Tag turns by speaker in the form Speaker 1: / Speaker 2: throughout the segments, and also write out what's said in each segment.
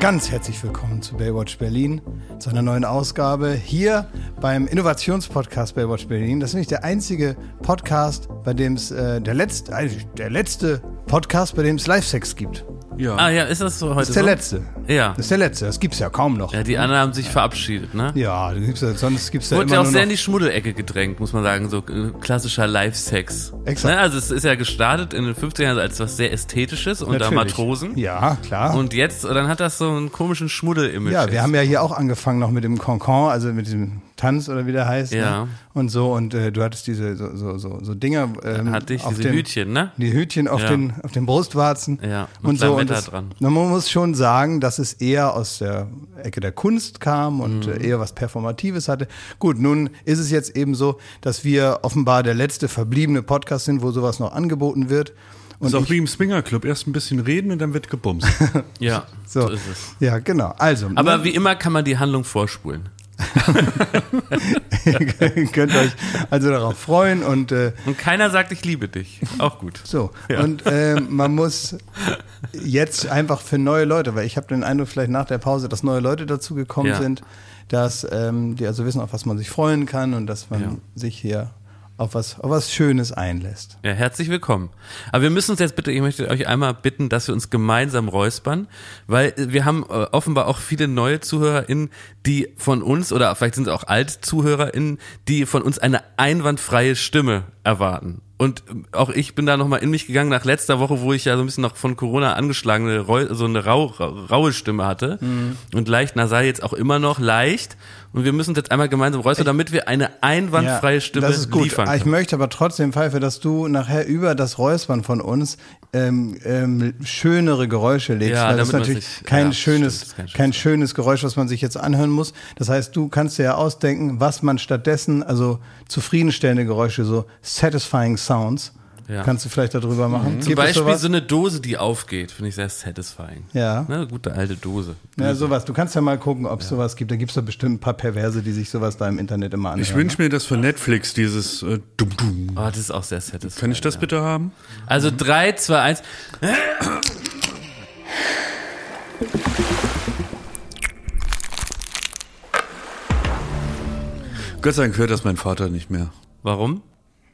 Speaker 1: ganz herzlich willkommen zu Baywatch Berlin, zu einer neuen Ausgabe hier beim Innovationspodcast Baywatch Berlin. Das ist nämlich der einzige Podcast, bei dem es äh, der letzte, äh, der letzte Podcast, bei dem es Live-Sex gibt.
Speaker 2: Ja.
Speaker 3: Ah ja, ist das so heute?
Speaker 1: Das ist der
Speaker 3: so?
Speaker 1: letzte.
Speaker 3: Ja.
Speaker 1: Das ist der letzte. Das gibt's ja kaum noch.
Speaker 3: ja. Die anderen haben sich verabschiedet, ne?
Speaker 1: Ja, das gibt's ja, sonst gibt's ja
Speaker 3: Wurde
Speaker 1: immer
Speaker 3: ja auch
Speaker 1: nur
Speaker 3: sehr in
Speaker 1: noch.
Speaker 3: die Schmuddelecke gedrängt, muss man sagen, so äh, klassischer Live-Sex.
Speaker 1: Exakt.
Speaker 3: Ne? Also es ist ja gestartet in den 50 ern als was sehr Ästhetisches unter
Speaker 1: Natürlich.
Speaker 3: Matrosen.
Speaker 1: Ja, klar.
Speaker 3: Und jetzt, äh, dann hat das so einen komischen Schmuddel-Image.
Speaker 1: Ja, wir haben ja hier auch angefangen noch mit dem Concon, also mit diesem Tanz oder wie der heißt.
Speaker 3: Ja.
Speaker 1: Ne? Und so, und äh, du hattest diese so, so, so, so Dinger. Ähm,
Speaker 3: Hatte ich
Speaker 1: auf
Speaker 3: diese
Speaker 1: dem,
Speaker 3: Hütchen, ne?
Speaker 1: Die Hütchen auf,
Speaker 3: Ja.
Speaker 1: den, auf den Brustwarzen.
Speaker 3: Ja, mit
Speaker 1: und so. Und
Speaker 3: Lametta
Speaker 1: das,
Speaker 3: dran.
Speaker 1: Na, man muss schon sagen, dass es eher aus der Ecke der Kunst kam und
Speaker 3: Mhm.
Speaker 1: äh, eher was Performatives hatte. Gut, nun ist es jetzt eben so, dass wir offenbar der letzte verbliebene Podcast sind, wo sowas noch angeboten wird. Und
Speaker 2: ist auch wie im Swingerclub. Erst ein bisschen reden und dann wird gebumst.
Speaker 3: Ja,
Speaker 1: so,
Speaker 3: so ist es.
Speaker 1: Ja, genau. Also,
Speaker 3: Aber wie immer kann man die Handlung vorspulen.
Speaker 1: ihr könnt euch also darauf freuen und äh,
Speaker 3: Und keiner sagt, ich liebe dich. Auch gut.
Speaker 1: So, und äh, man muss jetzt einfach für neue Leute, weil ich habe den Eindruck, vielleicht nach der Pause, dass neue Leute dazugekommen
Speaker 3: Ja.
Speaker 1: sind, dass ähm, die also wissen, auf was man sich freuen kann und dass man
Speaker 3: Ja.
Speaker 1: sich hier auf was, auf was Schönes einlässt.
Speaker 3: Ja, herzlich willkommen. Aber wir müssen uns jetzt bitte, ich möchte euch einmal bitten, dass wir uns gemeinsam räuspern, weil äh, wir haben äh, offenbar auch viele neue ZuhörerInnen, die von uns, oder vielleicht sind es auch alte ZuhörerInnen, die von uns eine einwandfreie Stimme erwarten. Und ähm, auch ich bin da nochmal in mich gegangen nach letzter Woche, wo ich ja so ein bisschen noch von Corona angeschlagene, Reu- so eine rau, rau- raue Stimme hatte.
Speaker 1: Mhm.
Speaker 3: Und leicht nasal jetzt auch immer noch leicht. Und wir müssen uns jetzt einmal gemeinsam räuspern, damit wir eine einwandfreie Stimme
Speaker 1: das ist gut. Ah,
Speaker 3: liefern
Speaker 1: Ich
Speaker 3: können.
Speaker 1: möchte aber trotzdem, Pfeife, dass du nachher über das Räuspern von uns ähm, ähm, schönere Geräusche legst.
Speaker 3: Ja,
Speaker 1: weil das ist
Speaker 3: damit man's
Speaker 1: natürlich
Speaker 3: nicht-
Speaker 1: kein,
Speaker 3: ja,
Speaker 1: schönes,
Speaker 3: stimmt, ist
Speaker 1: kein,
Speaker 3: kein
Speaker 1: schönes,
Speaker 3: schönes
Speaker 1: Geräusch, was man sich jetzt anhören muss. Das heißt, du kannst dir ja ausdenken, was man stattdessen, also zufriedenstellende Geräusche, so satisfying sounds,
Speaker 3: Ja. Mhm.
Speaker 1: kannst du vielleicht darüber machen.
Speaker 3: Zum
Speaker 1: Gibt es
Speaker 3: Beispiel
Speaker 1: sowas?
Speaker 3: so eine Dose, die aufgeht, finde ich sehr satisfying.
Speaker 1: Ja.
Speaker 3: Ne, gute alte Dose.
Speaker 1: ja, sowas. Du kannst ja mal gucken, ob es sowas gibt. Da gibt es doch bestimmt ein paar Perverse, die sich sowas da im Internet immer anhören.
Speaker 2: Ich wünsche mir das von Netflix, dieses äh, Dum Dum.
Speaker 3: Oh, das ist auch sehr satisfying.
Speaker 2: Kann ich das bitte haben?
Speaker 3: ja. Also 3, 2, 1.
Speaker 2: Gott sei Dank hört das mein Vater nicht mehr.
Speaker 3: Warum?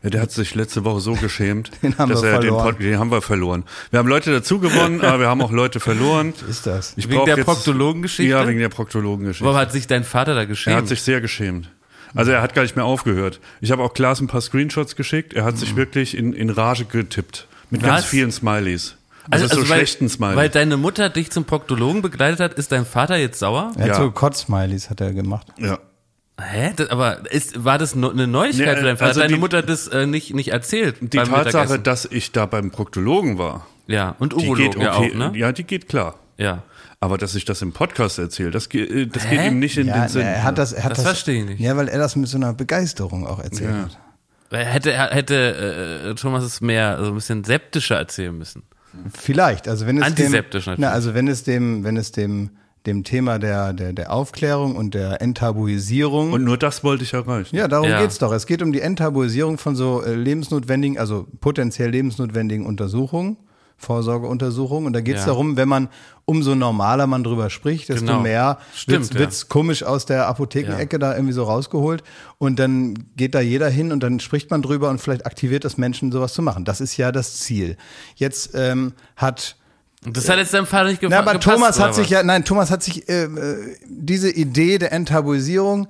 Speaker 2: Ja, der hat sich letzte Woche so geschämt,
Speaker 1: Den haben
Speaker 2: dass
Speaker 1: wir
Speaker 2: er
Speaker 1: verloren.
Speaker 2: den Pod den haben wir verloren. Wir haben Leute dazu gewonnen, aber wir haben auch Leute verloren.
Speaker 1: ist das?
Speaker 2: Ich
Speaker 3: Wegen
Speaker 2: brauch
Speaker 3: der
Speaker 2: jetzt-
Speaker 3: Proktologengeschichte?
Speaker 2: Ja, wegen der Proktologengeschichte.
Speaker 3: Warum hat sich dein Vater da geschämt?
Speaker 2: Er hat sich sehr geschämt. Also er hat gar nicht mehr aufgehört. Ich habe auch Klaas ein paar Screenshots geschickt. Er hat sich
Speaker 1: Mhm.
Speaker 2: wirklich in, in Rage getippt. Mit
Speaker 3: Was?
Speaker 2: ganz vielen Smileys. Also, so
Speaker 3: weil,
Speaker 2: schlechten Smileys.
Speaker 3: Weil deine Mutter dich zum Proktologen begleitet hat, ist dein Vater jetzt sauer?
Speaker 1: Er hat
Speaker 2: Ja.
Speaker 1: so Kotz-Smileys hat er gemacht.
Speaker 2: ja.
Speaker 3: Hä? Das, aber ist, war das no, eine Neuigkeit
Speaker 2: Nee,
Speaker 3: für deinen Vater?
Speaker 2: also
Speaker 3: Deine
Speaker 2: die-
Speaker 3: Mutter hat das äh, nicht, nicht erzählt.
Speaker 2: Die Tatsache, dass ich da beim Proktologen war,
Speaker 3: Ja, und
Speaker 2: die geht
Speaker 3: Urologen
Speaker 2: okay.
Speaker 3: ja auch, ne?
Speaker 2: Ja, die geht klar.
Speaker 3: Ja.
Speaker 2: Aber dass ich das im Podcast erzähle, das, ge- äh, das geht
Speaker 3: Hä?
Speaker 2: ihm nicht in
Speaker 1: Ja,
Speaker 2: den Sinn.
Speaker 1: na, er hat das, er hat
Speaker 3: Das verstehe ich nicht.
Speaker 1: Ja, weil er das mit so einer Begeisterung auch erzählt
Speaker 2: Ja.
Speaker 1: hat.
Speaker 3: Weil Hätte, hätte äh, Thomas es mehr, so ein bisschen septischer erzählen müssen.
Speaker 1: Vielleicht, also wenn es
Speaker 3: Antiseptisch
Speaker 1: dem,
Speaker 3: natürlich.
Speaker 1: na, also wenn es dem, wenn es dem, dem Thema der, der, der Aufklärung und der Enttabuisierung.
Speaker 2: Und nur das wollte ich erreichen.
Speaker 1: ja, darum
Speaker 3: Ja.
Speaker 1: geht's doch. Es geht um die Enttabuisierung von so äh, lebensnotwendigen, also potenziell lebensnotwendigen Untersuchungen, Vorsorgeuntersuchungen. Und da geht's
Speaker 3: Ja.
Speaker 1: darum, wenn man umso normaler man drüber spricht, desto
Speaker 3: Genau.
Speaker 1: mehr wird's,
Speaker 3: Stimmt, ja.
Speaker 1: wird's komisch aus der Apothekenecke da irgendwie so rausgeholt. Und dann geht da jeder hin und dann spricht man drüber und vielleicht aktiviert das Menschen, sowas zu machen. Das ist ja das Ziel. Jetzt ähm, hat
Speaker 3: Und Das hat jetzt deinem Vater nicht gefa-
Speaker 1: Na,
Speaker 3: gepasst.
Speaker 1: aber Thomas
Speaker 3: oder
Speaker 1: hat sich
Speaker 3: was?
Speaker 1: ja, nein, Thomas hat sich äh, äh, diese Idee der Enttabuisierung,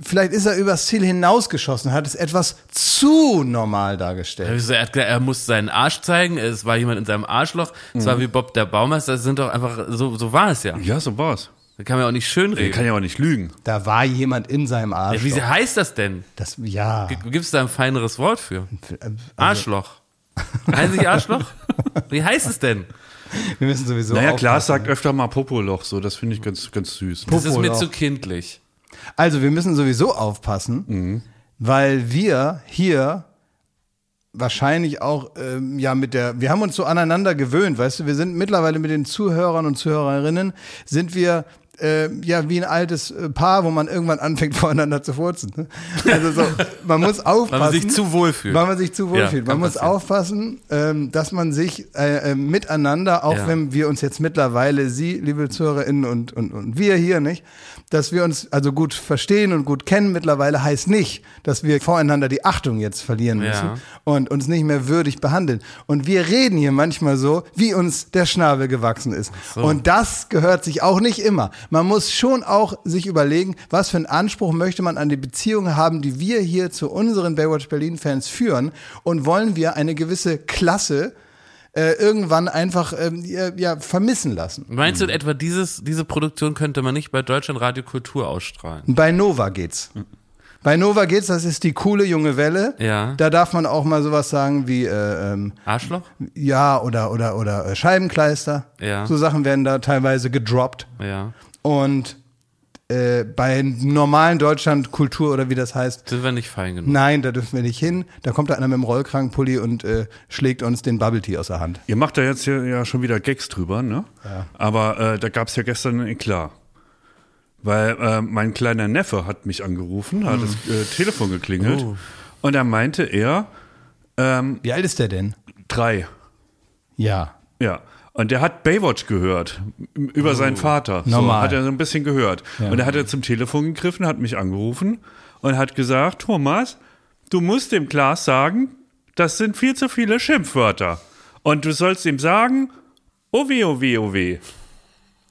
Speaker 1: vielleicht ist er übers Ziel hinausgeschossen, hat es etwas zu normal dargestellt.
Speaker 3: Wieso? Er hat gesagt, er muss seinen Arsch zeigen. Es war jemand in seinem Arschloch. Es
Speaker 2: Mhm.
Speaker 3: war wie Bob der Baumeister. Das sind doch einfach, so, so war es ja.
Speaker 2: Ja, so war's.
Speaker 3: Da kann man ja auch nicht
Speaker 2: Ich kann
Speaker 3: schönreden.
Speaker 2: ja auch nicht lügen.
Speaker 1: Da war jemand in seinem Arsch.
Speaker 3: Wie heißt das denn?
Speaker 1: das, ja.
Speaker 3: Gibt es da ein feineres Wort für?
Speaker 1: Also,
Speaker 3: Arschloch. Heißt nicht Arschloch? Wie heißt es denn?
Speaker 1: wir müssen sowieso.
Speaker 2: Naja,
Speaker 1: aufpassen.
Speaker 2: Klaas sagt öfter mal Popoloch so. Das finde ich ganz, ganz süß.
Speaker 3: Das ist mir
Speaker 1: Popoloch.
Speaker 3: zu kindlich.
Speaker 1: Also, wir müssen sowieso aufpassen,
Speaker 3: Mhm.
Speaker 1: weil wir hier wahrscheinlich auch ähm, ja mit der wir haben uns so aneinander gewöhnt, weißt du, wir sind mittlerweile mit den Zuhörern und Zuhörerinnen sind wir äh, ja, wie ein altes äh, Paar, wo man irgendwann anfängt, voreinander zu furzen. Ne? Also so, man muss aufpassen.
Speaker 3: Weil man sich zu wohl fühlt.
Speaker 1: Weil man sich zu wohl
Speaker 3: Ja,
Speaker 1: fühlt.
Speaker 3: kann
Speaker 1: Man muss
Speaker 3: passieren.
Speaker 1: aufpassen, ähm, dass man sich äh, äh, miteinander, auch
Speaker 3: Ja.
Speaker 1: wenn wir uns jetzt mittlerweile, Sie, liebe ZuhörerInnen und, und, und wir hier, nicht, dass wir uns also gut verstehen und gut kennen mittlerweile, heißt nicht, dass wir voreinander die Achtung jetzt verlieren
Speaker 3: Ja.
Speaker 1: müssen und uns nicht mehr würdig behandeln. Und wir reden hier manchmal so, wie uns der Schnabel gewachsen ist. Und das gehört sich auch nicht immer. Man muss schon auch sich überlegen, was für einen Anspruch möchte man an die Beziehungen haben, die wir hier zu unseren Baywatch Berlin Fans führen und wollen wir eine gewisse Klasse äh, irgendwann einfach ähm, ja, ja, vermissen lassen.
Speaker 3: Meinst du
Speaker 2: Hm.
Speaker 3: etwa, dieses, diese Produktion könnte man nicht bei Deutschland Radio Kultur ausstrahlen?
Speaker 1: Bei Nova geht's. Bei Nova geht's, das ist die coole junge Welle.
Speaker 3: Ja.
Speaker 1: Da darf man auch mal sowas sagen wie äh, ähm,
Speaker 3: Arschloch?
Speaker 1: Ja, oder, oder, oder äh, Scheibenkleister.
Speaker 3: Ja.
Speaker 1: So Sachen werden da teilweise gedroppt.
Speaker 3: Ja.
Speaker 1: Und äh, bei normalen Deutschland Kultur oder wie das heißt,
Speaker 3: Sind wir nicht fein genug?
Speaker 1: nein, da dürfen wir nicht hin. Da kommt da einer mit dem Rollkragenpulli und äh, schlägt uns den Bubble Tea aus der Hand.
Speaker 2: Ihr macht da jetzt hier ja schon wieder Gags drüber, ne? Ja. Aber äh, da gab es ja gestern einen Eklat. Weil äh, mein kleiner Neffe hat mich angerufen,
Speaker 3: Hm.
Speaker 2: hat das äh, Telefon geklingelt.
Speaker 3: Oh.
Speaker 2: Und da meinte er,
Speaker 1: Wie alt ist der denn?
Speaker 2: drei.
Speaker 1: Ja.
Speaker 2: Ja. Und der hat Baywatch gehört m- über seinen
Speaker 3: Oh,
Speaker 2: Vater.
Speaker 1: Normal.
Speaker 2: So, hat er so ein bisschen gehört. Und da hat er zum Telefon gegriffen, hat mich angerufen und hat gesagt, Thomas, du musst dem Klaas sagen, das sind viel zu viele Schimpfwörter. Und du sollst ihm sagen, oh weh, oh weh, oh weh.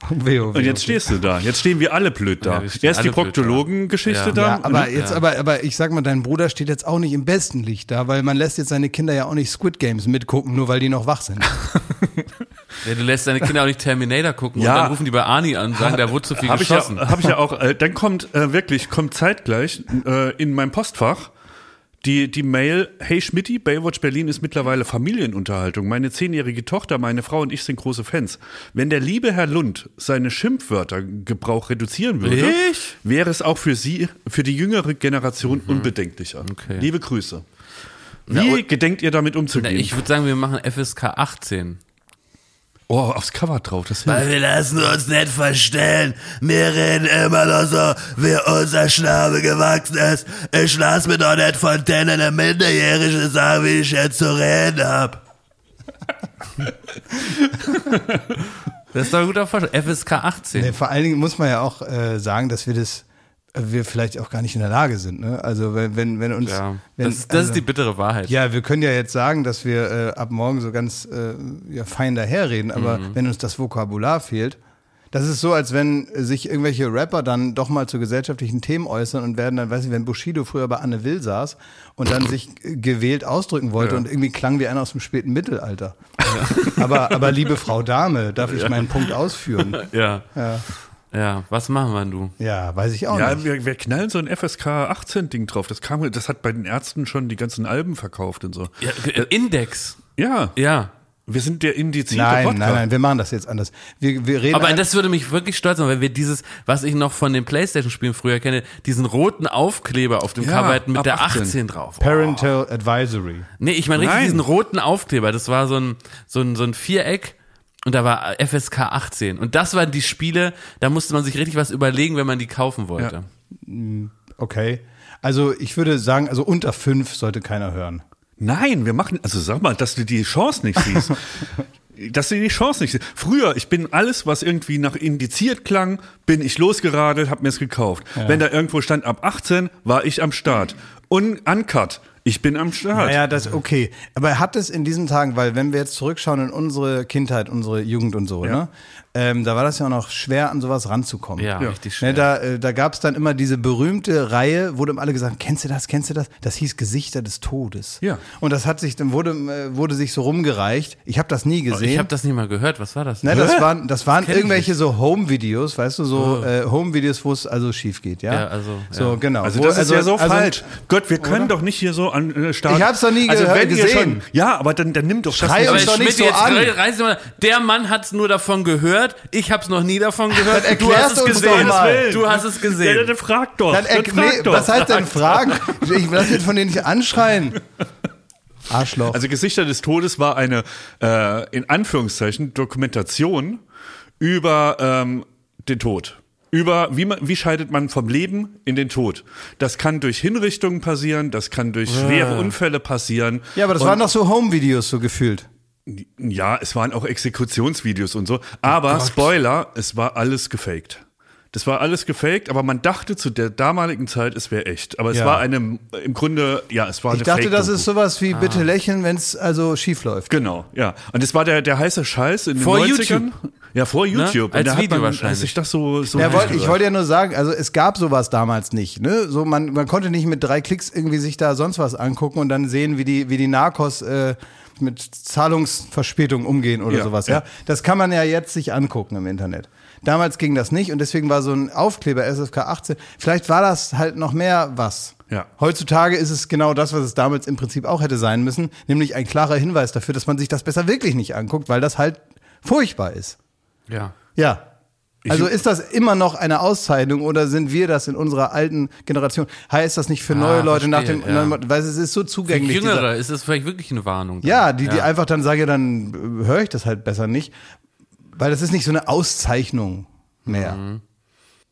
Speaker 1: Weh, oh, weh,
Speaker 2: Und jetzt
Speaker 1: oh.
Speaker 2: stehst du da. Jetzt stehen wir alle blöd da.
Speaker 3: Ja, wir stehen
Speaker 2: Erst die
Speaker 3: alle blöd da.
Speaker 2: Proktologengeschichte
Speaker 3: Ja.
Speaker 2: da.
Speaker 1: Ja, aber
Speaker 2: ne?
Speaker 1: jetzt, aber, aber ich sag mal, dein Bruder steht jetzt auch nicht im besten Licht da, weil man lässt jetzt seine Kinder ja auch nicht Squid Games mitgucken, nur weil die noch wach sind.
Speaker 3: Ja, du lässt deine Kinder auch nicht Terminator gucken und
Speaker 2: Ja.
Speaker 3: dann rufen die bei Ani an und sagen, da wurde zu viel
Speaker 2: Habe ich, ja,
Speaker 3: geschossen.
Speaker 2: hab ich ja auch. Äh, dann kommt äh, wirklich, kommt zeitgleich äh, in meinem Postfach die, die Mail, hey Schmidti, Baywatch Berlin ist mittlerweile Familienunterhaltung. Meine zehnjährige Tochter, meine Frau und ich sind große Fans. Wenn der liebe Herr Lund seine Schimpfwörtergebrauch reduzieren würde,
Speaker 3: Ich? Mhm.
Speaker 2: wäre es auch für Sie, für die jüngere Generation unbedenklicher.
Speaker 3: Okay.
Speaker 2: Liebe Grüße. Wie gedenkt ihr damit
Speaker 3: Na,
Speaker 2: umzugehen?
Speaker 3: ich würde sagen, wir machen FSK 18.
Speaker 2: oh, aufs Cover drauf, das hilft.
Speaker 3: Weil wir lassen uns nicht verstellen. Wir reden immer nur so, wie unser Schnabel gewachsen ist. Ich lass mir doch nicht von denen der Minderjährige sagen, wie ich jetzt zu reden hab. Das ist doch ein guter Vorschlag. FSK 18.
Speaker 1: Nee, vor allen Dingen muss man ja auch äh, sagen, dass wir das äh, wir vielleicht auch gar nicht in der Lage sind. Ne? Also wenn, wenn, wenn uns...
Speaker 3: ja,
Speaker 1: wenn,
Speaker 3: das, das
Speaker 1: also,
Speaker 3: ist die bittere Wahrheit.
Speaker 1: ja, wir können ja jetzt sagen, dass wir äh, ab morgen so ganz äh, ja, fein daherreden, aber
Speaker 3: Mhm.
Speaker 1: wenn uns das Vokabular fehlt, das ist so, als wenn äh, sich irgendwelche Rapper dann doch mal zu gesellschaftlichen Themen äußern und werden dann, weiß ich, wenn Bushido früher bei Anne Will saß und dann sich äh, gewählt ausdrücken wollte und irgendwie klang wie einer aus dem späten Mittelalter. Aber, aber liebe Frau Dame, darf ich meinen Punkt ausführen?
Speaker 3: Ja. ja. Ja, was machen wir, du?
Speaker 1: Ja, weiß ich auch nicht.
Speaker 2: Ja, wir, wir knallen so ein FSK 18 Ding drauf. Das kam, das hat bei den Ärzten schon die ganzen Alben verkauft und so.
Speaker 3: Ja, äh, Index.
Speaker 2: Ja,
Speaker 3: Ja.
Speaker 2: wir sind der indizierte
Speaker 1: Nein,
Speaker 2: Podcast.
Speaker 1: nein, nein, wir machen das jetzt anders. Wir, wir reden
Speaker 3: Aber
Speaker 1: ein-
Speaker 3: das würde mich wirklich stolz machen, weil wir dieses, was ich noch von den Playstation-Spielen früher kenne, diesen roten Aufkleber auf dem
Speaker 2: Ja,
Speaker 3: Cover hatten mit
Speaker 2: ab
Speaker 3: der 18,
Speaker 2: 18
Speaker 3: drauf. Oh.
Speaker 1: Parental Advisory.
Speaker 3: Nee, ich meine richtig
Speaker 2: Nein.
Speaker 3: diesen roten Aufkleber. Das war so ein, so ein, so ein Viereck. Und da war FSK 18. Und das waren die Spiele, da musste man sich richtig was überlegen, wenn man die kaufen wollte.
Speaker 2: Ja.
Speaker 1: Okay. Also ich würde sagen, also unter fünf sollte keiner hören.
Speaker 2: Nein, wir machen, also sag mal, dass du die Chance nicht siehst. dass du die Chance nicht siehst. Früher, ich bin alles, was irgendwie nach indiziert klang, bin ich losgeradelt, hab mir's gekauft. Wenn da irgendwo stand ab 18, war ich am Start. Und uncut, ich bin am Start.
Speaker 1: Naja, das okay. Aber hat es in diesen Tagen, weil wenn wir jetzt zurückschauen in unsere Kindheit, unsere Jugend und so, ne, ähm, da war das ja auch noch schwer, an sowas ranzukommen.
Speaker 3: Ja, richtig schön.
Speaker 1: Ne, da äh, da gab es dann immer diese berühmte Reihe, wo dann alle gesagt haben, kennst du das, kennst du das? Das hieß Gesichter des Todes.
Speaker 2: Ja.
Speaker 1: Und das hat sich, dann wurde, äh, wurde sich so rumgereicht. Ich habe das nie gesehen.
Speaker 3: Ich habe das nicht mal gehört. Was war das?
Speaker 1: Ne, das waren, das waren
Speaker 3: kenn ich Ah.
Speaker 1: irgendwelche so Home-Videos, weißt du, so äh, Home-Videos, wo es also schief geht, ja?
Speaker 3: Ja, also,
Speaker 1: So,
Speaker 3: ja.
Speaker 1: genau.
Speaker 2: Also
Speaker 1: Wo-
Speaker 2: das ist ja so
Speaker 1: also-
Speaker 2: falsch. Gott, wir können doch nicht hier so an äh, starten.
Speaker 1: Ich hab's doch nie
Speaker 2: also,
Speaker 1: gehört-
Speaker 2: wenn Ihr
Speaker 1: gesehen.
Speaker 2: schon, ja, aber dann, dann nimm doch
Speaker 1: Schrei
Speaker 2: das
Speaker 3: aber
Speaker 1: uns
Speaker 2: nicht.
Speaker 1: doch
Speaker 3: Schmidt,
Speaker 1: nicht so
Speaker 3: jetzt
Speaker 1: an.
Speaker 3: reiß dich mal, der Mann hat's nur davon gehört, ich hab's noch nie davon gehört.
Speaker 1: Dann
Speaker 3: du
Speaker 1: erklärst
Speaker 3: hast es
Speaker 1: uns doch
Speaker 3: gesehen.
Speaker 1: mal.
Speaker 3: Du hast es gesehen.
Speaker 2: Ja, dann frag doch.
Speaker 1: Dann, äh,
Speaker 2: frag
Speaker 1: nee,
Speaker 2: doch.
Speaker 1: was heißt denn fragen? Ich lass mich von denen nicht anschreien. Arschloch.
Speaker 2: Also Gesichter des Todes war eine, äh, in Anführungszeichen, Dokumentation über ähm, den Tod. über, wie, man, wie scheidet man vom Leben in den Tod. Das kann durch Hinrichtungen passieren, das kann durch schwere Unfälle passieren.
Speaker 1: Ja, aber das waren doch so Home-Videos so gefühlt.
Speaker 2: Ja, es waren auch Exekutionsvideos und
Speaker 1: Oh
Speaker 2: so. Aber Spoiler, es war alles gefaked. Das war alles gefaked, aber man dachte zu der damaligen Zeit, es wäre echt. Aber es
Speaker 1: Ja.
Speaker 2: war eine, im Grunde, ja, es war eine
Speaker 1: Ich dachte, das
Speaker 2: Fake-Doku.
Speaker 1: ist sowas wie
Speaker 3: Ah.
Speaker 1: bitte lächeln, wenn es also schief läuft.
Speaker 2: Genau, ja. Und das war der, der heiße Scheiß in den
Speaker 3: Vor
Speaker 2: 90ern.
Speaker 3: YouTube.
Speaker 2: Ja, vor
Speaker 1: Ne?
Speaker 2: YouTube.
Speaker 3: Als
Speaker 2: Und da hat
Speaker 3: Video
Speaker 2: man,
Speaker 3: wahrscheinlich.
Speaker 2: Als ich das so, so
Speaker 1: Ja, wollt, ich
Speaker 2: mitgehört.
Speaker 1: wollte ja nur sagen, also es gab sowas damals nicht. Ne? So man, man konnte nicht mit drei Klicks irgendwie sich da sonst was angucken und dann sehen, wie die, wie die Narcos äh, mit Zahlungsverspätung umgehen oder
Speaker 2: Ja,
Speaker 1: sowas.
Speaker 2: ja.
Speaker 1: Ja. Das kann man ja jetzt sich angucken im Internet. Damals ging das nicht und deswegen war so ein Aufkleber SFK 18. Vielleicht war das halt noch mehr was.
Speaker 2: Ja.
Speaker 1: Heutzutage ist es genau das, was es damals im Prinzip auch hätte sein müssen, nämlich ein klarer Hinweis dafür, dass man sich das besser wirklich nicht anguckt, weil das halt furchtbar ist.
Speaker 3: Ja.
Speaker 1: Ja. Also ist das immer noch eine Auszeichnung oder sind wir das in unserer alten Generation? Heißt das nicht für neue
Speaker 3: Ah,
Speaker 1: Leute nach
Speaker 3: verstehe,
Speaker 1: dem,
Speaker 3: ja.
Speaker 1: neuen- weil es ist so
Speaker 3: Die
Speaker 1: zugänglich. dieser-
Speaker 3: Jüngere ist es vielleicht wirklich eine Warnung. dann.
Speaker 1: ja, die, die einfach dann sagen, ja, dann äh, höre ich das halt besser nicht, weil das ist nicht so eine Auszeichnung mehr.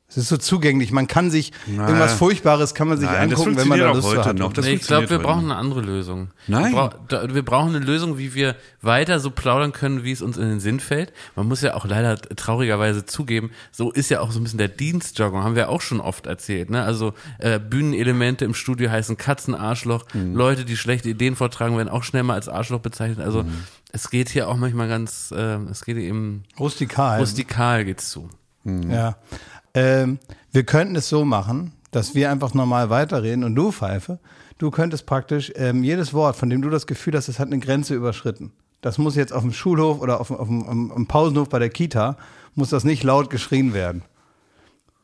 Speaker 1: Es ist so zugänglich. Man kann sich irgendwas Furchtbares kann man sich
Speaker 2: Nein, das
Speaker 1: angucken, wenn man
Speaker 2: funktioniert
Speaker 1: da
Speaker 2: auch
Speaker 1: Lust zu
Speaker 2: heute
Speaker 1: hat.
Speaker 2: noch. Das
Speaker 3: Nee, ich glaube, wir
Speaker 2: funktioniert heute
Speaker 3: brauchen eine andere Lösung.
Speaker 2: Nein.
Speaker 3: Wir, brau- da- wir brauchen eine Lösung, wie wir weiter so plaudern können, wie es uns in den Sinn fällt. Man muss ja auch leider traurigerweise zugeben, so ist ja auch so ein bisschen der Dienstjargon, haben wir auch schon oft erzählt. Ne? Also äh, Bühnenelemente im Studio heißen Katzenarschloch.
Speaker 1: Mhm.
Speaker 3: Leute, die schlechte Ideen vortragen, werden auch schnell mal als Arschloch bezeichnet. Also
Speaker 1: Mhm.
Speaker 3: es geht hier auch manchmal ganz, äh, es geht eben
Speaker 1: Rustikal.
Speaker 3: rustikal geht's zu.
Speaker 1: Ja. Ähm, wir könnten es so machen, dass wir einfach normal weiterreden und du, Pfeife, du könntest praktisch ähm, jedes Wort, von dem du das Gefühl hast, es hat eine Grenze überschritten. Das muss jetzt auf dem Schulhof oder auf, dem- auf, dem- am, am Pausenhof bei der Kita, muss das nicht laut geschrien werden.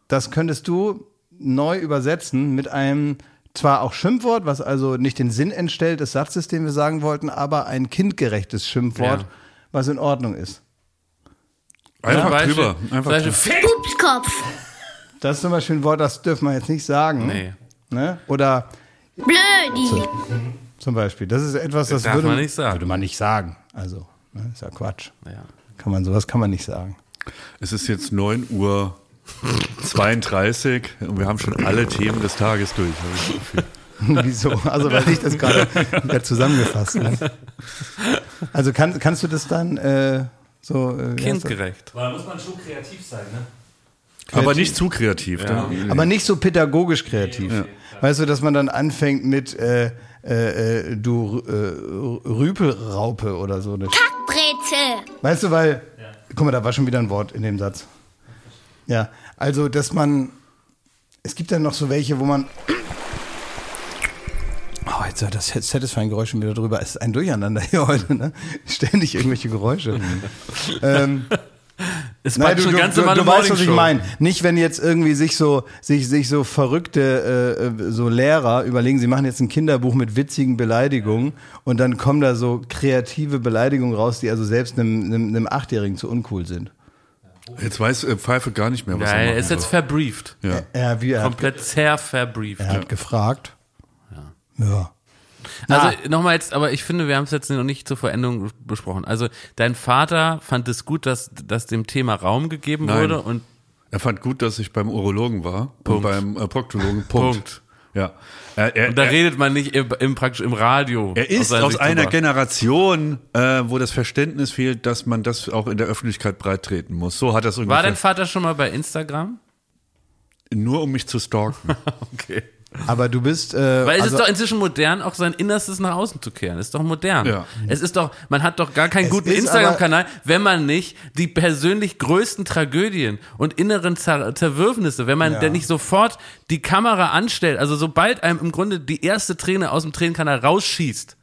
Speaker 1: Das könntest du neu übersetzen mit einem zwar auch Schimpfwort, was also nicht den Sinn entstellt des Satzes, den wir sagen wollten, aber ein kindgerechtes Schimpfwort,
Speaker 3: Ja.
Speaker 1: was in Ordnung ist.
Speaker 2: Einfach
Speaker 3: Zum Beispiel-
Speaker 2: drüber. Einfach
Speaker 3: zum Beispiel,
Speaker 2: drüber.
Speaker 3: Fick!
Speaker 4: Pupskopf.
Speaker 1: Das ist zum Beispiel ein Wort, das dürfen wir jetzt nicht sagen.
Speaker 3: Nee.
Speaker 1: Ne? Oder
Speaker 4: Blödi.
Speaker 1: zum Beispiel, das ist etwas, das
Speaker 3: Darf
Speaker 1: würde
Speaker 3: man nicht sagen.
Speaker 1: Würde man nicht sagen. Also, ne? ist ja Quatsch.
Speaker 3: Ja.
Speaker 1: Kann man, sowas kann man nicht sagen.
Speaker 2: Es ist jetzt 9 Uhr 32 und wir haben schon alle Themen des Tages durch. habe ich das Gefühl.
Speaker 1: Wieso? Also, weil ich das gerade wieder zusammengefasst habe. Also, kann, kannst du das dann äh, so. Äh, wie heißt
Speaker 3: Kindgerecht.
Speaker 5: Weil da muss man schon kreativ sein, ne?
Speaker 2: Aber nicht zu kreativ.
Speaker 1: das?
Speaker 2: Dann,
Speaker 1: Aber nicht so pädagogisch kreativ. Weißt du, dass man dann anfängt mit äh, äh, äh, du äh, Rüpelraupe oder so. eine
Speaker 4: Kackbrezel.
Speaker 1: Weißt du, weil, guck mal, da war schon wieder ein Wort in dem Satz. Ja, also, dass man, es gibt dann noch so welche, wo man, oh, jetzt hat das Satisfying-Geräusch schon wieder drüber. Es ist ein Durcheinander hier heute, ne? Ständig irgendwelche Geräusche. ähm,
Speaker 3: Ist
Speaker 1: nein,
Speaker 3: bald
Speaker 1: du,
Speaker 3: Mhm. schon
Speaker 1: du,
Speaker 3: ganz
Speaker 1: du,
Speaker 3: normale
Speaker 1: du weißt, was ich
Speaker 3: Morningshow.
Speaker 1: meine. Nicht, wenn jetzt irgendwie sich so, sich, sich so verrückte äh, äh, so Lehrer überlegen, sie machen jetzt ein Kinderbuch mit witzigen Beleidigungen und dann kommen da so kreative Beleidigungen raus, die also selbst einem, einem, einem Achtjährigen zu uncool sind.
Speaker 2: jetzt weiß äh, Pfeife gar nicht mehr, was
Speaker 3: Ja,
Speaker 2: er
Speaker 3: er ist jetzt verbrieft.
Speaker 2: Ja.
Speaker 1: Er, wie, er, hat,
Speaker 3: Komplett sehr verbrieft.
Speaker 1: er hat gefragt. Ja.
Speaker 3: Also
Speaker 2: Ah.
Speaker 3: nochmal jetzt, aber ich finde, wir haben es jetzt noch nicht zur Veränderung besprochen. Also dein Vater fand es gut, dass, dass dem Thema Raum gegeben
Speaker 2: Nein.
Speaker 3: wurde und
Speaker 2: Er fand gut, dass ich beim Urologen war und beim äh, Proktologen. Punkt.
Speaker 3: Punkt.
Speaker 2: Ja. Er, er,
Speaker 3: Und da
Speaker 2: er,
Speaker 3: redet man nicht im, im, praktisch im Radio.
Speaker 2: Er ist
Speaker 3: seiner
Speaker 2: aus
Speaker 3: Sicht
Speaker 2: einer
Speaker 3: drüber.
Speaker 2: Generation, äh, wo das Verständnis fehlt, dass man das auch in der Öffentlichkeit breit treten muss. So hat das
Speaker 3: War
Speaker 2: ungefähr.
Speaker 3: dein Vater schon mal bei Instagram?
Speaker 2: Nur um mich zu stalken.
Speaker 3: Okay.
Speaker 1: Aber du bist. Äh,
Speaker 3: Weil es
Speaker 1: also,
Speaker 3: ist doch inzwischen modern, auch sein Innerstes nach außen zu kehren. Ist doch modern.
Speaker 2: Ja.
Speaker 3: Es ist doch, man hat doch gar keinen
Speaker 1: Es
Speaker 3: guten
Speaker 1: ist
Speaker 3: Instagram-Kanal, wenn man nicht die persönlich größten Tragödien und inneren Zer Zerwürfnisse, wenn man
Speaker 1: Ja.
Speaker 3: denn nicht sofort die Kamera anstellt, also sobald einem im Grunde die erste Träne aus dem Tränenkanal rausschießt,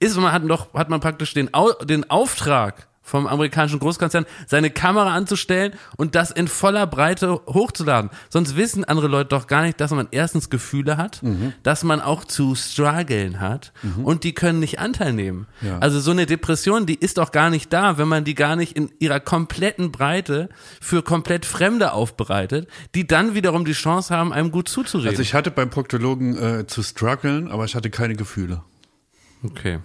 Speaker 3: ist man hat doch hat man praktisch den Au den Auftrag vom amerikanischen Großkonzern seine Kamera anzustellen und das in voller Breite hochzuladen. Sonst wissen andere Leute doch gar nicht, dass man erstens Gefühle hat,
Speaker 2: Mhm.
Speaker 3: dass man auch zu strugglen hat und die können nicht Anteil nehmen. Also so eine Depression, die ist doch gar nicht da, wenn man die gar nicht in ihrer kompletten Breite für komplett Fremde aufbereitet, die dann wiederum die Chance haben, einem gut zuzureden.
Speaker 2: Also ich hatte beim Proktologen äh, zu strugglen, aber ich hatte keine Gefühle.
Speaker 3: Okay.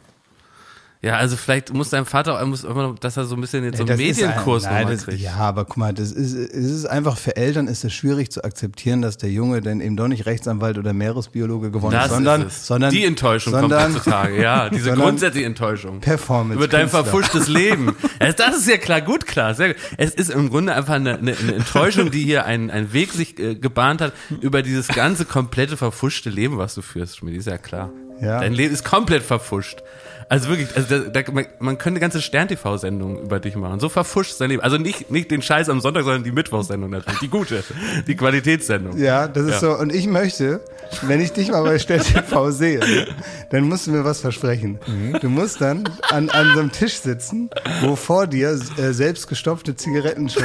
Speaker 3: Ja, also vielleicht muss dein Vater auch, muss immer noch, dass er so ein bisschen jetzt so einen
Speaker 1: Das ist ein-
Speaker 3: Medienkurs
Speaker 1: nein,
Speaker 3: nochmal
Speaker 1: das,
Speaker 3: kriegt.
Speaker 1: Ja, aber guck mal, das ist, es ist einfach für Eltern ist es schwierig zu akzeptieren, dass der Junge denn eben doch nicht Rechtsanwalt oder Meeresbiologe geworden
Speaker 3: Das
Speaker 1: ist, sondern,
Speaker 3: ist es.
Speaker 1: sondern
Speaker 3: die Enttäuschung
Speaker 1: sondern,
Speaker 3: kommt heutzutage, ja, diese
Speaker 1: sondern
Speaker 3: grundsätzliche Enttäuschung.
Speaker 1: Performance
Speaker 3: Über dein
Speaker 1: Künstler.
Speaker 3: verfuschtes Leben. Es- Das ist ja klar, gut klar. Sehr gut. Es ist im Grunde einfach eine, eine, eine Enttäuschung, die hier einen, einen Weg sich äh, gebahnt hat, über dieses ganze komplette verfuschte Leben, was du führst, Schmidt, ist ja klar.
Speaker 1: Ja.
Speaker 3: Dein Leben ist komplett verfuscht. Also wirklich, also da, da, man, man könnte eine ganze Stern-TV-Sendung über dich machen. So verfuscht ist dein Leben. Also nicht, nicht den Scheiß am Sonntag, sondern die Mittwochssendung natürlich. Die gute. Die Qualitätssendung.
Speaker 1: Ja, das ist so. Und ich möchte, wenn ich dich mal bei Stern TV sehe, dann musst du mir was versprechen. Du musst dann an, an so einem Tisch sitzen, wo vor dir äh, selbst gestopfte Zigaretten schon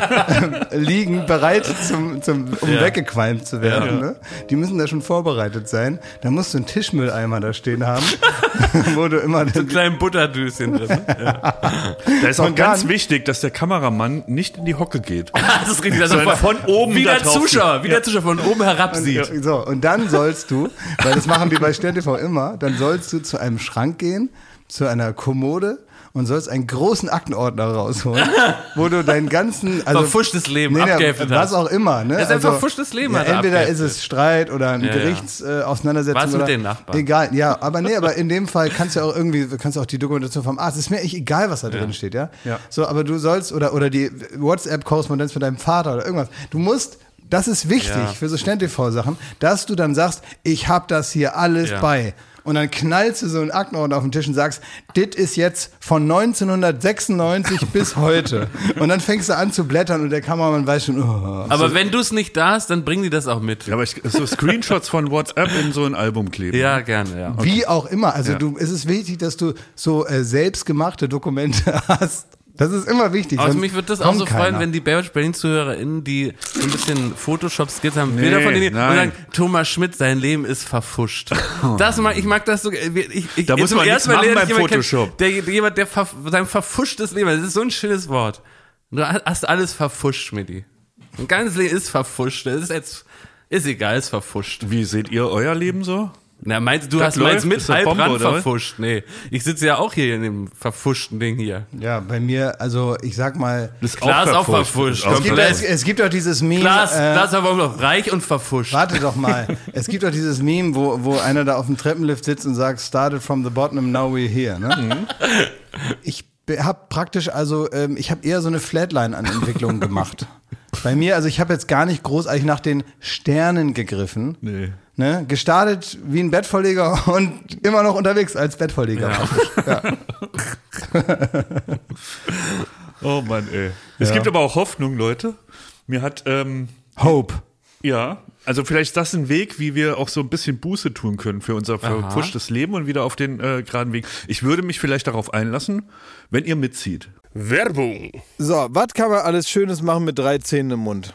Speaker 1: ähm, liegen, bereit, zum, zum, um
Speaker 3: Ja.
Speaker 1: weggequalmt zu werden.
Speaker 2: Ja.
Speaker 1: Ne? Die müssen da schon vorbereitet sein. Dann musst du einen Tischmülleimer da stehen haben, wo du immer
Speaker 3: So ein kleinen Butterdöschen drin.
Speaker 2: Da ist auch
Speaker 1: Und
Speaker 2: ganz
Speaker 1: dann-
Speaker 2: wichtig, dass der Kameramann nicht in die Hocke geht.
Speaker 3: Das ist richtig. Also
Speaker 2: Sondern
Speaker 3: von,
Speaker 2: von oben
Speaker 3: Wie
Speaker 2: da
Speaker 3: der
Speaker 2: drauf
Speaker 3: Zuschauer,
Speaker 2: sieht.
Speaker 3: wie der Zuschauer von oben herab sieht.
Speaker 1: Und, so, und dann sollst du, weil das machen die bei SternTV immer, dann sollst du zu einem Schrank gehen, zu einer Kommode und sollst einen großen Aktenordner rausholen, wo du deinen ganzen, also
Speaker 3: Verfuschtes Leben abgeheftet
Speaker 1: was
Speaker 3: hast.
Speaker 1: auch immer, ne?
Speaker 3: Das ist ein verfuschtes Leben,
Speaker 1: Ja,
Speaker 3: hat er
Speaker 1: entweder ist
Speaker 3: abgeheftet.
Speaker 1: es Streit oder ein
Speaker 3: Ja, ja.
Speaker 1: Gerichtsauseinandersetzung. Äh, Auseinandersetzung
Speaker 3: Was mit
Speaker 1: oder,
Speaker 3: den Nachbarn?
Speaker 1: Egal, ja, aber nee, aber in dem Fall kannst du ja auch irgendwie, kannst du auch die Dokumentation vom Arzt, ist mir echt egal, was da drin steht, ja?
Speaker 2: Ja.
Speaker 1: So, aber du sollst, oder, oder die WhatsApp-Korrespondenz mit deinem Vater oder irgendwas, du musst, das ist wichtig
Speaker 3: Ja.
Speaker 1: für so Stern-TV-Sachen, dass du dann sagst, ich hab das hier alles
Speaker 3: Ja.
Speaker 1: bei. Und dann knallst du so einen Aktenordner auf den Tisch und sagst, dit ist jetzt von 1996 bis heute. Und dann fängst du an zu blättern und der Kameramann weiß schon, oh,
Speaker 3: Aber wenn du es nicht da hast, dann bringen die das auch mit.
Speaker 2: Ja, aber ich, so Screenshots von WhatsApp in so ein Album kleben.
Speaker 3: Ja, gerne, ja.
Speaker 1: Wie auch immer. Also
Speaker 2: Ja.
Speaker 1: du, es ist wichtig, dass du so äh, selbstgemachte Dokumente hast. Das ist immer wichtig.
Speaker 3: Aber
Speaker 1: sonst
Speaker 3: Also mich würde das auch
Speaker 1: kommt
Speaker 3: so freuen,
Speaker 1: keiner.
Speaker 3: wenn die Baywatch Berlin-ZuhörerInnen, die so ein bisschen Photoshop-Skills haben, Bilder von denen und
Speaker 2: nein. Oh.
Speaker 3: sagen, Thomas Schmidt, sein Leben ist verfuscht. Das mag, ich mag das so, ich, ich, ich-
Speaker 2: Da muss
Speaker 3: zum
Speaker 2: man
Speaker 3: ersten
Speaker 2: nichts
Speaker 3: Mal
Speaker 2: machen
Speaker 3: lerne ich
Speaker 2: beim
Speaker 3: jemanden kennen,
Speaker 2: Photoshop.
Speaker 3: Der, der- jemand, der ver, sein verfuschtes Leben, das ist so ein schönes Wort. Du hast alles verfuscht, Schmidti. Ein ganzes Leben ist verfuscht. Das ist jetzt, ist egal, ist verfuscht.
Speaker 2: Wie seht ihr euer Leben so?
Speaker 3: Na, meinst du,
Speaker 2: Das
Speaker 3: hast meins
Speaker 2: läuft?
Speaker 3: mit
Speaker 2: Ist das
Speaker 3: halb
Speaker 2: Bombe,
Speaker 3: ran
Speaker 2: oder was?
Speaker 3: verfuscht? Nee. Ich sitze ja auch hier in dem verfuschten Ding hier.
Speaker 1: Ja, bei mir, also ich sag mal,
Speaker 2: Das ist
Speaker 3: Klar, ist auch verfuscht.
Speaker 2: Ist auch
Speaker 1: es gibt,
Speaker 3: komplett.
Speaker 1: es, es gibt doch dieses Meme.
Speaker 3: Glas,
Speaker 1: äh,
Speaker 3: Glas aber auch noch reich und verfuscht.
Speaker 1: Warte doch mal. Es gibt doch dieses Meme, wo, wo einer da auf dem Treppenlift sitzt und sagt, started from the bottom, now we're here. Ne? Ich habe praktisch, also ähm, ich habe eher so eine Flatline an Entwicklungen gemacht. Bei mir, also ich habe jetzt gar nicht großartig nach den Sternen gegriffen.
Speaker 2: Nee.
Speaker 1: Ne? Gestartet wie ein Bettvorleger und immer noch unterwegs als Bettvorleger.
Speaker 2: Oh Mann, ey. Es gibt aber auch Hoffnung, Leute. Mir hat, ähm,
Speaker 1: Hope.
Speaker 2: ja, also vielleicht ist das ein Weg, wie wir auch so ein bisschen Buße tun können für unser verfuschtes Leben und wieder auf den äh, geraden Weg. Ich würde mich vielleicht darauf einlassen, wenn ihr mitzieht.
Speaker 6: Werbung.
Speaker 7: So, was kann man alles Schönes machen mit drei Zähnen im Mund?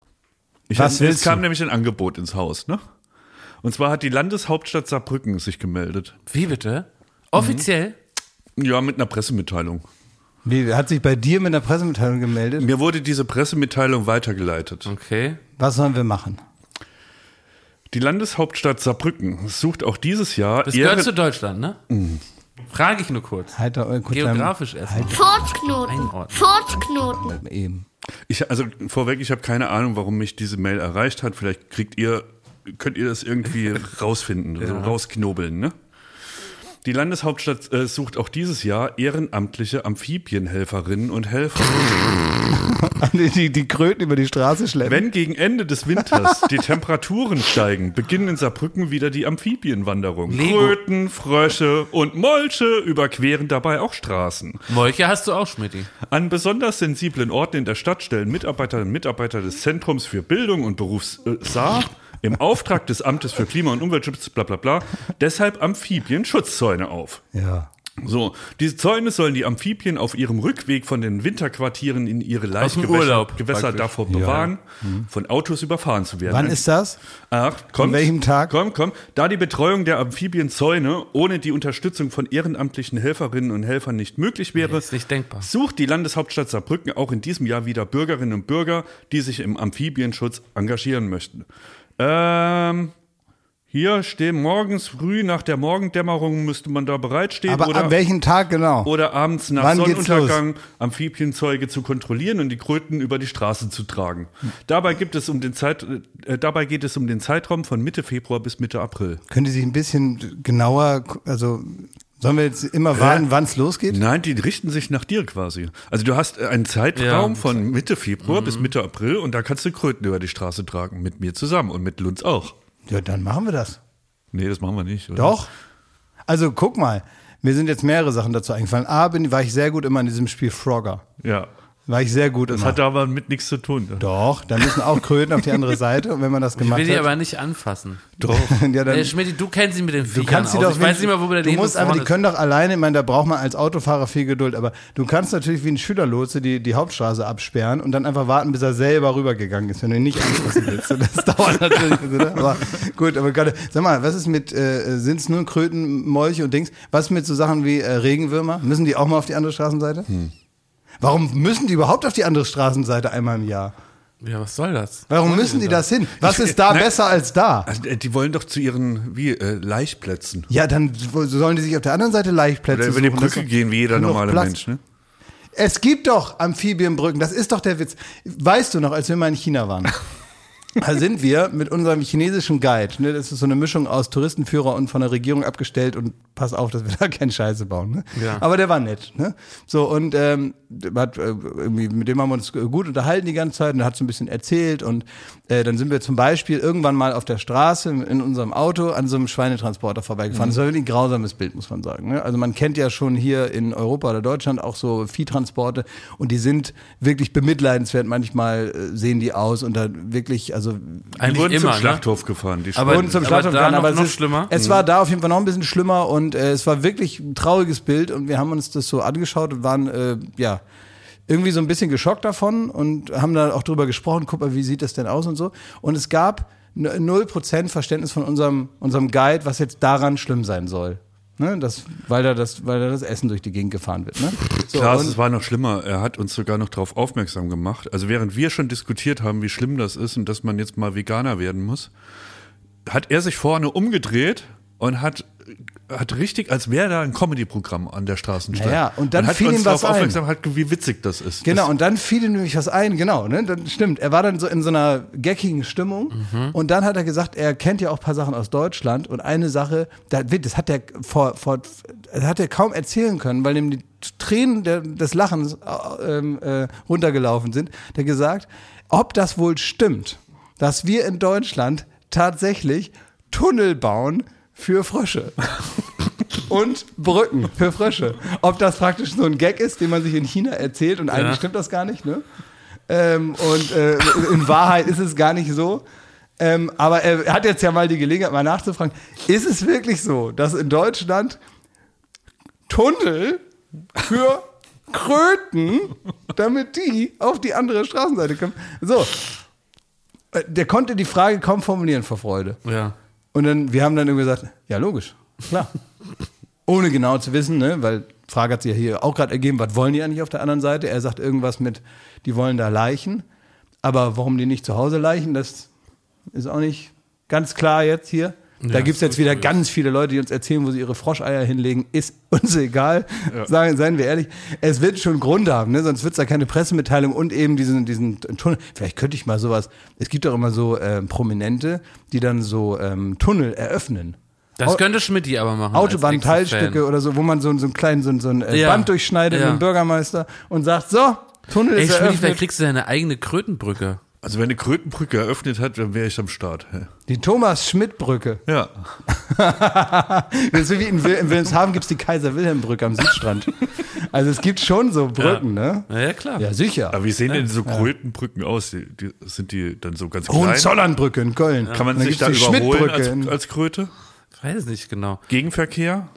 Speaker 2: Ich
Speaker 1: Was
Speaker 2: hab,
Speaker 1: willst
Speaker 2: es kam
Speaker 1: du?
Speaker 2: nämlich ein Angebot ins Haus, ne? Und zwar hat die Landeshauptstadt Saarbrücken sich gemeldet.
Speaker 3: Wie bitte? Offiziell?
Speaker 2: Mhm. Ja, mit einer Pressemitteilung.
Speaker 1: Wie, hat sich bei dir mit einer Pressemitteilung gemeldet?
Speaker 2: Mir wurde diese Pressemitteilung weitergeleitet.
Speaker 3: Okay.
Speaker 1: Was sollen wir machen?
Speaker 2: Die Landeshauptstadt Saarbrücken sucht auch dieses Jahr
Speaker 3: Das
Speaker 2: Ehren-
Speaker 3: gehört zu Deutschland, ne?
Speaker 1: Mhm.
Speaker 3: Frage ich nur kurz.
Speaker 1: Halt da kurz
Speaker 3: Geografisch erstmal.
Speaker 1: Halt-
Speaker 4: Pfotknoten.
Speaker 3: Einordnen.
Speaker 4: Pfotknoten.
Speaker 1: Deinem, eben.
Speaker 2: Ich, also vorweg, ich habe keine Ahnung, warum mich diese Mail erreicht hat. Vielleicht kriegt ihr, könnt ihr das irgendwie rausfinden, so rausknobeln, ne? Die Landeshauptstadt äh, sucht auch dieses Jahr ehrenamtliche Amphibienhelferinnen und Helfer.
Speaker 1: Die, die, die Kröten über die Straße schleppen.
Speaker 2: Wenn gegen Ende des Winters die Temperaturen steigen, beginnen in Saarbrücken wieder die Amphibienwanderung.
Speaker 3: Lego.
Speaker 2: Kröten, Frösche und Molche überqueren dabei auch Straßen.
Speaker 3: Molche hast du auch, Schmidti.
Speaker 2: An besonders sensiblen Orten in der Stadt stellen Mitarbeiterinnen und Mitarbeiter des Zentrums für Bildung und Berufs äh, Saar im Auftrag des Amtes für Klima- und Umweltschutz bla bla bla deshalb Amphibien-Schutzzäune auf.
Speaker 1: Ja.
Speaker 2: So, diese Zäune sollen die Amphibien auf ihrem Rückweg von den Winterquartieren in ihre
Speaker 3: dem
Speaker 2: Leichtgewässer
Speaker 3: Urlaub
Speaker 2: Gewässer
Speaker 3: praktisch.
Speaker 2: davor bewahren, von Autos überfahren zu werden.
Speaker 1: Mhm. Wann ist das?
Speaker 2: Ach, komm.
Speaker 1: An welchem Tag?
Speaker 2: Komm, komm. Da die Betreuung der Amphibienzäune ohne die Unterstützung von ehrenamtlichen Helferinnen und Helfern nicht möglich wäre,
Speaker 3: Ist nicht denkbar.
Speaker 2: sucht die Landeshauptstadt Saarbrücken auch in diesem Jahr wieder Bürgerinnen und Bürger, die sich im Amphibienschutz engagieren möchten. Ähm, hier stehen morgens früh nach der Morgendämmerung müsste man da bereitstehen
Speaker 1: Aber
Speaker 2: oder,
Speaker 1: an welchem Tag genau?
Speaker 2: oder abends nach
Speaker 1: Wann geht's
Speaker 2: Sonnenuntergang Amphibienzeuge zu kontrollieren und die Kröten über die Straße zu tragen. Dabei gibt es um den Zeit, äh, dabei geht es um den Zeitraum von Mitte Februar bis Mitte April.
Speaker 1: Können die sich ein bisschen genauer, also sollen wir jetzt immer warten, wann es losgeht?
Speaker 2: Nein, die richten sich nach dir quasi. Also du hast einen Zeitraum
Speaker 3: Ja.
Speaker 2: von Mitte Februar bis Mitte April und da kannst du Kröten über die Straße tragen. Mit mir zusammen und mit Lunz auch.
Speaker 1: Ja, dann machen wir das.
Speaker 2: Nee, das machen wir nicht. Oder?
Speaker 1: Doch. Also guck mal, mir sind jetzt mehrere Sachen dazu eingefallen. A, bin, war ich sehr gut immer in diesem Spiel Frogger.
Speaker 2: Ja.
Speaker 1: War ich sehr gut
Speaker 2: Das
Speaker 1: immer.
Speaker 2: hat aber mit nichts zu tun.
Speaker 1: Doch, dann müssen auch Kröten auf die andere Seite. Und wenn man das
Speaker 3: Ich
Speaker 1: gemacht
Speaker 3: will die
Speaker 1: hat,
Speaker 3: aber nicht anfassen.
Speaker 1: ja, dann,
Speaker 3: Äh, Schmidti, du kennst ihn mit den
Speaker 1: du
Speaker 3: Viechern
Speaker 1: kannst sie
Speaker 3: aus.
Speaker 1: doch.
Speaker 3: Ich weiß nicht mal, wo der
Speaker 1: du musst einfach, die können doch alleine. Ich meine, da braucht man als Autofahrer viel Geduld. Aber du kannst natürlich wie ein Schülerlotse die, die Hauptstraße absperren und dann einfach warten, bis er selber rübergegangen ist, wenn du ihn nicht anfassen willst. Und Das dauert natürlich. Oder? Aber gut, aber gerade, sag mal, was ist mit äh, sind es nur Kröten, Molche und Dings? Was mit so Sachen wie äh, Regenwürmer? Müssen die auch mal auf die andere Straßenseite?
Speaker 2: Hm.
Speaker 1: Warum müssen die überhaupt auf die andere Straßenseite einmal im Jahr?
Speaker 3: Ja, was soll das?
Speaker 1: Warum müssen die das hin? Was ist da
Speaker 2: Nein.
Speaker 1: besser als da?
Speaker 2: Also, äh, die wollen doch zu ihren wie äh, Laichplätzen.
Speaker 1: Ja, dann so- sollen die sich auf der anderen Seite Leichtplätze
Speaker 2: Oder über die
Speaker 1: suchen.
Speaker 2: Brücke
Speaker 1: Das-
Speaker 2: gehen wie jeder
Speaker 1: Nur noch
Speaker 2: normale
Speaker 1: Platz.
Speaker 2: Mensch. Ne?
Speaker 1: Es gibt doch Amphibienbrücken, das ist doch der Witz. Weißt du noch, als wir mal in China waren? Da sind wir mit unserem chinesischen Guide, ne, das ist so eine Mischung aus Touristenführer und von der Regierung abgestellt und pass auf, dass wir da keinen Scheiße bauen. Ne?
Speaker 3: Ja.
Speaker 1: Aber der war nett. Ne? So, und ähm, hat, äh, irgendwie, mit dem haben wir uns gut unterhalten die ganze Zeit und er hat so ein bisschen erzählt. Und äh, dann sind wir zum Beispiel irgendwann mal auf der Straße in unserem Auto an so einem Schweinetransporter vorbeigefahren. Das war wirklich ein grausames Bild, muss man sagen. Ne? Also man kennt ja schon hier in Europa oder Deutschland auch so Viehtransporte und die sind wirklich bemitleidenswert. Manchmal äh, sehen die aus und da wirklich, also Also
Speaker 2: Die wurden
Speaker 3: immer,
Speaker 2: zum
Speaker 3: ne?
Speaker 2: Schlachthof gefahren. Die
Speaker 3: Aber-
Speaker 2: aber
Speaker 1: wurden zum
Speaker 3: aber
Speaker 1: Schlachthof
Speaker 3: da
Speaker 1: gegangen,
Speaker 3: noch-
Speaker 1: aber es,
Speaker 3: noch
Speaker 1: ist,
Speaker 3: schlimmer?
Speaker 1: es war da auf jeden Fall noch ein bisschen schlimmer und äh, es war wirklich ein trauriges Bild und wir haben uns das so angeschaut und waren äh, ja irgendwie so ein bisschen geschockt davon und haben da auch drüber gesprochen, guck mal, wie sieht das denn aus und so. Und es gab n- 0% Verständnis von unserem, unserem Guide, was jetzt daran schlimm sein soll. Ne, das, weil, da das, weil da das Essen durch die Gegend gefahren wird. Ne? So,
Speaker 2: Klaas,
Speaker 1: und-
Speaker 2: es war noch schlimmer. Er hat uns sogar noch darauf aufmerksam gemacht. Also während wir schon diskutiert haben, wie schlimm das ist und dass man jetzt mal Veganer werden muss, hat er sich vorne umgedreht und hat, hat richtig, als wäre da ein Comedy-Programm an der Straßenstelle.
Speaker 1: Naja, und dann
Speaker 2: hat
Speaker 1: fiel
Speaker 2: uns
Speaker 1: ihm was
Speaker 2: darauf
Speaker 1: ein.
Speaker 2: aufmerksam, hat, wie witzig das ist.
Speaker 1: Genau, und dann fiel ihm nämlich was ein, genau, ne? Dann stimmt. Er war dann so in so einer geckigen Stimmung und dann hat er gesagt, er kennt ja auch ein paar Sachen aus Deutschland und eine Sache, da- das hat er vor, vor das hat er kaum erzählen können, weil ihm die Tränen der, des Lachens äh, ähm, äh, runtergelaufen sind. Der gesagt, ob das wohl stimmt, dass wir in Deutschland tatsächlich Tunnel bauen für Frösche und Brücken für Frösche. Ob das praktisch so ein Gag ist, den man sich in China erzählt und eigentlich stimmt das gar nicht, ne? Ähm, und äh, in Wahrheit ist es gar nicht so. Ähm, aber er hat jetzt ja mal die Gelegenheit, mal nachzufragen, ist es wirklich so, dass in Deutschland Tunnel für Kröten, damit die auf die andere Straßenseite kommen? So. Äh, Der konnte die Frage kaum formulieren vor Freude.
Speaker 3: Ja.
Speaker 1: Und dann, wir haben dann irgendwie gesagt, ja, logisch, klar. Ohne genau zu wissen, ne? weil Frage hat sich ja hier auch gerade ergeben, was wollen die eigentlich auf der anderen Seite? Er sagt irgendwas mit, die wollen da Leichen, aber warum die nicht zu Hause Leichen, das ist auch nicht ganz klar jetzt hier. Da
Speaker 3: Ja,
Speaker 1: gibt's
Speaker 3: ist
Speaker 1: jetzt wieder ganz viele Leute, die uns erzählen, wo sie ihre Froscheier hinlegen. Ist uns egal. Seien, seien wir ehrlich. Es wird schon Grund haben, ne? sonst wird's da keine Pressemitteilung und eben diesen, diesen Tunnel. Vielleicht könnte ich mal sowas. Es gibt doch immer so ähm, Prominente, die dann so ähm, Tunnel eröffnen.
Speaker 3: Das
Speaker 1: Au-
Speaker 3: könnte Schmidti aber machen. als
Speaker 1: Autobahnteilstücke
Speaker 3: Ex-Fan.
Speaker 1: oder so, wo man so, einen- so einen kleinen, so, einen- so ein
Speaker 3: Ja.
Speaker 1: Band durchschneidet
Speaker 3: Ja.
Speaker 1: mit dem Bürgermeister und sagt, so, Tunnel
Speaker 3: Ey,
Speaker 1: ist
Speaker 3: Schmidti, vielleicht
Speaker 1: eröffnet.
Speaker 3: kriegst du deine eigene Krötenbrücke.
Speaker 2: Also wenn eine Krötenbrücke eröffnet hat, dann wäre ich am Start.
Speaker 1: Die Thomas-Schmidt-Brücke.
Speaker 2: Ja.
Speaker 1: Das ist so wie in, Wil in Wilhelmshaven gibt es die Kaiser-Wilhelm-Brücke am Südstrand. Also es gibt schon so Brücken, ne?
Speaker 3: Na ja, klar.
Speaker 1: Ja, sicher.
Speaker 2: Aber wie sehen denn so Krötenbrücken aus? Die, die, sind die dann so ganz klein?
Speaker 1: Hohenzollernbrücke in Köln.
Speaker 2: Kann man
Speaker 1: Und dann
Speaker 2: sich da
Speaker 1: gibt's die
Speaker 2: überholen
Speaker 1: Schmidt-Brücke
Speaker 2: als,
Speaker 1: in-
Speaker 2: als Kröte?
Speaker 3: Ich weiß nicht genau.
Speaker 2: Gegenverkehr?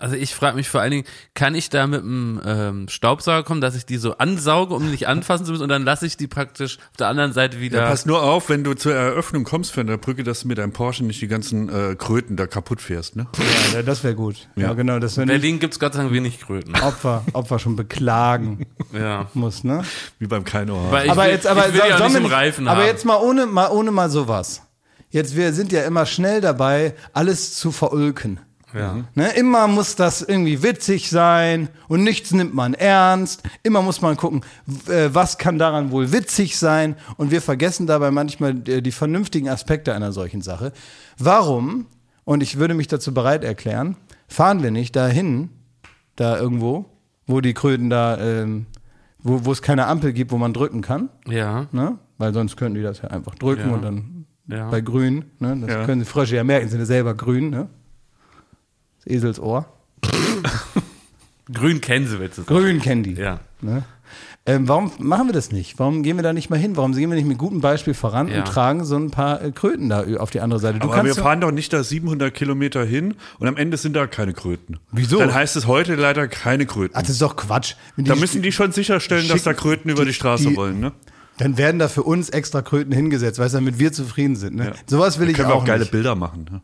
Speaker 3: Also ich frage mich vor allen Dingen, kann ich da mit einem ähm, Staubsauger kommen, dass ich die so ansauge, um die nicht anfassen zu müssen und dann lasse ich die praktisch auf der anderen Seite wieder.
Speaker 2: Pass nur auf, wenn du zur Eröffnung kommst von der Brücke, dass du mit deinem Porsche nicht die ganzen äh, Kröten da kaputt fährst, ne?
Speaker 1: Ja, das wäre gut. Ja,
Speaker 2: Ja.
Speaker 1: genau, dass wenn
Speaker 3: Berlin gibt's Gott sei Dank wenig Kröten.
Speaker 1: Opfer, Opfer schon beklagen
Speaker 3: Ja.
Speaker 1: muss, ne?
Speaker 2: Wie beim Keinohr.
Speaker 3: Weil ich
Speaker 1: aber
Speaker 3: will,
Speaker 1: jetzt, aber
Speaker 3: ich will die auch
Speaker 1: sollen
Speaker 3: nicht
Speaker 1: wir
Speaker 3: im
Speaker 1: nicht-
Speaker 3: Reifen
Speaker 1: aber
Speaker 3: haben.
Speaker 1: jetzt mal ohne, mal ohne mal sowas. Jetzt wir sind ja immer schnell dabei, alles zu verulken.
Speaker 3: ja.
Speaker 1: Ne? Immer muss das irgendwie witzig sein und nichts nimmt man ernst. Immer muss man gucken, w- äh, was kann daran wohl witzig sein. Und wir vergessen dabei manchmal äh, die vernünftigen Aspekte einer solchen Sache. Warum, und ich würde mich dazu bereit erklären, fahren wir nicht dahin, da irgendwo, wo die Kröten da, ähm, wo wo es keine Ampel gibt, wo man drücken kann?
Speaker 3: ja.
Speaker 1: ne? Weil sonst könnten die das ja einfach drücken
Speaker 3: Ja.
Speaker 1: und dann
Speaker 3: Ja.
Speaker 1: bei grün, ne? Das
Speaker 2: Ja.
Speaker 1: können die Frösche ja merken, sind ja selber grün, ne? Das Eselsohr.
Speaker 3: Grün kennen sie jetzt.
Speaker 1: Grün kennen die.
Speaker 3: Ja.
Speaker 1: Ne? Ähm, warum machen wir das nicht? Warum gehen wir da nicht mal hin? Warum gehen wir nicht mit gutem Beispiel voran
Speaker 3: Ja.
Speaker 1: und tragen so ein paar äh, Kröten da auf die andere Seite? Du
Speaker 2: Aber wir
Speaker 1: doch-
Speaker 2: fahren doch nicht da 700 Kilometer hin und am Ende sind da keine Kröten.
Speaker 1: Wieso?
Speaker 2: Dann heißt es heute leider keine Kröten.
Speaker 1: Ach, das ist doch Quatsch. Wenn
Speaker 2: da müssen die schon sicherstellen, dass da
Speaker 1: schicken-
Speaker 2: Kröten über
Speaker 1: die-
Speaker 2: die, Straße
Speaker 1: die-
Speaker 2: wollen, ne?
Speaker 1: Dann werden da für uns extra Kröten hingesetzt, weißt du, damit wir zufrieden sind. Ne?
Speaker 2: Ja.
Speaker 1: Sowas will
Speaker 2: Dann
Speaker 1: ich
Speaker 2: können
Speaker 1: auch,
Speaker 2: wir auch geile
Speaker 1: nicht.
Speaker 2: Bilder machen, ne?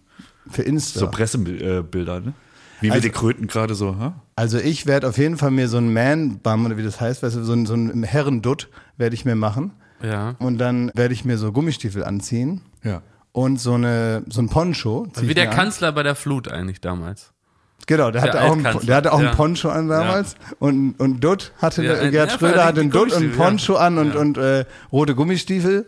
Speaker 1: Für Insta.
Speaker 2: So Pressebilder, ne? Wie wir
Speaker 1: Also-
Speaker 2: die Kröten gerade so, ha?
Speaker 1: Also ich werde auf jeden Fall mir so einen Man-Bum oder wie das heißt, weißt du, so einen, so einen Herrendutt werde ich mir machen.
Speaker 3: Ja.
Speaker 1: Und dann werde ich mir so Gummistiefel anziehen
Speaker 2: Ja.
Speaker 1: und so, eine, so ein Poncho. zieh ich
Speaker 3: Wie der
Speaker 1: mir an.
Speaker 3: Kanzler bei der Flut eigentlich damals.
Speaker 1: Genau, der hatte,
Speaker 3: der
Speaker 1: auch einen,
Speaker 3: Altkanzler,
Speaker 1: der hatte auch
Speaker 3: ja.
Speaker 1: einen Poncho an damals und, und Dutt hatte,
Speaker 3: Ja,
Speaker 1: eine-
Speaker 3: ein-
Speaker 1: Gerd
Speaker 3: ja,
Speaker 1: Schröder
Speaker 3: die
Speaker 1: hatte einen Dutt und einen
Speaker 3: Gummistiefel, ja.
Speaker 1: Poncho an und, und äh, rote Gummistiefel.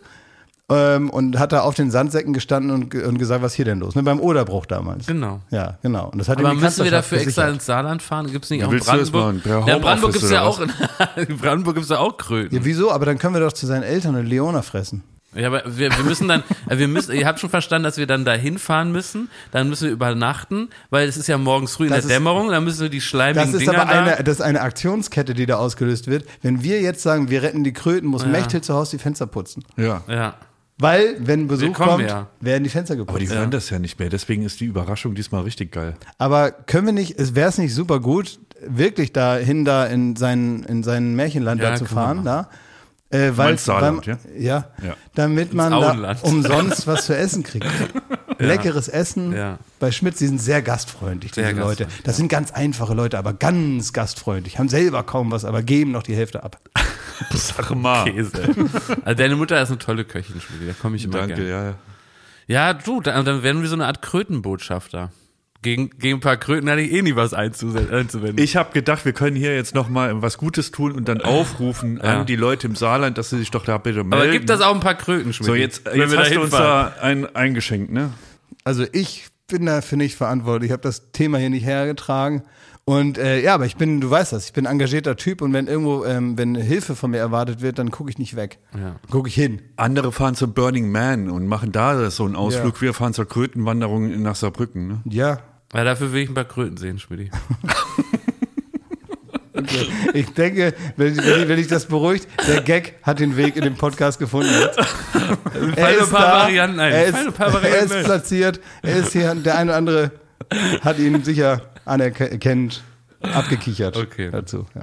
Speaker 1: Ähm, und hat da auf den Sandsäcken gestanden und, ge- und gesagt, was hier denn los? Ne, beim Oderbruch damals.
Speaker 3: Genau.
Speaker 1: Ja, genau. Und das hat ihm
Speaker 3: Aber
Speaker 1: die
Speaker 3: müssen wir
Speaker 1: Kanzlerschaft
Speaker 3: dafür extra
Speaker 1: gesichert.
Speaker 3: ins Saarland fahren? Gibt's nicht auch in
Speaker 2: willst du das
Speaker 3: Brandenburg?
Speaker 2: machen? Per
Speaker 3: Ja, in Brandenburg gibt's
Speaker 2: Homeoffice oder
Speaker 3: ja
Speaker 2: was?
Speaker 3: auch, in Brandenburg gibt's ja auch Kröten.
Speaker 1: Ja, wieso? Aber dann können wir doch zu seinen Eltern eine Leona fressen.
Speaker 3: Ja, aber wir, wir müssen dann, äh, wir müssen, ihr habt schon verstanden, dass wir dann da hinfahren müssen, dann müssen wir übernachten, weil es ist ja morgens früh in
Speaker 1: Das
Speaker 3: der
Speaker 1: ist-
Speaker 3: Dämmerung, dann müssen wir die schleimigen
Speaker 1: Das ist
Speaker 3: Dinger
Speaker 1: aber eine,
Speaker 3: da.
Speaker 1: das ist eine Aktionskette, die da ausgelöst wird. Wenn wir jetzt sagen, wir retten die Kröten, muss Mechtel zu Hause die Fenster putzen.
Speaker 2: Ja.
Speaker 3: Ja.
Speaker 1: Weil, wenn Besuch
Speaker 3: Willkommen,
Speaker 1: kommt,
Speaker 3: ja.
Speaker 1: werden die Fenster geputzt.
Speaker 2: Aber die hören das ja nicht mehr, deswegen ist die Überraschung diesmal richtig geil.
Speaker 1: Aber können wir nicht, es wäre es nicht super gut, wirklich dahin da in sein, in sein Märchenland
Speaker 3: Ja,
Speaker 1: da zu
Speaker 3: können wir
Speaker 1: fahren, da? Äh, weil,
Speaker 2: meinst Saarland,
Speaker 1: weil-
Speaker 2: ja?
Speaker 1: ja?
Speaker 2: Ja.
Speaker 1: Damit man da
Speaker 3: Auenland.
Speaker 1: umsonst was zu essen kriegt. Leckeres Essen.
Speaker 3: Ja.
Speaker 1: Bei Schmitz, die sind sehr gastfreundlich, diese
Speaker 3: Sehr
Speaker 1: Leute.
Speaker 3: gastfreundlich,
Speaker 1: Das sind ganz einfache Leute, aber ganz gastfreundlich. Haben selber kaum was, aber geben noch die Hälfte ab.
Speaker 2: Sag mal.
Speaker 3: Käse. Also deine Mutter ist eine tolle Köchin, Schmiede. Da komme ich immer
Speaker 2: Danke,
Speaker 3: gerne.
Speaker 2: ja. ja.
Speaker 3: Ja, du, dann, dann werden wir so eine Art Krötenbotschafter. Gegen, gegen ein paar Kröten hatte ich eh nie was einzuse- einzuwenden.
Speaker 2: Ich habe gedacht, wir können hier jetzt nochmal was Gutes tun und dann aufrufen
Speaker 3: Ja.
Speaker 2: an die Leute im Saarland, dass sie sich doch da bitte melden.
Speaker 3: Aber gibt das auch ein paar Kröten, Schmiede.
Speaker 2: so, jetzt, jetzt hast du uns da ein, eingeschenkt, ne?
Speaker 1: Also ich bin dafür nicht verantwortlich. Ich habe das Thema hier nicht hergetragen. Und äh, ja, aber ich bin, du weißt das, ich bin ein engagierter Typ und wenn irgendwo, ähm, wenn Hilfe von mir erwartet wird, dann gucke ich nicht weg. Ja. Gucke ich hin.
Speaker 2: Andere fahren zum Burning Man und machen da so einen Ausflug. Wir fahren zur Krötenwanderung nach Saarbrücken. Ne?
Speaker 1: Ja.
Speaker 3: Weil dafür will ich ein paar Kröten sehen, Schmiede.
Speaker 1: Ich denke, wenn, wenn, ich- wenn ich das beruhigt, der Gag hat den Weg in den Podcast gefunden. Jetzt. Er
Speaker 3: ein
Speaker 1: ist
Speaker 3: paar
Speaker 1: da,
Speaker 3: Varianten ein.
Speaker 1: Er
Speaker 3: Fallen
Speaker 1: ist,
Speaker 3: ein paar
Speaker 1: er
Speaker 3: Varianten
Speaker 1: ist
Speaker 3: ein.
Speaker 1: platziert. Er ist hier, der eine oder andere hat ihn sicher anerkannt, abgekichert
Speaker 3: Okay.
Speaker 1: dazu. Ja.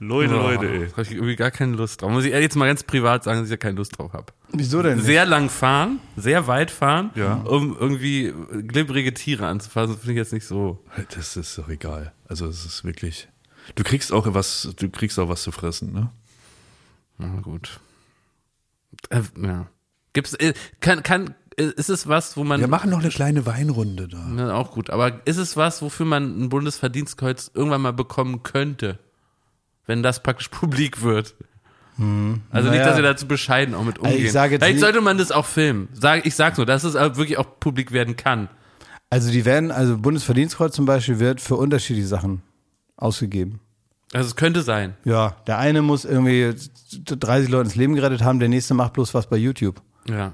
Speaker 2: Leute, Leute, ey.
Speaker 3: Habe Oh, ich irgendwie gar keine Lust drauf. Muss ich jetzt mal ganz privat sagen, dass ich da keine Lust drauf habe.
Speaker 1: Wieso denn? nicht?
Speaker 3: Sehr lang fahren, sehr weit fahren,
Speaker 2: Ja.
Speaker 3: um irgendwie glibberige Tiere anzufassen, finde ich jetzt nicht so.
Speaker 2: Das ist doch egal. Also es ist wirklich. Du kriegst auch was, du kriegst auch was zu fressen, ne?
Speaker 3: Na gut. Äh, ja. Gibt's, äh, kann, kann, äh, ist es was, wo man,
Speaker 2: Wir machen noch eine kleine Weinrunde da.
Speaker 3: na, auch gut, aber ist es was, wofür man ein Bundesverdienstkreuz irgendwann mal bekommen könnte? Wenn das praktisch publik wird. Also nicht,
Speaker 1: Hm, Naja.
Speaker 3: dass wir dazu bescheiden auch mit
Speaker 1: Also ich
Speaker 3: umgehen.
Speaker 1: sage jetzt
Speaker 3: Vielleicht
Speaker 1: nicht-
Speaker 3: sollte man das auch filmen. Sag, ich sag's nur, dass es auch wirklich auch publik werden kann.
Speaker 1: Also die werden, also Bundesverdienstkreuz zum Beispiel wird für unterschiedliche Sachen ausgegeben.
Speaker 3: Also es könnte sein.
Speaker 1: Ja, der eine muss irgendwie 30 Leute ins Leben gerettet haben, der nächste macht bloß was bei YouTube.
Speaker 3: Ja.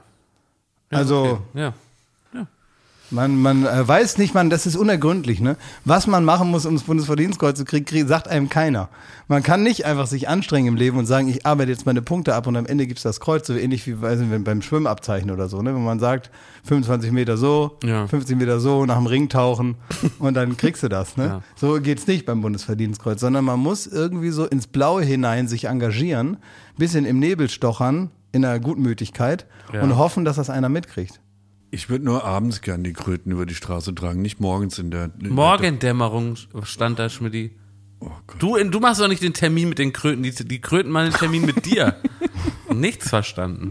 Speaker 1: also
Speaker 3: Ja.
Speaker 1: man, man äh, weiß nicht, man, das ist unergründlich, ne? Was man machen muss, um das Bundesverdienstkreuz zu kriegen, krieg, sagt einem keiner. Man kann nicht einfach sich anstrengen im Leben und sagen, ich arbeite jetzt meine Punkte ab und am Ende gibt's das Kreuz, so ähnlich wie weiß nicht, wenn beim Schwimmabzeichen oder so, ne? Wenn man sagt, 25 Meter so,
Speaker 3: Ja.
Speaker 1: 15 Meter so, nach dem Ring tauchen und dann kriegst du das, ne?
Speaker 3: Ja.
Speaker 1: So geht's nicht beim Bundesverdienstkreuz, sondern man muss irgendwie so ins Blaue hinein sich engagieren, bisschen im Nebel stochern, in der Gutmütigkeit
Speaker 3: Ja.
Speaker 1: und hoffen, dass das einer mitkriegt.
Speaker 2: Ich würde nur abends gern die Kröten über die Straße tragen, nicht morgens in der. in der-
Speaker 3: Morgendämmerung stand da, Schmidti.
Speaker 2: Oh
Speaker 3: du, du machst doch nicht den Termin mit den Kröten. Die, die Kröten machen den Termin mit dir. Nichts verstanden.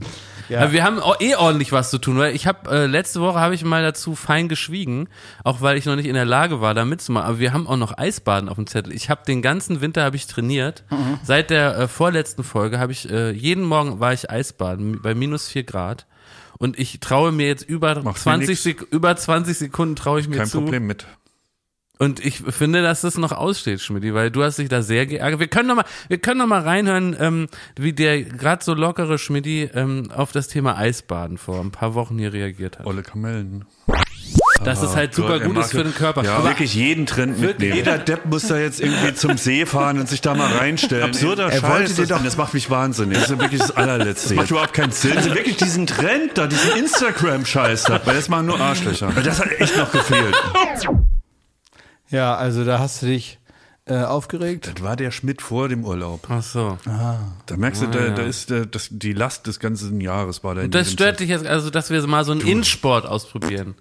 Speaker 3: Aber wir haben eh ordentlich was zu tun, weil ich habe äh, letzte Woche habe ich mal dazu fein geschwiegen, auch weil ich noch nicht in der Lage war, da mitzumachen. Aber wir haben auch noch Eisbaden auf dem Zettel. Ich habe den ganzen Winter habe ich trainiert.
Speaker 2: Mhm.
Speaker 3: Seit der äh, vorletzten Folge habe ich äh, jeden Morgen war ich Eisbaden bei minus vier Grad. Und ich traue mir jetzt über
Speaker 2: Macht mir
Speaker 3: 20,
Speaker 2: nix.
Speaker 3: Sek über 20 Sekunden traue ich mir
Speaker 2: Kein
Speaker 3: zu.
Speaker 2: Problem mit.
Speaker 3: Und ich finde, dass das noch aussteht, Schmidti, weil du hast dich da sehr geärgert. Wir können noch mal, wir können noch mal reinhören, ähm, wie der gerade so lockere Schmidti ähm, auf das Thema Eisbaden vor ein paar Wochen hier reagiert hat.
Speaker 2: Olle Kamellen.
Speaker 3: Dass es halt super
Speaker 2: Gott, er
Speaker 3: gut Oh, ist
Speaker 2: mag-
Speaker 3: für den Körper.
Speaker 2: Ja,
Speaker 3: Aber
Speaker 2: wirklich jeden Trend mitnehmen. Jeder Depp muss da jetzt irgendwie zum See fahren und sich da mal reinstellen. Absurder
Speaker 1: Er wollte dir
Speaker 2: das,
Speaker 1: doch-
Speaker 2: das macht mich wahnsinnig. Das ist wirklich das allerletzte. Das macht überhaupt keinen Sinn. Also wirklich diesen Trend da, diesen Instagram-Scheiß da. Weil das machen nur Arschlöcher. Das hat echt noch gefehlt.
Speaker 1: Ja, also da hast du dich äh, aufgeregt.
Speaker 2: Das war der Schmidt vor dem Urlaub.
Speaker 3: ach so.
Speaker 2: Da merkst du, da, da ist äh, das, die Last des ganzen Jahres war da in
Speaker 3: Das
Speaker 2: diesem
Speaker 3: stört
Speaker 2: Set.
Speaker 3: dich jetzt, also dass wir mal so einen Innsport ausprobieren.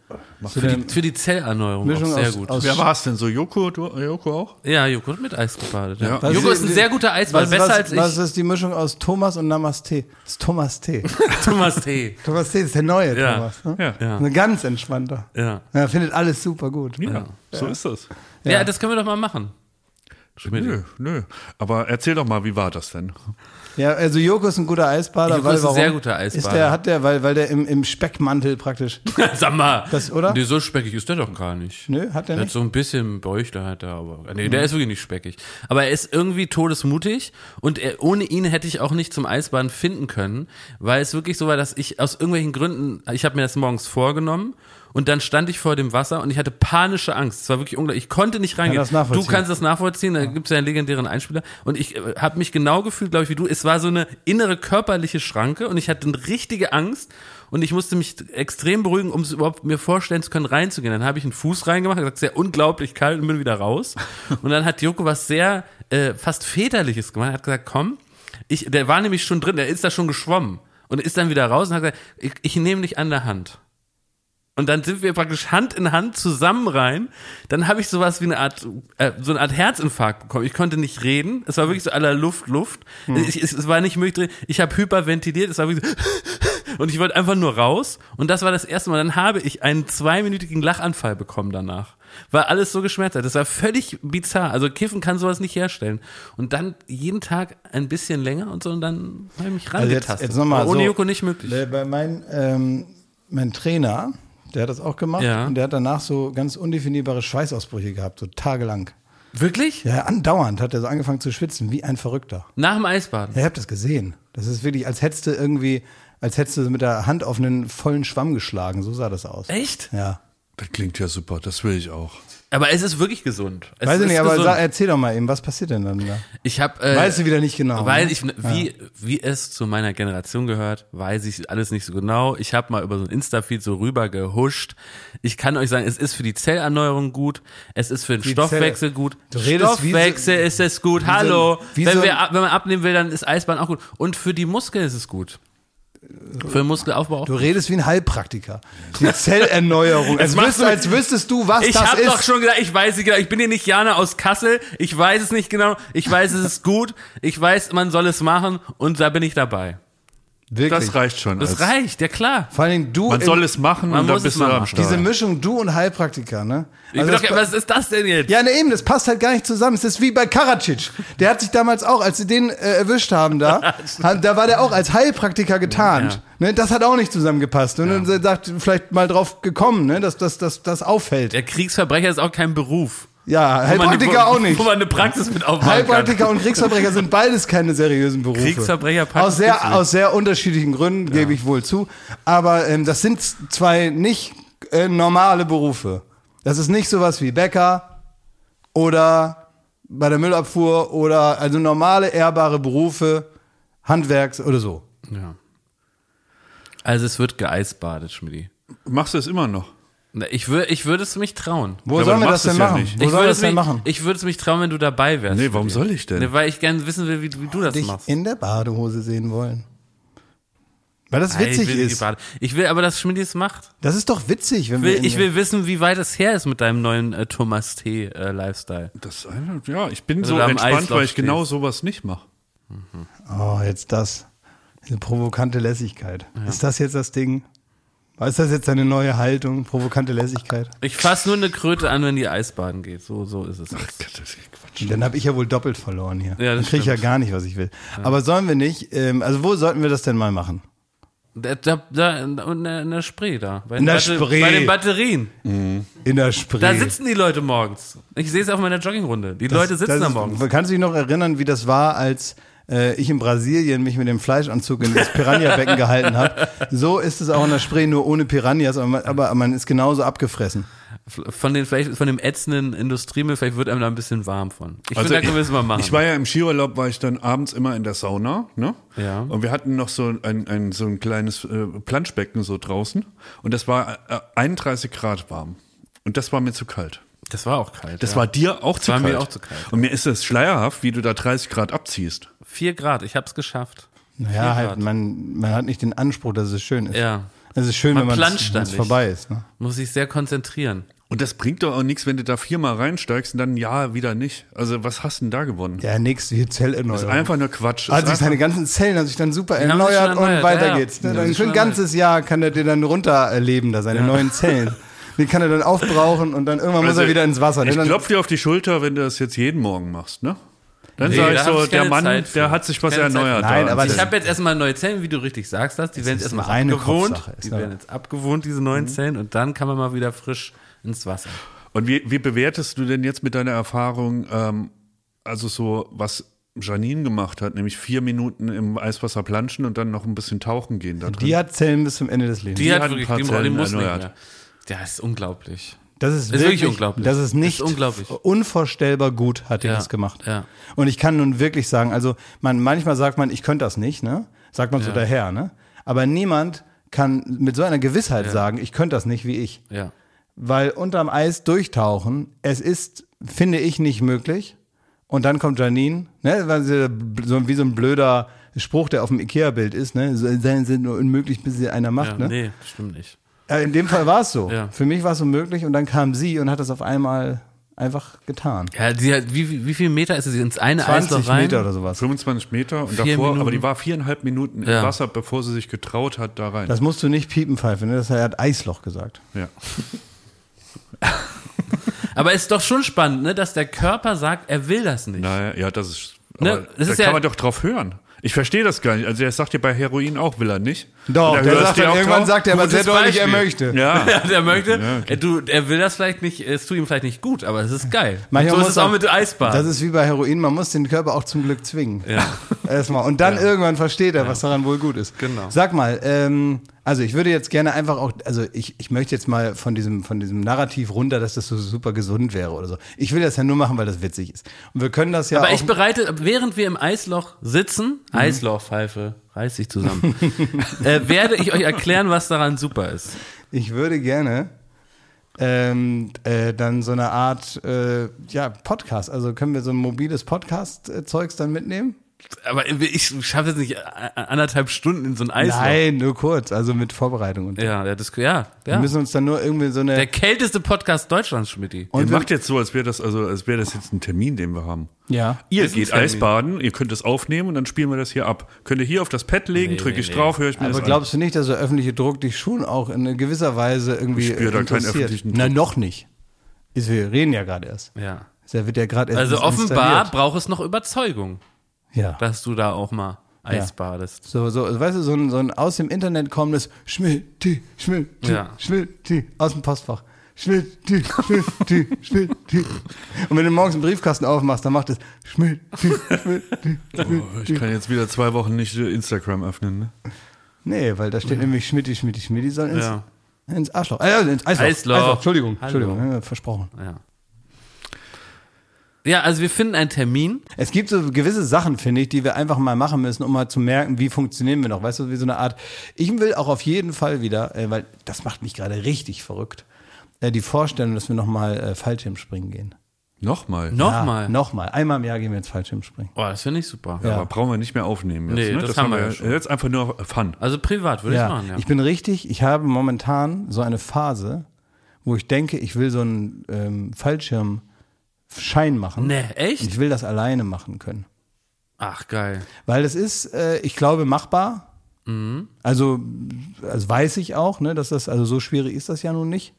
Speaker 3: Für die, für die Zellerneuerung auch
Speaker 1: Mischung
Speaker 3: sehr
Speaker 1: aus-
Speaker 3: gut.
Speaker 1: aus-
Speaker 2: Wer war es denn so? Joko? Du, Joko auch?
Speaker 3: ja, Joko hat mit Eis gebadet. Ja.
Speaker 2: Was
Speaker 3: Joko ist ein
Speaker 1: die-
Speaker 3: sehr guter Eisball,
Speaker 1: was,
Speaker 3: besser
Speaker 1: was,
Speaker 3: als ich.
Speaker 1: Was ist die Mischung aus Thomas und Namaste? Das ist Thomas T.
Speaker 3: Thomas T.
Speaker 1: Thomas T ist der neue
Speaker 3: Ja.
Speaker 1: Thomas. Ne?
Speaker 2: Ja.
Speaker 3: Ja.
Speaker 1: Ein ganz entspannter.
Speaker 3: Ja.
Speaker 1: Er findet alles super gut.
Speaker 2: Ja, so ist das.
Speaker 3: ja. das können wir doch mal machen.
Speaker 2: Nö, nö. Aber erzähl doch mal, wie war das denn?
Speaker 1: Ja, also Joko ist ein guter Eisbader.
Speaker 3: Joko
Speaker 1: weil
Speaker 3: ist ein
Speaker 1: warum?
Speaker 3: sehr guter Eisbader.
Speaker 1: Ist der, hat der, weil, weil der im, im Speckmantel praktisch.
Speaker 3: Sag mal.
Speaker 1: Das- oder?
Speaker 3: Nee, so speckig ist der doch gar nicht.
Speaker 1: Nö, hat der
Speaker 3: Der hat
Speaker 1: nicht? Mhm.
Speaker 3: so ein bisschen Bäuchte hat er, aber nee, der ist wirklich nicht speckig. Aber er ist irgendwie todesmutig und er, ohne ihn hätte ich auch nicht zum Eisbaden finden können, weil es wirklich so war, dass ich aus irgendwelchen Gründen, ich habe mir das morgens vorgenommen Und dann stand ich vor dem Wasser und ich hatte panische Angst. Es war wirklich unglaublich. Ich konnte nicht reingehen.
Speaker 1: das nachvollziehen.
Speaker 3: du kannst das nachvollziehen, da gibt es ja einen legendären Einspieler. Und ich äh, habe mich genau gefühlt, glaube ich, wie du. Es war so eine innere körperliche Schranke und ich hatte eine richtige Angst. Und ich musste mich extrem beruhigen, um es überhaupt mir vorstellen zu können, reinzugehen. Dann habe ich einen Fuß reingemacht, gesagt, sehr unglaublich kalt und bin wieder raus. Und dann hat Joko was sehr äh, fast väterliches gemacht. Er hat gesagt, komm, ich, der war nämlich schon drin, der ist da schon geschwommen und ist dann wieder raus und hat gesagt, ich, ich nehme dich an der Hand. Und dann sind wir praktisch Hand in Hand zusammen rein. Dann habe ich sowas wie eine Art, äh, so eine Art Herzinfarkt bekommen. Ich konnte nicht reden. Es war wirklich so aller Luft, Luft.
Speaker 1: Hm.
Speaker 3: Ich, es, es war nicht möglich. drin. Ich habe hyperventiliert. Es war wirklich so und ich wollte einfach nur raus. Und das war das erste Mal. Dann habe ich einen zweiminütigen Lachanfall bekommen danach. Weil alles so geschmerzt hat. Das war völlig bizarr. Also Kiffen kann sowas nicht herstellen. Und dann jeden Tag ein bisschen länger und so. Und dann habe ich mich rangetastet.
Speaker 1: Also jetzt nochmal
Speaker 3: War Ohne
Speaker 1: so.
Speaker 3: Joko nicht möglich.
Speaker 1: Äh, Bei mein, ähm, mein Trainer, der hat das auch gemacht
Speaker 3: Ja.
Speaker 1: und der hat danach so ganz undefinierbare Schweißausbrüche gehabt, so tagelang.
Speaker 3: Wirklich?
Speaker 1: Ja, andauernd hat er so angefangen zu schwitzen, wie ein Verrückter.
Speaker 3: Nach dem Eisbaden.
Speaker 1: Ja, ich hab das gesehen. Das ist wirklich, als hättest du irgendwie, als hättest du mit der Hand auf einen vollen Schwamm geschlagen. So sah das aus.
Speaker 3: Echt?
Speaker 1: Ja.
Speaker 2: Das klingt ja super, das will ich auch.
Speaker 3: Aber es ist wirklich gesund. Es
Speaker 1: Weiß ich
Speaker 3: ist
Speaker 1: nicht, aber
Speaker 3: gesund.
Speaker 1: sag, erzähl doch mal eben, was passiert denn dann da?
Speaker 3: ich habe äh,
Speaker 1: Weißt du wieder nicht genau,
Speaker 3: Weil
Speaker 1: ne?
Speaker 3: ich wie wie es zu meiner Generation gehört, weiß ich alles nicht so genau. Ich habe mal über so ein Insta Feed so rüber gehuscht. Ich kann euch sagen, es ist für die Zellerneuerung gut, es ist für den
Speaker 1: Die
Speaker 3: Stoffwechsel
Speaker 1: Zelle.
Speaker 3: gut.
Speaker 1: Du redest wie so-
Speaker 3: Stoffwechsel ist es gut. Hallo.
Speaker 1: wie
Speaker 3: wenn
Speaker 1: so ein-
Speaker 3: wir ab- wenn man abnehmen will, dann ist Eisbahn auch gut und für die Muskeln ist es gut. Für den Muskelaufbau auch.
Speaker 1: Du redest wie ein Heilpraktiker. Die Zellerneuerung. als,
Speaker 3: machst
Speaker 1: wüsst,
Speaker 3: du mit-
Speaker 1: als wüsstest du, was
Speaker 3: Ich
Speaker 1: das
Speaker 3: habe
Speaker 1: ist.
Speaker 3: doch schon gedacht, ich weiß nicht genau, ich bin hier nicht Jana aus Kassel, ich weiß es nicht genau, ich weiß, es ist gut, ich weiß, man soll es machen und da bin ich dabei.
Speaker 1: Wirklich.
Speaker 2: Das reicht schon.
Speaker 3: Das
Speaker 2: als-
Speaker 3: reicht, ja klar.
Speaker 1: Vor allen Dingen du.
Speaker 2: Man
Speaker 1: in-
Speaker 2: soll es machen
Speaker 3: Man
Speaker 2: und dann
Speaker 3: muss es
Speaker 2: bist du
Speaker 3: machen.
Speaker 2: am
Speaker 1: Diese
Speaker 2: Start.
Speaker 1: Mischung, du und Heilpraktiker, ne?
Speaker 3: Ich
Speaker 1: Also
Speaker 3: bin
Speaker 1: das-
Speaker 3: doch, was ist das denn jetzt?
Speaker 1: Ja, ne, eben, das passt halt gar nicht zusammen. Es ist wie bei Karacic. Der hat sich damals auch, als sie den äh, erwischt haben da, hat, da war der auch als Heilpraktiker getarnt. Ne, das hat auch nicht zusammengepasst. Und dann sagt, vielleicht mal drauf gekommen, ne, dass das dass, dass auffällt.
Speaker 3: Der Kriegsverbrecher ist auch kein Beruf.
Speaker 1: Ja,
Speaker 3: Wo man-
Speaker 1: Heilpraktiker
Speaker 3: wo-
Speaker 1: auch nicht.
Speaker 3: Wo man eine Praxis mit aufmachen kann.
Speaker 1: Heilpraktiker und Kriegsverbrecher sind beides keine seriösen Berufe.
Speaker 3: Kriegsverbrecher praktisch
Speaker 1: aus sehr,
Speaker 3: gibt's nicht.
Speaker 1: aus sehr unterschiedlichen Gründen, gebe ich wohl zu. Aber ähm, das sind z- zwei nicht äh, normale Berufe. Das ist nicht sowas wie Bäcker oder bei der Müllabfuhr oder also normale, ehrbare Berufe, Handwerks oder so.
Speaker 3: Ja. Also es wird geeisbadet, Schmidti.
Speaker 2: Machst du es immer noch?
Speaker 3: Na, Ich, wür, ich würde es mich trauen.
Speaker 1: Wo
Speaker 2: Ja, aber
Speaker 1: sollen
Speaker 2: du
Speaker 1: wir das
Speaker 2: machst
Speaker 1: denn
Speaker 2: es ja
Speaker 1: machen?
Speaker 2: nicht.
Speaker 1: Wo
Speaker 3: ich
Speaker 1: sollen wir
Speaker 3: würde
Speaker 1: das
Speaker 3: es
Speaker 1: denn
Speaker 3: mich,
Speaker 1: machen?
Speaker 3: Ich würde es mich trauen, wenn du dabei wärst.
Speaker 2: Nee, warum soll ich
Speaker 3: Ne,
Speaker 2: denn?
Speaker 3: weil ich gerne wissen will, wie, wie du das
Speaker 1: dich
Speaker 3: machst.
Speaker 1: in der Badehose sehen wollen. Weil das witzig
Speaker 3: ich will
Speaker 1: ist.
Speaker 3: die Bade- Ich will aber, dass Schmidti es macht.
Speaker 1: Das ist doch witzig, wenn
Speaker 3: Will,
Speaker 1: wir. in
Speaker 3: ich
Speaker 1: der-
Speaker 3: will wissen, wie weit es her ist mit deinem neuen äh, Thomas T. Äh, Lifestyle.
Speaker 2: Das eine, ja, ich bin
Speaker 3: du
Speaker 2: so
Speaker 3: Also da am
Speaker 2: entspannt,
Speaker 3: Eislauf
Speaker 2: weil ich genau
Speaker 3: stehst.
Speaker 2: sowas nicht mache.
Speaker 1: Oh, jetzt das. Diese provokante Lässigkeit. Ist das jetzt das Ding? Ist das jetzt deine neue Haltung? Provokante Lässigkeit?
Speaker 3: Ich fasse nur eine Kröte an, wenn die Eisbaden geht. So, so ist es. jetzt.
Speaker 1: Dann habe ich ja wohl doppelt verloren hier.
Speaker 3: Ja,
Speaker 1: Dann
Speaker 3: das
Speaker 1: kriege ich ja
Speaker 3: stimmt.
Speaker 1: gar nicht, was ich will. Aber sollen wir nicht, ähm, also wo sollten wir das denn mal machen?
Speaker 3: Da, da, da, in der- in der Spree da. Bei den
Speaker 1: In der
Speaker 3: Batter-
Speaker 1: Spree.
Speaker 3: Bei den Batterien.
Speaker 1: In der Spree.
Speaker 3: Da sitzen die Leute morgens. Ich sehe es auf meiner Joggingrunde. Die Leute sitzen da morgens.
Speaker 1: Kannst du dich noch erinnern, wie das war, als äh, ich in Brasilien mich mit dem Fleischanzug in das Piranha-Becken gehalten habe? So ist es auch in der Spree, nur ohne Piranhas, aber man, aber man ist genauso abgefressen.
Speaker 3: Von, den, vielleicht, von dem ätzenden Industriemüll, vielleicht wird einem da ein bisschen warm von. Ich
Speaker 2: Also
Speaker 3: finde, da können wir es mal machen.
Speaker 2: Ich war ja im Skiurlaub, war ich dann abends immer in der Sauna, ne?
Speaker 3: Ja.
Speaker 2: Und wir hatten noch so ein, ein, so ein kleines äh, Planschbecken so draußen. Und das war äh, 31 Grad warm. Und das war mir zu kalt.
Speaker 3: das war auch kalt.
Speaker 2: Das
Speaker 3: ja.
Speaker 2: war dir auch zu
Speaker 3: war mir
Speaker 2: kalt.
Speaker 3: auch zu kalt,
Speaker 2: Und mir ist es schleierhaft, wie du da 30 Grad abziehst.
Speaker 3: 4 Grad, ich hab's geschafft.
Speaker 1: Ja, halt,
Speaker 3: Grad.
Speaker 1: man, man hat nicht den Anspruch, dass es schön ist.
Speaker 3: Ja.
Speaker 1: Es ist schön,
Speaker 3: Man
Speaker 1: wenn
Speaker 3: planscht da
Speaker 1: man es
Speaker 3: nicht.
Speaker 1: vorbei ist. Ne?
Speaker 3: Muss ich sehr konzentrieren.
Speaker 2: Und das bringt doch auch nichts, wenn du da viermal reinsteigst und dann ja wieder nicht. Also was hast denn da gewonnen?
Speaker 1: Ja, nix, die
Speaker 2: Das ist
Speaker 1: Zellerneuerung.
Speaker 2: einfach nur Quatsch.
Speaker 1: Hat Halt sich
Speaker 2: Das ist
Speaker 1: seine ganzen Zellen haben sich dann super
Speaker 3: haben sich
Speaker 1: erneuert
Speaker 3: schon
Speaker 1: und
Speaker 3: erneuert,
Speaker 1: weiter
Speaker 3: ja, ja.
Speaker 1: geht's. Ne?
Speaker 3: Die haben
Speaker 1: Dann
Speaker 3: sich
Speaker 1: für ein
Speaker 3: schon erneuert.
Speaker 1: ganzes Jahr kann er dir dann runterleben, da seine neuen Zellen. Die kann er dann aufbrauchen und dann irgendwann muss
Speaker 2: Also,
Speaker 1: er wieder ins Wasser. Ne?
Speaker 2: Ich
Speaker 1: Dann,
Speaker 2: klopf dir auf die Schulter, wenn du das jetzt jeden Morgen machst, ne? Dann
Speaker 3: Nee,
Speaker 2: sag ich
Speaker 3: da hab
Speaker 2: so,
Speaker 3: ich
Speaker 2: der
Speaker 3: keine
Speaker 2: Mann,
Speaker 3: Zeit für.
Speaker 2: der hat sich was
Speaker 3: Keine Zeit
Speaker 2: erneuert.
Speaker 3: für.
Speaker 1: Nein,
Speaker 2: da.
Speaker 1: aber
Speaker 3: ich
Speaker 1: das-
Speaker 3: habe jetzt erstmal neue Zellen, wie du richtig sagst hast. Die werden jetzt
Speaker 1: ist
Speaker 3: erstmal
Speaker 1: eine Mhm. reine
Speaker 3: abgewohnt.
Speaker 1: Kopfsache, ist
Speaker 3: Die
Speaker 1: klar.
Speaker 3: werden jetzt abgewohnt, diese neuen Zellen. Und dann kann man mal wieder frisch ins Wasser.
Speaker 2: Und wie, wie bewertest du denn jetzt mit deiner Erfahrung, ähm, also so, was Janine gemacht hat, nämlich vier Minuten im Eiswasser planschen und dann noch ein bisschen tauchen gehen da drin?
Speaker 1: die hat Zellen bis zum Ende des Lebens.
Speaker 3: Die, hat
Speaker 2: hat ein
Speaker 3: wirklich,
Speaker 2: paar
Speaker 3: die, die
Speaker 2: Zellen
Speaker 3: muss nicht
Speaker 2: erneuert.
Speaker 3: mehr. Ja, ist unglaublich.
Speaker 1: Das ist,
Speaker 3: wirklich
Speaker 1: wirklich
Speaker 3: unglaublich.
Speaker 1: Das ist nicht
Speaker 3: Ist unglaublich.
Speaker 1: unvorstellbar gut, hat er
Speaker 3: Ja,
Speaker 1: das gemacht.
Speaker 3: ja.
Speaker 1: Und ich kann nun wirklich sagen, also man manchmal sagt man, ich könnte das nicht, ne? Sagt man so daher, ne? Aber niemand kann mit so einer Gewissheit sagen, ich könnte das nicht wie ich,
Speaker 3: Ja.
Speaker 1: weil unterm Eis durchtauchen, es ist finde ich nicht möglich. Und dann kommt Janine, ne, weil sie so wie so ein blöder Spruch, der auf dem Ikea Bild ist, ne? So, Seien sie nur unmöglich, bis sie einer macht, ne?
Speaker 3: ja Nee, stimmt nicht.
Speaker 1: Äh, In dem Fall war es so.
Speaker 3: Ja.
Speaker 1: Für mich war es unmöglich und dann kam sie und hat das auf einmal einfach getan.
Speaker 3: Ja, die hat, wie, wie, wie viel Meter ist es ins eine Eis
Speaker 1: 20
Speaker 3: noch rein?
Speaker 1: Meter oder sowas.
Speaker 2: 25 Meter und
Speaker 3: Vier
Speaker 2: davor,
Speaker 3: Minuten.
Speaker 2: aber die war viereinhalb Minuten im
Speaker 3: Ja.
Speaker 2: Wasser, bevor sie sich getraut hat, da rein.
Speaker 1: Das musst du nicht piepen, Pfeife, ne? Das er hat Eisloch gesagt.
Speaker 2: ja.
Speaker 3: Aber ist doch schon spannend, ne, dass der Körper sagt, er will das nicht.
Speaker 2: Naja, ja, das ist.
Speaker 3: Ne,
Speaker 2: Aber
Speaker 3: das
Speaker 2: da
Speaker 3: ist
Speaker 2: kann
Speaker 3: ja-
Speaker 2: man doch drauf hören. Ich verstehe das gar nicht. Also, er sagt dir bei Heroin auch, will er nicht.
Speaker 1: Doch,
Speaker 2: Und da
Speaker 1: der
Speaker 2: hörst
Speaker 1: sagt
Speaker 2: du ja
Speaker 1: dann,
Speaker 2: auch
Speaker 1: irgendwann
Speaker 2: drauf.
Speaker 1: sagt er aber
Speaker 3: Gutes
Speaker 1: sehr deutlich, er
Speaker 3: Beispiel.
Speaker 1: möchte.
Speaker 2: Ja,
Speaker 3: Ja, der möchte,
Speaker 2: Ja, okay.
Speaker 3: er, du, er will das vielleicht nicht, es tut ihm vielleicht nicht gut, aber es ist geil. Und
Speaker 1: Manchmal
Speaker 3: so ist
Speaker 1: muss
Speaker 3: es auch
Speaker 1: man-
Speaker 3: mit Eisbahn.
Speaker 1: Das ist wie bei Heroin, man muss den Körper auch zum Glück zwingen.
Speaker 3: ja.
Speaker 1: Erstmal. Und dann irgendwann versteht er, was daran wohl gut ist.
Speaker 3: Genau.
Speaker 1: Sag mal, ähm, also ich würde jetzt gerne einfach auch, also ich, ich möchte jetzt mal von diesem, von diesem Narrativ runter, dass das so super gesund wäre oder so. Ich will das ja nur machen, weil das witzig ist. Und wir können das ja
Speaker 3: Aber
Speaker 1: auch Mhm.
Speaker 3: ich bereite, während wir im Eisloch sitzen, Eislochpfeife, reiß dich zusammen, äh, werde ich euch erklären, was daran super ist.
Speaker 1: Ich würde gerne ähm, äh, dann so eine Art äh, ja, Podcast, also können wir so ein mobiles Podcast-Zeugs dann mitnehmen?
Speaker 3: Aber ich schaffe es nicht äh, anderthalb Stunden in so ein Eisloch.
Speaker 1: Nein, nur kurz, also mit Vorbereitung. Und
Speaker 3: Ja, ja, das, ja,
Speaker 1: Wir
Speaker 3: ja.
Speaker 1: müssen uns dann nur irgendwie so eine.
Speaker 3: Der kälteste Podcast Deutschlands, Schmidti.
Speaker 2: Ihr
Speaker 1: und wir-
Speaker 2: macht jetzt so, als wäre das, also, als wäre das jetzt ein Termin, den wir haben.
Speaker 1: ja.
Speaker 2: Ihr
Speaker 3: Ist ein
Speaker 2: geht
Speaker 3: Termin.
Speaker 2: Eisbaden, ihr könnt es aufnehmen und dann spielen wir das hier ab. Könnt ihr hier auf das Pad legen, drücke
Speaker 3: nee,
Speaker 2: ich
Speaker 3: nee.
Speaker 2: drauf, höre ich mir das
Speaker 1: Aber
Speaker 2: an.
Speaker 1: glaubst du nicht, dass der öffentliche Druck dich schon auch in gewisser Weise irgendwie.
Speaker 2: Ich spüre da keinen
Speaker 1: interessiert?
Speaker 2: öffentlichen
Speaker 1: Na,
Speaker 2: Druck.
Speaker 1: noch nicht. Ist, wir reden ja gerade erst.
Speaker 3: Ja.
Speaker 1: Da wird ja gerade erst.
Speaker 3: Also offenbar
Speaker 1: installiert.
Speaker 3: braucht es noch Überzeugung,
Speaker 1: Ja.
Speaker 3: dass du da auch mal Eis badest.
Speaker 1: So, so, also, weißt du, so ein, so ein aus dem Internet kommendes Schmilti, Schmilti,
Speaker 3: Ja.
Speaker 1: Schmilti aus dem Postfach. Schmilti, Schmilti, Schmilti. Und wenn du morgens einen Briefkasten aufmachst, dann macht es Schmilti, Schmilti,
Speaker 2: Oh, ich
Speaker 1: Schmilti.
Speaker 2: kann jetzt wieder zwei Wochen nicht äh, Instagram öffnen. Ne?
Speaker 1: Nee, weil da steht nämlich Schmilti, Schmilti, Schmilti, sondern ins,
Speaker 3: Ja.
Speaker 1: ins Arschloch. Äh, ins Eisloch.
Speaker 3: Eisloch.
Speaker 1: Entschuldigung,
Speaker 3: Hallo.
Speaker 1: Entschuldigung, ja, versprochen.
Speaker 3: Ja. Ja, also wir finden einen Termin.
Speaker 1: Es gibt so gewisse Sachen, finde ich, die wir einfach mal machen müssen, um mal zu merken, wie funktionieren wir noch. Weißt du, wie so eine Art. Ich will auch auf jeden Fall wieder, äh, weil das macht mich gerade richtig verrückt, äh, die Vorstellung, dass wir nochmal äh, Fallschirmspringen gehen.
Speaker 2: Nochmal.
Speaker 3: Nochmal.
Speaker 1: Ja, nochmal. Einmal im Jahr gehen wir jetzt Fallschirmspringen.
Speaker 3: Oh, das finde ich super.
Speaker 2: Aber brauchen wir nicht mehr aufnehmen. Jetzt,
Speaker 3: Nee,
Speaker 2: ne?
Speaker 3: das haben wir ja schon.
Speaker 2: Jetzt einfach nur Fun.
Speaker 3: Also privat würde ich
Speaker 1: Ja,
Speaker 3: machen, ja.
Speaker 1: ich bin richtig, ich habe momentan so eine Phase, wo ich denke, ich will so einen ähm, Fallschirmschein machen.
Speaker 3: nee,
Speaker 1: Und ich
Speaker 3: echt?
Speaker 1: will das alleine machen können.
Speaker 3: Ach, geil.
Speaker 1: Weil das ist, äh, ich glaube, machbar. Also, das weiß ich auch, ne, dass das, also so schwierig ist das ja nun nicht.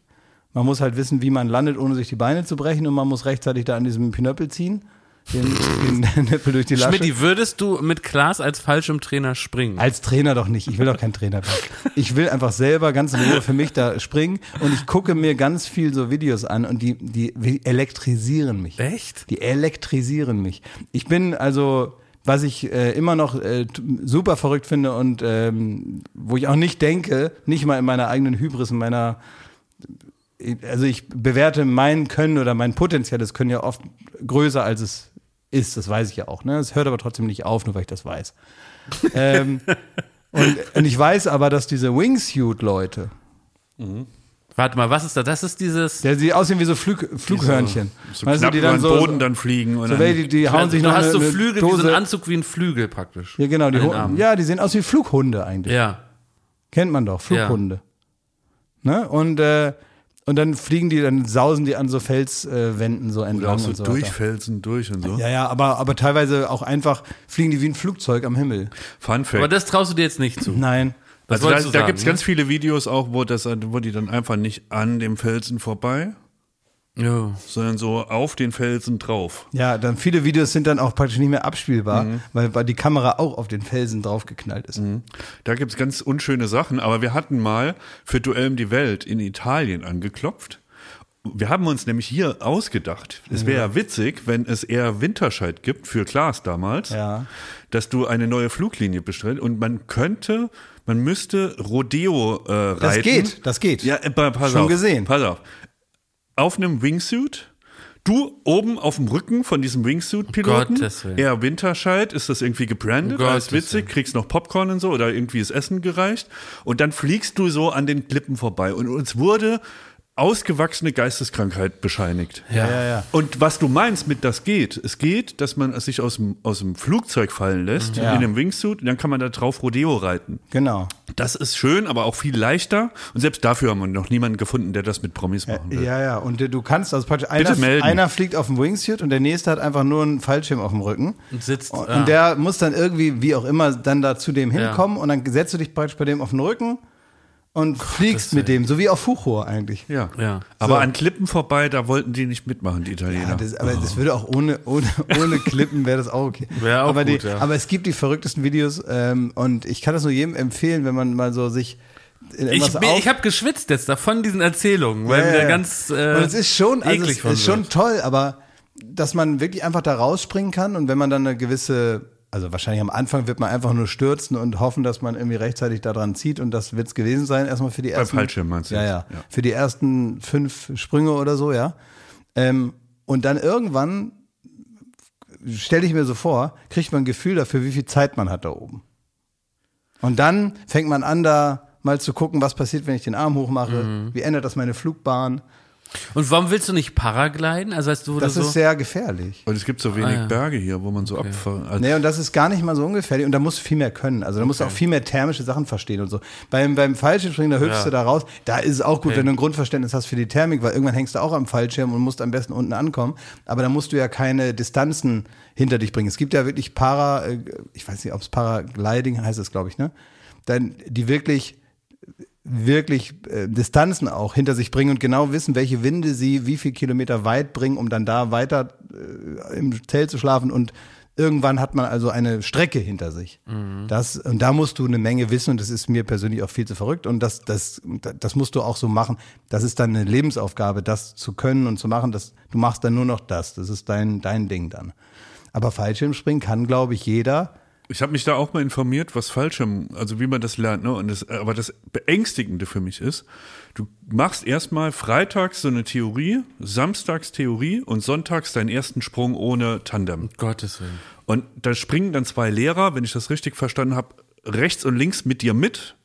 Speaker 1: Man muss halt wissen, wie man landet, ohne sich die Beine zu brechen und man muss rechtzeitig da an diesem Pinöppel ziehen. Den, den Nippel durch die Lasche.
Speaker 3: Schmidti, würdest du mit Klaas als Fallschirmtrainer springen?
Speaker 1: Als Trainer doch nicht. Ich will doch kein Trainer werden. Ich will einfach selber ganz in Ruhe für mich da springen und ich gucke mir ganz viel so Videos an und die, die, die elektrisieren mich.
Speaker 3: Echt?
Speaker 1: Die elektrisieren mich. Ich bin also, was ich äh, immer noch äh, t- super verrückt finde und ähm, wo ich auch nicht denke, nicht mal in meiner eigenen Hybris, in meiner also ich bewerte mein Können oder mein potenzielles Können ja oft größer als es ist, das weiß ich ja auch. Ne? Es hört aber trotzdem nicht auf, nur weil ich das weiß. ähm, und, und ich weiß aber, dass diese Wingsuit-Leute,
Speaker 3: Warte mal, was ist da? Das ist dieses.
Speaker 1: der sie aussehen wie so Flug, Flughörnchen.
Speaker 2: So
Speaker 1: weißt du,
Speaker 2: knapp
Speaker 1: die
Speaker 2: über
Speaker 1: dann
Speaker 2: den
Speaker 1: so,
Speaker 2: Boden dann fliegen. Und
Speaker 1: so
Speaker 2: dann,
Speaker 1: welche, die, die hauen
Speaker 3: also,
Speaker 1: sich
Speaker 3: du
Speaker 1: noch
Speaker 3: hast
Speaker 1: eine,
Speaker 3: so
Speaker 1: eine
Speaker 3: Flügel, wie so
Speaker 1: Dose.
Speaker 3: einen Anzug wie ein Flügel praktisch.
Speaker 1: ja, genau, die,
Speaker 3: an den
Speaker 1: Hu-
Speaker 3: Armen.
Speaker 1: ja, die sehen aus wie Flughunde eigentlich.
Speaker 3: Ja.
Speaker 1: Kennt man doch, Flughunde. Ne? Und, äh, und dann fliegen die, dann sausen die an so Felswänden so
Speaker 2: Oder
Speaker 1: entlang
Speaker 2: auch so
Speaker 1: und so weiter.
Speaker 2: durchfelsen durch und so.
Speaker 1: Ja, ja, aber, aber teilweise auch einfach fliegen die wie ein Flugzeug am Himmel.
Speaker 2: Fun Fact.
Speaker 3: Aber das traust du dir jetzt nicht zu.
Speaker 1: Nein.
Speaker 3: Das
Speaker 2: also da,
Speaker 3: wolltest du
Speaker 2: da
Speaker 3: sagen,
Speaker 2: gibt es
Speaker 3: ne?
Speaker 2: ganz viele Videos auch, wo, das, wo die dann einfach nicht an dem Felsen vorbei,
Speaker 3: Ja.
Speaker 2: sondern so auf den Felsen drauf.
Speaker 1: Ja, dann viele Videos sind dann auch praktisch nicht mehr abspielbar,
Speaker 3: Mhm.
Speaker 1: weil, weil die Kamera auch auf den Felsen draufgeknallt ist.
Speaker 2: Da gibt es ganz unschöne Sachen, aber wir hatten mal für Duell um die Welt in Italien angeklopft. Wir haben uns nämlich hier ausgedacht, es wäre ja witzig, wenn es eher Winterscheid gibt, für Klaas damals,
Speaker 1: Ja.
Speaker 2: dass du eine neue Fluglinie bestellst und man könnte, Man müsste Rodeo äh, reiten.
Speaker 1: Das geht, das geht.
Speaker 2: Ja, äh, pa- pass
Speaker 1: Schon
Speaker 2: auf.
Speaker 1: gesehen.
Speaker 2: Pass auf. Auf einem Wingsuit. Du oben auf dem Rücken von diesem Wingsuit-Piloten.
Speaker 3: Gottes Willen.
Speaker 2: er Winterscheid, ist das irgendwie gebrandet,
Speaker 3: Um
Speaker 2: alles
Speaker 3: Gottes
Speaker 2: witzig, kriegst noch Popcorn und so oder irgendwie ist Essen gereicht. Und dann fliegst du so an den Klippen vorbei. Und uns wurde ausgewachsene Geisteskrankheit bescheinigt.
Speaker 3: Ja.
Speaker 1: Ja, ja.
Speaker 2: Und was du meinst mit das geht, es geht, dass man sich aus dem, aus dem Flugzeug fallen lässt,
Speaker 1: Ja.
Speaker 2: in einem Wingsuit, und dann kann man da drauf Rodeo reiten.
Speaker 1: Genau.
Speaker 2: Das ist schön, aber auch viel leichter. Und selbst dafür haben wir noch niemanden gefunden, der das mit Promis machen will.
Speaker 1: Ja, ja. Und äh, du kannst, also praktisch einer,
Speaker 2: melden.
Speaker 1: einer fliegt auf dem Wingsuit und der nächste hat einfach nur einen Fallschirm auf dem Rücken.
Speaker 3: Und sitzt,
Speaker 1: Und,
Speaker 3: ah.
Speaker 1: und der muss dann irgendwie, wie auch immer, dann da zu dem
Speaker 3: Ja.
Speaker 1: hinkommen und dann setzt du dich praktisch bei dem auf den Rücken und fliegst mit dem, so wie auf Fuchur eigentlich.
Speaker 2: Ja.
Speaker 3: Ja.
Speaker 2: Aber
Speaker 1: So.
Speaker 2: an Klippen vorbei, da wollten die nicht mitmachen, die Italiener.
Speaker 1: Ja, das, aber das würde auch ohne, ohne, ohne Klippen wäre das auch okay.
Speaker 3: Wäre auch
Speaker 1: aber,
Speaker 3: gut,
Speaker 1: die,
Speaker 3: ja.
Speaker 1: aber es gibt die verrücktesten Videos ähm, und ich kann das nur jedem empfehlen, wenn man mal so sich in
Speaker 3: Ich,
Speaker 1: irgendwas
Speaker 3: bin-
Speaker 1: auf-
Speaker 3: ich habe geschwitzt jetzt davon diesen Erzählungen, weil
Speaker 1: Ja,
Speaker 3: mir
Speaker 1: ja.
Speaker 3: ganz äh,
Speaker 1: und es ist schon, also
Speaker 3: eklig
Speaker 1: es
Speaker 3: von
Speaker 1: ist schon
Speaker 3: wird.
Speaker 1: toll, aber dass man wirklich einfach da rausspringen kann und wenn man dann eine gewisse, also wahrscheinlich am Anfang wird man einfach nur stürzen und hoffen, dass man irgendwie rechtzeitig daran zieht und das wird's gewesen sein, erstmal für die ersten.
Speaker 2: Fallschirm meinst du
Speaker 1: Ja,
Speaker 2: jetzt?
Speaker 1: ja,
Speaker 2: Ja.
Speaker 1: Für die ersten fünf Sprünge oder so, ja. Ähm, und dann irgendwann, stelle ich mir so vor, kriegt man ein Gefühl dafür, wie viel Zeit man hat da oben. Und dann fängt man an, da mal zu gucken, was passiert, wenn ich den Arm hochmache,
Speaker 2: Mhm.
Speaker 1: wie ändert das meine Flugbahn.
Speaker 3: Und warum willst du nicht paragliden? Also heißt du oder
Speaker 1: Das
Speaker 3: so?
Speaker 1: ist sehr gefährlich.
Speaker 2: Und es gibt so wenig
Speaker 3: Ah, ja.
Speaker 2: Berge hier, wo man so abfahren. Also,
Speaker 1: Nee, und das ist gar nicht mal so ungefährlich. Und da musst du viel mehr können. Also da musst du auch viel mehr thermische Sachen verstehen und so. Beim, beim Fallschirmspringen, da hüpfst
Speaker 3: Ja.
Speaker 1: du da raus. Da ist es auch gut, wenn du ein Grundverständnis hast für die Thermik, weil irgendwann hängst du auch am Fallschirm und musst am besten unten ankommen. Aber da musst du ja keine Distanzen hinter dich bringen. Es gibt ja wirklich Para, äh, ich weiß nicht, ob es Paragliding heißt es, glaube ich, ne? Dann, die wirklich wirklich äh, Distanzen auch hinter sich bringen und genau wissen, welche Winde sie wie viel Kilometer weit bringen, um dann da weiter äh, im Zelt zu schlafen und irgendwann hat man also eine Strecke hinter sich. Das, und da musst du eine Menge wissen und das ist mir persönlich auch viel zu verrückt und das, das, das musst du auch so machen. Das ist dann eine Lebensaufgabe, das zu können und zu machen. Das, du machst dann nur noch das. Das ist dein, dein Ding dann. Aber Fallschirmspringen kann, glaube ich, jeder.
Speaker 2: Ich habe mich da auch mal informiert, was Fallschirm, also wie man das lernt, ne? Und das, aber das Beängstigende für mich ist, du machst erstmal freitags so eine Theorie, samstags Theorie und sonntags deinen ersten Sprung ohne Tandem.
Speaker 3: Gottes Willen.
Speaker 2: Und da springen dann zwei Lehrer, wenn ich das richtig verstanden habe, rechts und links mit dir mit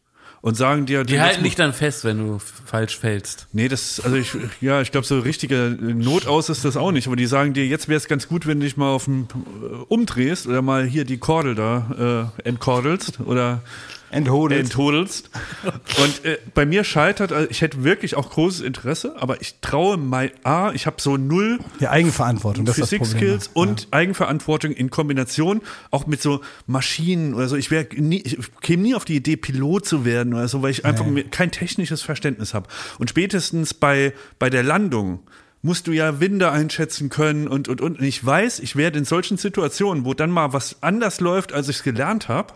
Speaker 2: und sagen dir,
Speaker 3: Die halten dich Halt dann fest, wenn du f- falsch fällst.
Speaker 2: Nee, das also ich ja, ich glaube so richtiger Notaus ist das auch nicht, aber die sagen dir, jetzt wäre es ganz gut, wenn du dich mal auf dem äh, umdrehst oder mal hier die Kordel da äh, entkordelst oder
Speaker 1: Enthodelst.
Speaker 2: enthodelst. Und äh, bei mir scheitert, also ich hätte wirklich auch großes Interesse, aber ich traue mein A, ich habe so null
Speaker 1: Die Eigenverantwortung, das ist das Problem.
Speaker 2: Physik-Skills und Eigenverantwortung in Kombination auch mit so Maschinen oder so. Ich, wär nie, ich käme nie auf die Idee, Pilot zu werden oder so, weil ich einfach mir kein technisches Verständnis habe. Und spätestens bei, bei der Landung musst du ja Winde einschätzen können und, und, und. Und ich weiß, ich werde in solchen Situationen, wo dann mal was anders läuft, als ich es gelernt habe,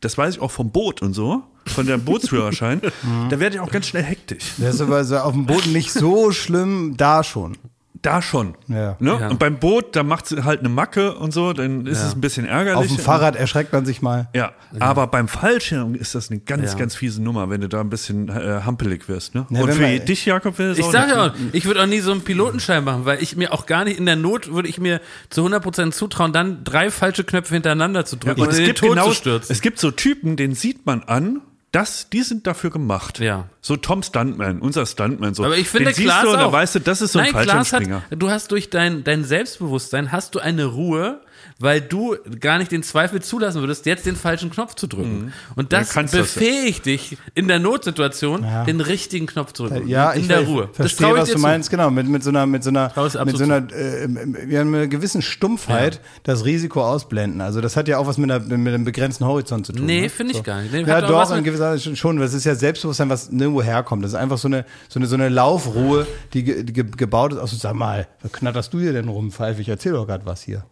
Speaker 2: das weiß ich auch vom Boot und so, von dem Bootsführerschein, da werde ich auch ganz schnell hektisch.
Speaker 1: Das ist aber so auf dem Boden nicht so schlimm, da schon.
Speaker 2: Da schon.
Speaker 1: Ja.
Speaker 2: Ne?
Speaker 3: Ja.
Speaker 2: Und beim Boot, da macht sie halt eine Macke und so, dann ist
Speaker 3: Ja. Genau.
Speaker 2: es ein bisschen
Speaker 1: Auf
Speaker 2: ärgerlich.
Speaker 1: dem Fahrrad erschreckt man sich mal.
Speaker 2: Ja, aber beim Fallschirm ist das eine ganz,
Speaker 3: Ja.
Speaker 2: ganz fiese Nummer, wenn du da ein bisschen äh, hampelig wirst. Ne?
Speaker 1: Ja,
Speaker 2: und
Speaker 1: wenn
Speaker 2: für
Speaker 1: man-
Speaker 2: dich, Jakob, wäre es
Speaker 3: Ich
Speaker 2: auch
Speaker 3: sage
Speaker 2: nicht-
Speaker 3: ja auch, ich würde auch nie so einen Pilotenschein machen, weil ich mir auch gar nicht in der Not würde ich mir zu 100% zutrauen, dann drei falsche Knöpfe hintereinander zu drücken
Speaker 2: Und es
Speaker 3: in den
Speaker 2: gibt,
Speaker 3: Tod
Speaker 2: genau,
Speaker 3: zu stürzen.
Speaker 2: es gibt so Typen, den sieht man an, dass die sind dafür gemacht.
Speaker 3: Ja.
Speaker 2: So Tom Stuntman, unser Stuntman. So.
Speaker 3: Aber ich finde,
Speaker 2: den siehst
Speaker 3: Klaas
Speaker 2: du und
Speaker 3: auch.
Speaker 2: da weißt du, das ist so ein
Speaker 3: Nein, Klaas hat,
Speaker 2: Fallschirmspringer.
Speaker 3: du hast durch dein, dein Selbstbewusstsein, hast du eine Ruhe, weil du gar nicht den Zweifel zulassen würdest, jetzt den falschen Knopf zu drücken. Und das
Speaker 2: Mhm. kannst das
Speaker 3: befähigt dich in der Notsituation, den richtigen Knopf zu drücken.
Speaker 1: Äh, Ja,
Speaker 3: Äh, in
Speaker 1: ich
Speaker 3: der
Speaker 1: ver-
Speaker 3: Ruhe. Das
Speaker 1: verstehe,
Speaker 3: trau ich
Speaker 1: was
Speaker 3: dir
Speaker 1: du
Speaker 3: zu.
Speaker 1: meinst. Genau, mit, mit so einer, mit so einer,
Speaker 3: Trau es
Speaker 1: mit
Speaker 3: absolut
Speaker 1: so einer, äh, ja, einer gewissen Stumpfheit das Risiko ausblenden. Also das hat ja auch was mit, einer, mit einem begrenzten Horizont zu tun.
Speaker 3: Nee,
Speaker 1: ne?
Speaker 3: finde ich gar nicht. Nee,
Speaker 1: Ja,
Speaker 3: hat auch was
Speaker 1: doch, in
Speaker 3: mit-
Speaker 1: gewisser Weise schon- schon. Das ist ja Selbstbewusstsein, was nirgendwo herkommt. Das ist einfach so eine, so eine, so eine Laufruhe, die ge, die ge, gebaut ist. Also sag mal, was knatterst du hier denn rum, Pfeife? Ich erzähl doch gerade was hier.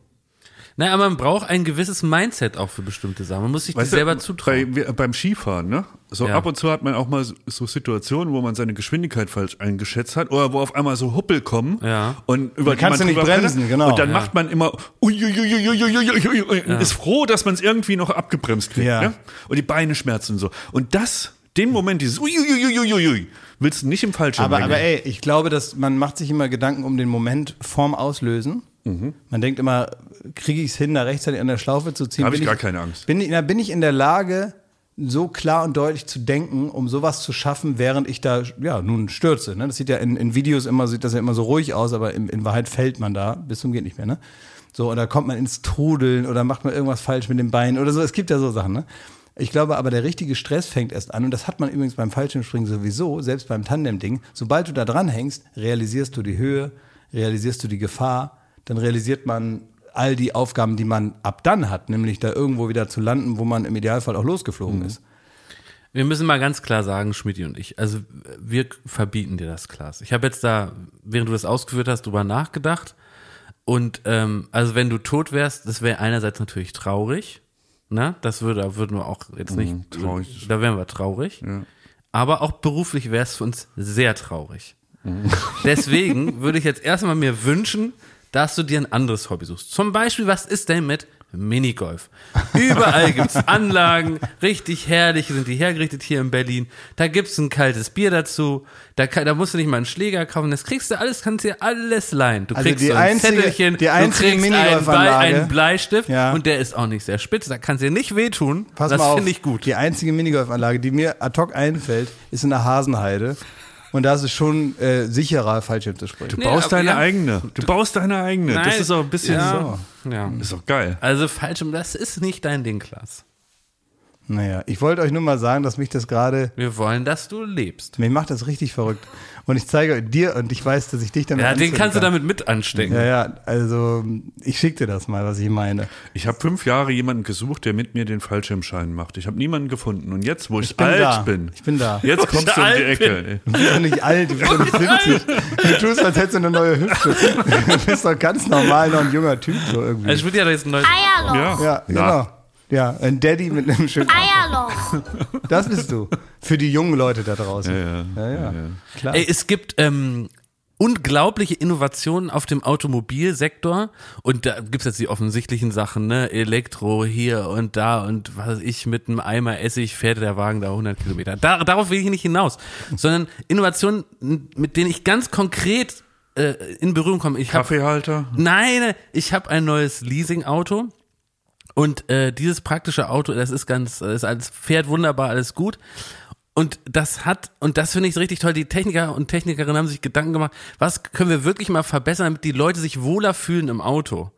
Speaker 3: Naja, aber man braucht ein gewisses Mindset auch für bestimmte Sachen. Man muss sich das
Speaker 2: Weißt du,
Speaker 3: selber zutrauen.
Speaker 2: Bei, wir- beim Skifahren, ne? So
Speaker 3: Ja.
Speaker 2: ab und zu hat man auch mal so- so Situationen, wo man seine Geschwindigkeit falsch eingeschätzt hat oder wo auf einmal so Huppel kommen
Speaker 3: Ja.
Speaker 2: und über die
Speaker 1: kannst
Speaker 2: man
Speaker 1: du nicht
Speaker 2: drüber
Speaker 1: bremsen,
Speaker 2: fährt.
Speaker 1: genau.
Speaker 2: Und dann
Speaker 1: Ja.
Speaker 2: macht man immer uiuiuiuiuiuiui und ist froh, dass man es irgendwie noch abgebremst kriegt,
Speaker 1: Ja.
Speaker 2: ne? Und die Beine schmerzen und so. Und das, den Moment dieses uiuiuiuiui willst du nicht im Falschen
Speaker 1: Aber, aber ey, ich glaube, dass man macht sich immer Gedanken um den Moment vorm Auslösen.
Speaker 3: Mhm.
Speaker 1: Man denkt immer, kriege ich es hin, da rechtzeitig an der Schlaufe zu ziehen?
Speaker 2: Hab
Speaker 1: Bin
Speaker 2: ich gar keine Angst.
Speaker 1: Bin, ich- na, bin ich in der Lage, so klar und deutlich zu denken, um sowas zu schaffen, während ich da ja nun stürze. Ne? Das sieht ja in, in Videos immer, sieht das ja immer so ruhig aus, aber in, in Wahrheit fällt man da bis zum geht nicht mehr. Ne? So, oder kommt man ins Trudeln oder macht man irgendwas falsch mit den Beinen oder so. Es gibt ja so Sachen, ne? Ich glaube aber, der richtige Stress fängt erst an und das hat man übrigens beim Fallschirmspringen sowieso, selbst beim Tandem-Ding. Sobald du da dran hängst, realisierst du die Höhe, realisierst du die Gefahr, dann realisiert man all die Aufgaben, die man ab dann hat, nämlich da irgendwo wieder zu landen, wo man im Idealfall auch losgeflogen
Speaker 3: Mhm.
Speaker 1: ist.
Speaker 3: Wir müssen mal ganz klar sagen, Schmidti und ich, also wir verbieten dir das, Klaas. Ich habe jetzt da, während du das ausgeführt hast, drüber nachgedacht. Und ähm, also wenn du tot wärst, das wäre einerseits natürlich traurig. Ne? Das würde, würden wir auch jetzt nicht,
Speaker 2: traurig.
Speaker 3: da wären wir traurig. Aber auch beruflich wäre es für uns sehr traurig. Deswegen würde ich jetzt erstmal mir wünschen, dass du dir ein anderes Hobby suchst. Zum Beispiel, was ist denn mit Minigolf? Überall gibt's Anlagen, richtig herrlich sind die hergerichtet hier in Berlin. Da gibt's ein kaltes Bier dazu, da, kann, da musst du nicht mal einen Schläger kaufen, das kriegst du alles, kannst dir alles leihen. Du
Speaker 1: Also
Speaker 3: kriegst
Speaker 1: die
Speaker 3: so ein
Speaker 1: einzige-
Speaker 3: Zettelchen,
Speaker 1: die
Speaker 3: du
Speaker 1: einzige
Speaker 3: kriegst einen, Blei,
Speaker 1: Minigolfanlage.
Speaker 3: einen Bleistift
Speaker 1: Ja.
Speaker 3: und der ist auch nicht sehr spitz, da kannst dir nicht wehtun.
Speaker 1: Pass
Speaker 3: das
Speaker 1: mal auf,
Speaker 3: finde ich gut.
Speaker 1: Die einzige Minigolfanlage, die mir ad hoc einfällt, ist in der Hasenheide. Und da ist es schon äh, sicherer, Fallschirm zu springen.
Speaker 2: du baust
Speaker 3: aber
Speaker 2: deine
Speaker 3: ja.
Speaker 2: eigene. Du baust deine eigene. das
Speaker 3: Nein,
Speaker 2: ist auch ein bisschen
Speaker 3: ja, ja.
Speaker 2: ist auch geil.
Speaker 3: Also falschem, das ist nicht dein Ding, Klaas.
Speaker 1: Naja, ich wollte euch nur mal sagen, dass mich das gerade,
Speaker 3: Wir wollen, dass du lebst.
Speaker 1: mich macht das richtig verrückt. Und ich zeige dir und ich weiß, dass ich dich damit
Speaker 3: Ja, den
Speaker 1: anstecken
Speaker 3: kannst du
Speaker 1: kann.
Speaker 3: damit mit anstecken.
Speaker 1: Ja, ja, also ich schicke dir das mal, was ich meine.
Speaker 2: Ich habe fünf Jahre jemanden gesucht, der mit mir den Fallschirmschein macht. Ich habe niemanden gefunden. Und jetzt, wo ich,
Speaker 1: bin
Speaker 2: alt
Speaker 1: da.
Speaker 2: bin,
Speaker 1: Ich bin da.
Speaker 2: jetzt kommst du um
Speaker 3: alt
Speaker 2: die Ecke.
Speaker 1: Du bist doch nicht alt, du bist doch nicht 70. Du tust, als hättest du eine neue Hüfte. Du bist doch ganz normal noch ein junger Typ so irgendwie.
Speaker 3: Also ich würde ja da jetzt ein neues.
Speaker 4: Eierloch.
Speaker 2: Ja,
Speaker 1: ja,
Speaker 2: Na,
Speaker 1: genau. Ja, ein Daddy mit einem schönen.
Speaker 4: Eierloch.
Speaker 1: Das bist du. Für die jungen Leute da draußen.
Speaker 2: ja,
Speaker 1: ja, ja. Klar.
Speaker 3: Ey, es gibt ähm, unglaubliche Innovationen auf dem Automobilsektor und da gibt's jetzt die offensichtlichen Sachen, ne? Elektro hier und da und was weiß ich, mit einem Eimer Essig fährt der Wagen da 100 Kilometer. Da, darauf will ich nicht hinaus, sondern Innovationen, mit denen ich ganz konkret äh, in Berührung komme. Ich habe
Speaker 2: Kaffeehalter.
Speaker 3: Nein, ich habe ein neues Leasing-Auto. Und äh, dieses praktische Auto, das ist ganz, äh, ist alles, fährt wunderbar, alles gut. Und das hat, und das finde ich richtig toll, die Techniker und Technikerinnen haben sich Gedanken gemacht, was können wir wirklich mal verbessern, damit die Leute sich wohler fühlen im Auto.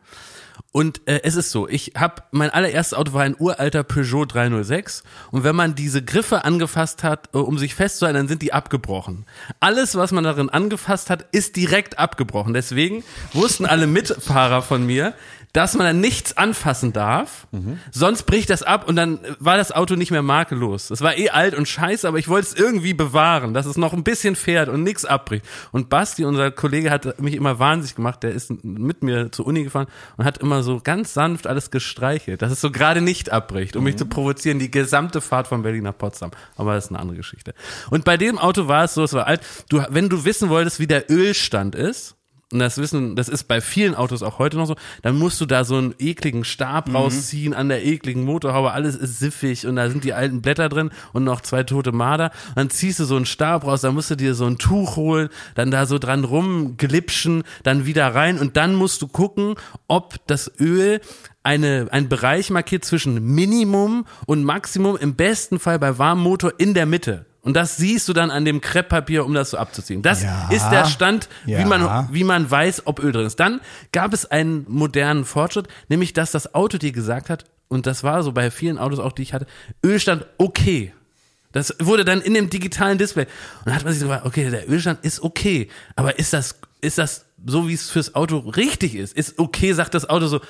Speaker 3: Und äh, es ist so, ich habe mein allererstes Auto war ein uralter Peugeot 306 und wenn man diese Griffe angefasst hat, äh, um sich festzuhalten, dann sind die abgebrochen. Alles, was man darin angefasst hat, ist direkt abgebrochen. Deswegen wussten alle Mitfahrer von mir, dass man dann nichts anfassen darf, sonst bricht das ab und dann äh, war das Auto nicht mehr makellos. Es war eh alt und scheiße, aber ich wollte es irgendwie bewahren, dass es noch ein bisschen fährt und nichts abbricht. Und Basti, unser Kollege, hat mich immer wahnsinnig gemacht. Der ist mit mir zur Uni gefahren und hat immer so ganz sanft alles gestreichelt, dass es so gerade nicht abbricht, um mich zu provozieren, die gesamte Fahrt von Berlin nach Potsdam. Aber das ist eine andere Geschichte. Und bei dem Auto war es so, es war alt. Du, wenn du wissen wolltest, wie der Ölstand ist, und das wissen, das ist bei vielen Autos auch heute noch so, dann musst du da so einen ekligen Stab
Speaker 1: Mhm.
Speaker 3: rausziehen an der ekligen Motorhaube, alles ist siffig und da sind die alten Blätter drin und noch zwei tote Marder. Und dann ziehst du so einen Stab raus, dann musst du dir so ein Tuch holen, dann da so dran rumglipschen, dann wieder rein und dann musst du gucken, ob das Öl eine, einen Bereich markiert zwischen Minimum und Maximum, im besten Fall bei warmem Motor in der Mitte. Und das siehst du dann an dem Krepppapier, um das so abzuziehen. Das
Speaker 1: Ja.
Speaker 3: ist der Stand, wie,
Speaker 1: Ja.
Speaker 3: man, wie man weiß, ob Öl drin ist. Dann gab es einen modernen Fortschritt, nämlich dass das Auto dir gesagt hat, und das war so bei vielen Autos auch, die ich hatte, Ölstand okay. Das wurde dann in dem digitalen Display. Und da hat man sich so gefragt, okay, der Ölstand ist okay, aber ist das, ist das so, wie es fürs Auto richtig ist? Ist okay, sagt das Auto so,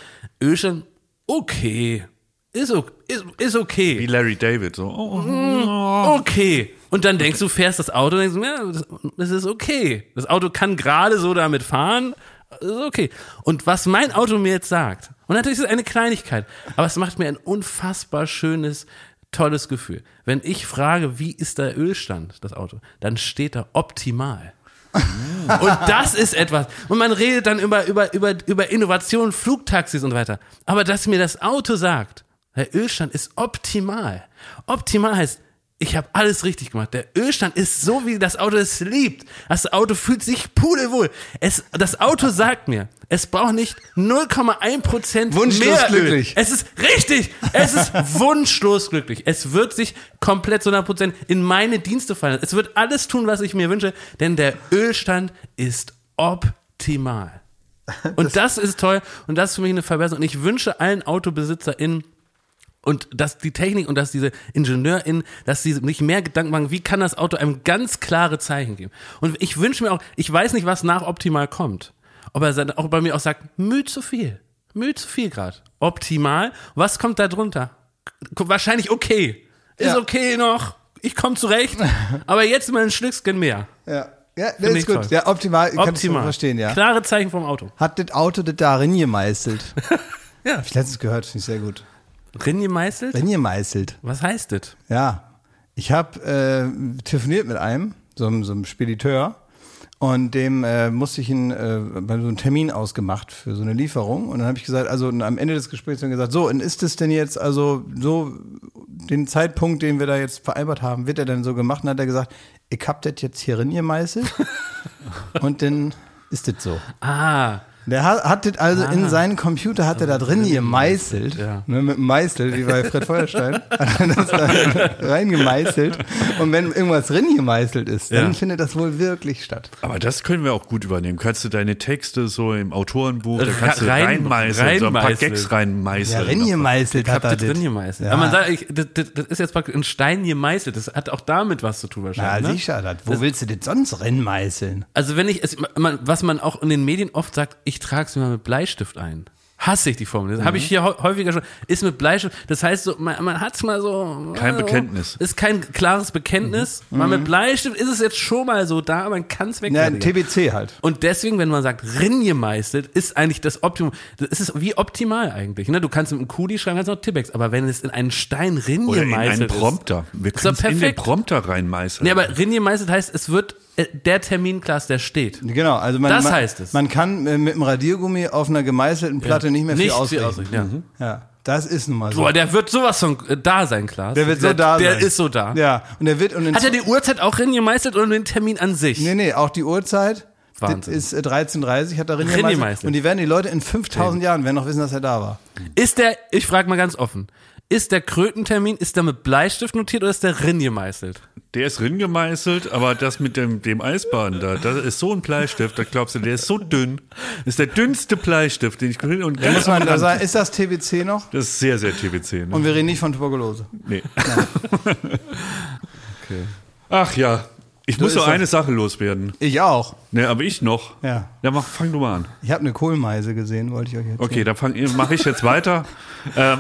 Speaker 3: Ölstand okay. Ist, o- ist, ist okay
Speaker 2: Wie Larry David. So. Oh, oh.
Speaker 3: okay. Und dann denkst du, fährst das Auto und denkst, ja, das, das ist okay. Das Auto kann gerade so damit fahren, das ist okay. Und was mein Auto mir jetzt sagt, Und natürlich ist es eine Kleinigkeit, aber es macht mir ein unfassbar schönes, tolles Gefühl. Wenn ich frage, wie ist der Ölstand, das Auto, dann steht da optimal. Und das ist etwas. Und man redet dann über, über, über, über Innovationen, Flugtaxis und weiter. Aber dass mir das Auto sagt, der Ölstand ist optimal. Optimal heißt, ich habe alles richtig gemacht. Der Ölstand ist so, wie das Auto es liebt. Das Auto fühlt sich pudelwohl. Es, das Auto sagt mir, es braucht nicht 0,1%
Speaker 1: Wunschlos
Speaker 3: mehr Öl.
Speaker 1: glücklich.
Speaker 3: Es ist richtig. Es ist wunschlos glücklich. Es wird sich komplett zu 100% in meine Dienste fallen. Es wird alles tun, was ich mir wünsche, denn der Ölstand ist optimal. Und das, ist toll und das ist für mich eine Verbesserung. Und ich wünsche allen AutobesitzerInnen, und dass die Technik und dass diese IngenieurInnen, dass sie nicht mehr Gedanken machen, wie kann das Auto einem ganz klare Zeichen geben. Und ich wünsche mir auch, ich weiß nicht, was nach optimal kommt. Ob er sagt- auch bei mir auch sagt, Mühe zu viel. Mühe zu viel gerade. Optimal. Was kommt da drunter? K- Wahrscheinlich okay. Ist
Speaker 1: Ja.
Speaker 3: okay noch. Ich komme zurecht. Aber jetzt mal ein Schlückchen mehr.
Speaker 1: Ja, ja das
Speaker 3: Finde
Speaker 1: ist
Speaker 3: ich
Speaker 1: gut.
Speaker 3: toll.
Speaker 1: Ja, optimal. optimal. Kannst du
Speaker 3: Optimal.
Speaker 1: verstehen, ja.
Speaker 3: Klare Zeichen vom Auto.
Speaker 1: Hat das Auto das da reingemeißelt?
Speaker 3: Ja.
Speaker 1: Hab ich letztens gehört, finde ich sehr gut.
Speaker 3: Drin gemeißelt?
Speaker 1: Reingemeißelt.
Speaker 3: Was heißt das?
Speaker 1: Ja. Ich habe äh, telefoniert mit einem, so einem, so einem Spediteur. Und dem äh, musste ich einen, äh, bei so einen Termin ausgemacht für so eine Lieferung. Und dann habe ich gesagt, also und am Ende des Gesprächs dann gesagt, so, und ist es denn jetzt, also so den Zeitpunkt, den wir da jetzt vereinbart haben, wird er dann so gemacht? Und dann hat er gesagt, ich hab das jetzt hier reingemeißelt. und dann ist das so.
Speaker 3: Ah,
Speaker 1: Der hat, hat das also in seinen Computer hat er da drin gemeißelt,
Speaker 3: ja.
Speaker 1: ne, mit dem Meißel, wie bei Fred Feuerstein, hat er das da reingemeißelt. Und wenn irgendwas drin gemeißelt ist, dann
Speaker 3: Ja.
Speaker 1: findet das wohl wirklich statt.
Speaker 2: Aber das können wir auch gut übernehmen. Kannst du deine Texte so im Autorenbuch, da
Speaker 3: Re-
Speaker 2: kannst du
Speaker 3: rein-
Speaker 2: reinmeißeln, so ein paar
Speaker 3: reinmeißeln.
Speaker 2: Gags
Speaker 1: Ja,
Speaker 2: reinmeißeln.
Speaker 1: drin gemeißelt hat
Speaker 3: Hab
Speaker 1: er
Speaker 3: da
Speaker 1: das.
Speaker 3: drin gemeißelt.
Speaker 1: Ja.
Speaker 3: Aber man sagt, ich, das, das, das ist jetzt praktisch in Stein gemeißelt. Das hat auch damit was zu tun
Speaker 1: Ja,
Speaker 3: wahrscheinlich. ne?
Speaker 1: sicher, das. Wo willst du das sonst reinmeißeln?
Speaker 3: Also wenn ich es, man, was man auch in den Medien oft sagt, ich trage es mir mal mit Bleistift ein. Hasse ich die Formel. Das
Speaker 1: Mhm.
Speaker 3: habe ich hier hau- häufiger schon. Ist mit Bleistift. Das heißt, so, man, man hat es mal so.
Speaker 2: Kein
Speaker 3: äh,
Speaker 2: Bekenntnis.
Speaker 3: Ist kein klares Bekenntnis. Mal mit Bleistift ist es jetzt schon mal so da, man kann es
Speaker 1: Mhm. Ja,
Speaker 3: wegnehmen.
Speaker 1: TBC halt.
Speaker 3: Und deswegen, wenn man sagt, ringemeißelt, ist eigentlich das Optimum. Das ist es wie optimal eigentlich. Ne? Du kannst mit einem Kuli schreiben, kannst auch Tippex, aber wenn es in einen Stein
Speaker 2: Oder in einen
Speaker 3: ringemeißelt ist.
Speaker 2: Prompter. Wir
Speaker 3: Ist doch
Speaker 2: können es in den
Speaker 3: perfekt.
Speaker 2: Prompter reinmeißeln.
Speaker 3: Nee, aber ringemeißelt heißt, es wird äh, der Terminklas, der steht.
Speaker 1: Genau, also man,
Speaker 3: Das
Speaker 1: man,
Speaker 3: heißt es.
Speaker 1: man kann äh, mit dem Radiergummi auf einer gemeißelten Platte nicht mehr viel Mhm. ausrichten.
Speaker 3: ja.
Speaker 1: Ja, das ist nun mal so.
Speaker 3: Boah, der wird sowas von äh, da sein, Klaas.
Speaker 1: der wird so da
Speaker 3: der
Speaker 1: sein.
Speaker 3: Der ist so da.
Speaker 1: Ja, und der wird und in
Speaker 3: Hat er die Uhrzeit auch ringemeißelt oder den Termin an sich?
Speaker 1: Nee, nee, auch die Uhrzeit.
Speaker 3: Wahnsinn.
Speaker 1: Das ist äh, 13.30 hat er Rinnemeister.
Speaker 3: Rinnemeister.
Speaker 1: Und die werden die Leute in 5000 Jahren werden noch wissen, dass er da war.
Speaker 3: Ist der, ich frage mal ganz offen, ist der Krötentermin, ist der mit Bleistift notiert oder ist der ringemeißelt?
Speaker 2: Der ist ringemeißelt, aber das mit dem, dem Eisbahn da, das ist so ein Bleistift, da glaubst du, der ist so dünn. Das ist der dünnste Bleistift, den ich kenne. Und ganz
Speaker 1: Muss man
Speaker 2: am
Speaker 1: da
Speaker 2: Rand.
Speaker 1: sagen, ist das TBC noch?
Speaker 2: Das ist sehr, sehr TBC. Ne?
Speaker 1: Und wir reden nicht von Tuberkulose.
Speaker 2: nee. Ach ja, ich muss
Speaker 1: ist
Speaker 2: noch
Speaker 1: das.
Speaker 2: eine Sache loswerden.
Speaker 1: Ich auch.
Speaker 2: Ne, aber ich noch.
Speaker 1: Ja.
Speaker 2: Ja, mach, fang du mal an.
Speaker 1: Ich habe eine Kohlmeise gesehen, wollte ich euch jetzt.
Speaker 2: Okay, dann mache ich jetzt weiter.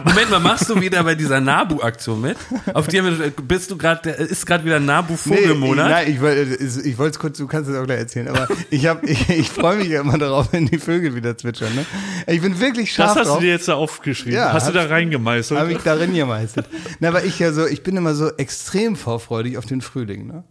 Speaker 3: Moment mal, machst du wieder bei dieser Nabu-Aktion mit? Auf die haben wir, bist du gerade, ist gerade wieder Nabu-Vogelmonat?
Speaker 1: Nee, ich- nein, ich, woll- ich wollte es kurz, du kannst es auch gleich erzählen, aber ich, hab- ich, ich freue mich ja immer darauf, wenn die Vögel wieder zwitschern. Ne? Ich bin wirklich scharf
Speaker 2: Das hast
Speaker 1: drauf.
Speaker 2: du dir jetzt da aufgeschrieben.
Speaker 1: Ja,
Speaker 2: hast
Speaker 1: hab
Speaker 2: du da
Speaker 1: ich-
Speaker 2: reingemeißelt?
Speaker 1: Habe ich darin gemeißelt. Na, aber ich ja so, ich bin immer so extrem vorfreudig auf den Frühling, ne?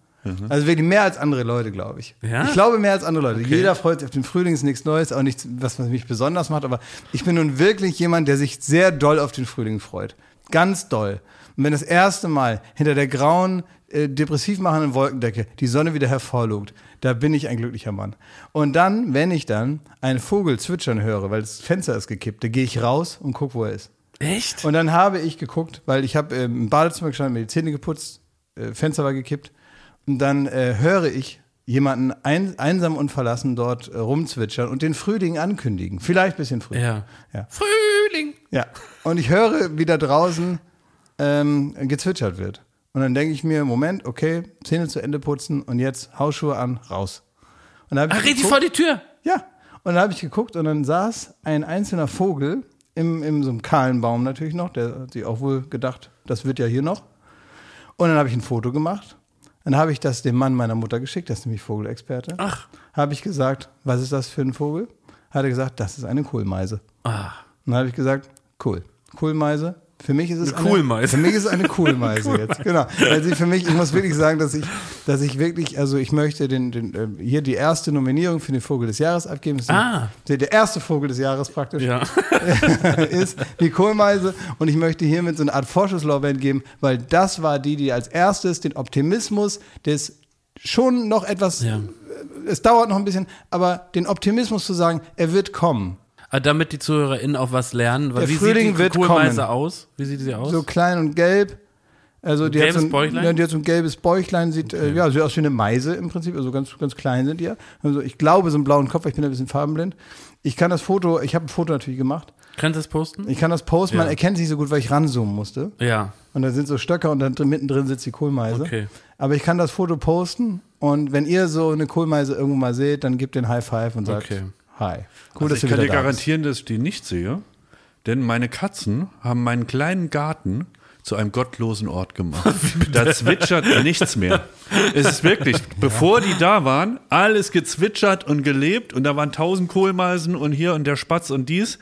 Speaker 1: Also wirklich mehr als andere Leute, glaube ich.
Speaker 3: Ja?
Speaker 1: Ich glaube mehr als andere Leute. Jeder freut sich auf den Frühling, ist nichts Neues, auch nichts, was mich besonders macht, aber ich bin nun wirklich jemand, der sich sehr doll auf den Frühling freut. Ganz doll. Und wenn das erste Mal hinter der grauen, äh, depressiv machenden Wolkendecke die Sonne wieder hervorlugt, da bin ich ein glücklicher Mann. Und dann, wenn ich dann einen Vogel zwitschern höre, weil das Fenster ist gekippt, da gehe ich raus und gucke, wo er ist.
Speaker 3: Echt?
Speaker 1: Und dann habe ich geguckt, weil ich habe ähm, im Badezimmer gestanden, mir die Zähne geputzt, äh, Fenster war gekippt. Und dann äh, höre ich jemanden ein, einsam und verlassen dort äh, rumzwitschern und den Frühling ankündigen. Vielleicht ein bisschen früher.
Speaker 3: Ja.
Speaker 1: Ja.
Speaker 3: Frühling.
Speaker 1: Ja. Und ich höre, wie da draußen ähm, gezwitschert wird. Und dann denke ich mir, Moment, okay, Zähne zu Ende putzen und jetzt Hausschuhe an, raus. Und dann habe ich
Speaker 3: Ach, richtig
Speaker 1: geguckt-
Speaker 3: vor die Tür.
Speaker 1: ja, und da habe ich geguckt und dann saß ein einzelner Vogel im, in so einem kahlen Baum natürlich noch, der hat sich auch wohl gedacht, das wird ja hier noch. Und dann habe ich ein Foto gemacht. Dann habe ich das dem Mann meiner Mutter geschickt, das ist nämlich Vogelexperte. Ach. Habe ich gesagt, was ist das für ein Vogel? Hat er gesagt, das ist eine Kohlmeise.
Speaker 3: Ah.
Speaker 1: dann habe ich gesagt, cool. Kohlmeise. Für mich ist es
Speaker 3: Eine Kohlmeise.
Speaker 1: Für mich ist es eine Kohlmeise jetzt. Genau. Also ich- für mich, ich muss wirklich sagen, dass ich, dass ich wirklich, also ich möchte den, den, ähm, hier die erste Nominierung für den Vogel des Jahres abgeben. Das ist
Speaker 3: Ah.
Speaker 1: der, der erste Vogel des Jahres praktisch
Speaker 3: Ja.
Speaker 1: ist die Kohlmeise. Und ich möchte hiermit so eine Art Vorschusslorbeeren geben, weil das war die, die als erstes den Optimismus des schon noch etwas, äh,
Speaker 3: Ja.
Speaker 1: es dauert noch ein bisschen, aber den Optimismus zu sagen, er wird kommen.
Speaker 3: Ah, Damit die ZuhörerInnen auch was lernen. Weil
Speaker 1: Der
Speaker 3: wie
Speaker 1: Frühling
Speaker 3: sieht die
Speaker 1: wird
Speaker 3: Kohlmeise
Speaker 1: kommen.
Speaker 3: aus? Wie sieht sie aus?
Speaker 1: So klein und gelb. Also die hat,
Speaker 3: gelbes
Speaker 1: so ein,
Speaker 3: Bäuchlein?
Speaker 1: Ja, die hat so ein gelbes Bäuchlein, sieht äh, ja so aus wie eine Meise im Prinzip, also ganz, ganz klein sind die. ja. Also ich glaube so einen blauen Kopf, weil ich bin ein bisschen farbenblind. Ich kann das Foto, ich habe ein Foto natürlich gemacht.
Speaker 3: Kannst du das posten?
Speaker 1: Ich kann das posten, man erkennt sie nicht so gut, weil ich ranzoomen musste.
Speaker 3: ja.
Speaker 1: Und da sind so Stöcker und dann drin- mittendrin sitzt die Kohlmeise.
Speaker 3: Okay.
Speaker 1: Aber ich kann das Foto posten und wenn ihr so eine Kohlmeise irgendwo mal seht, dann gebt den High Five und sagt
Speaker 3: Okay.
Speaker 1: Hi. Cool,
Speaker 2: Also
Speaker 1: dass
Speaker 2: ich
Speaker 1: ihr
Speaker 2: kann dir
Speaker 1: wieder da bist.
Speaker 2: garantieren, dass ich die nicht sehe, denn meine Katzen haben meinen kleinen Garten zu einem gottlosen Ort gemacht. da zwitschert nichts mehr. Es ist wirklich, bevor die da waren, alles gezwitschert und gelebt und da waren tausend Kohlmeisen und hier und der Spatz und dies.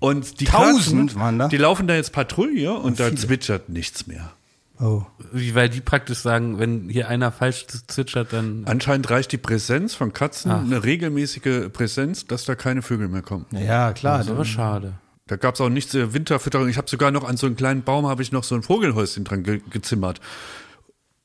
Speaker 2: Und die
Speaker 1: Tausend
Speaker 2: Katzen,
Speaker 1: waren da?
Speaker 2: die laufen da jetzt Patrouille und da zwitschert nichts mehr.
Speaker 1: Oh.
Speaker 3: Wie, weil die praktisch sagen, wenn hier einer falsch zwitschert,
Speaker 1: Ah.
Speaker 3: dann.
Speaker 2: Anscheinend reicht die Präsenz von Katzen, eine regelmäßige Präsenz, dass da keine Vögel mehr kommen.
Speaker 1: Ja, klar.
Speaker 3: Das ist aber schade.
Speaker 2: Da gab es auch nichts äh, Winterfütterung. Ich habe sogar noch an so einem kleinen Baum habe ich noch so ein Vogelhäuschen dran ge gezimmert.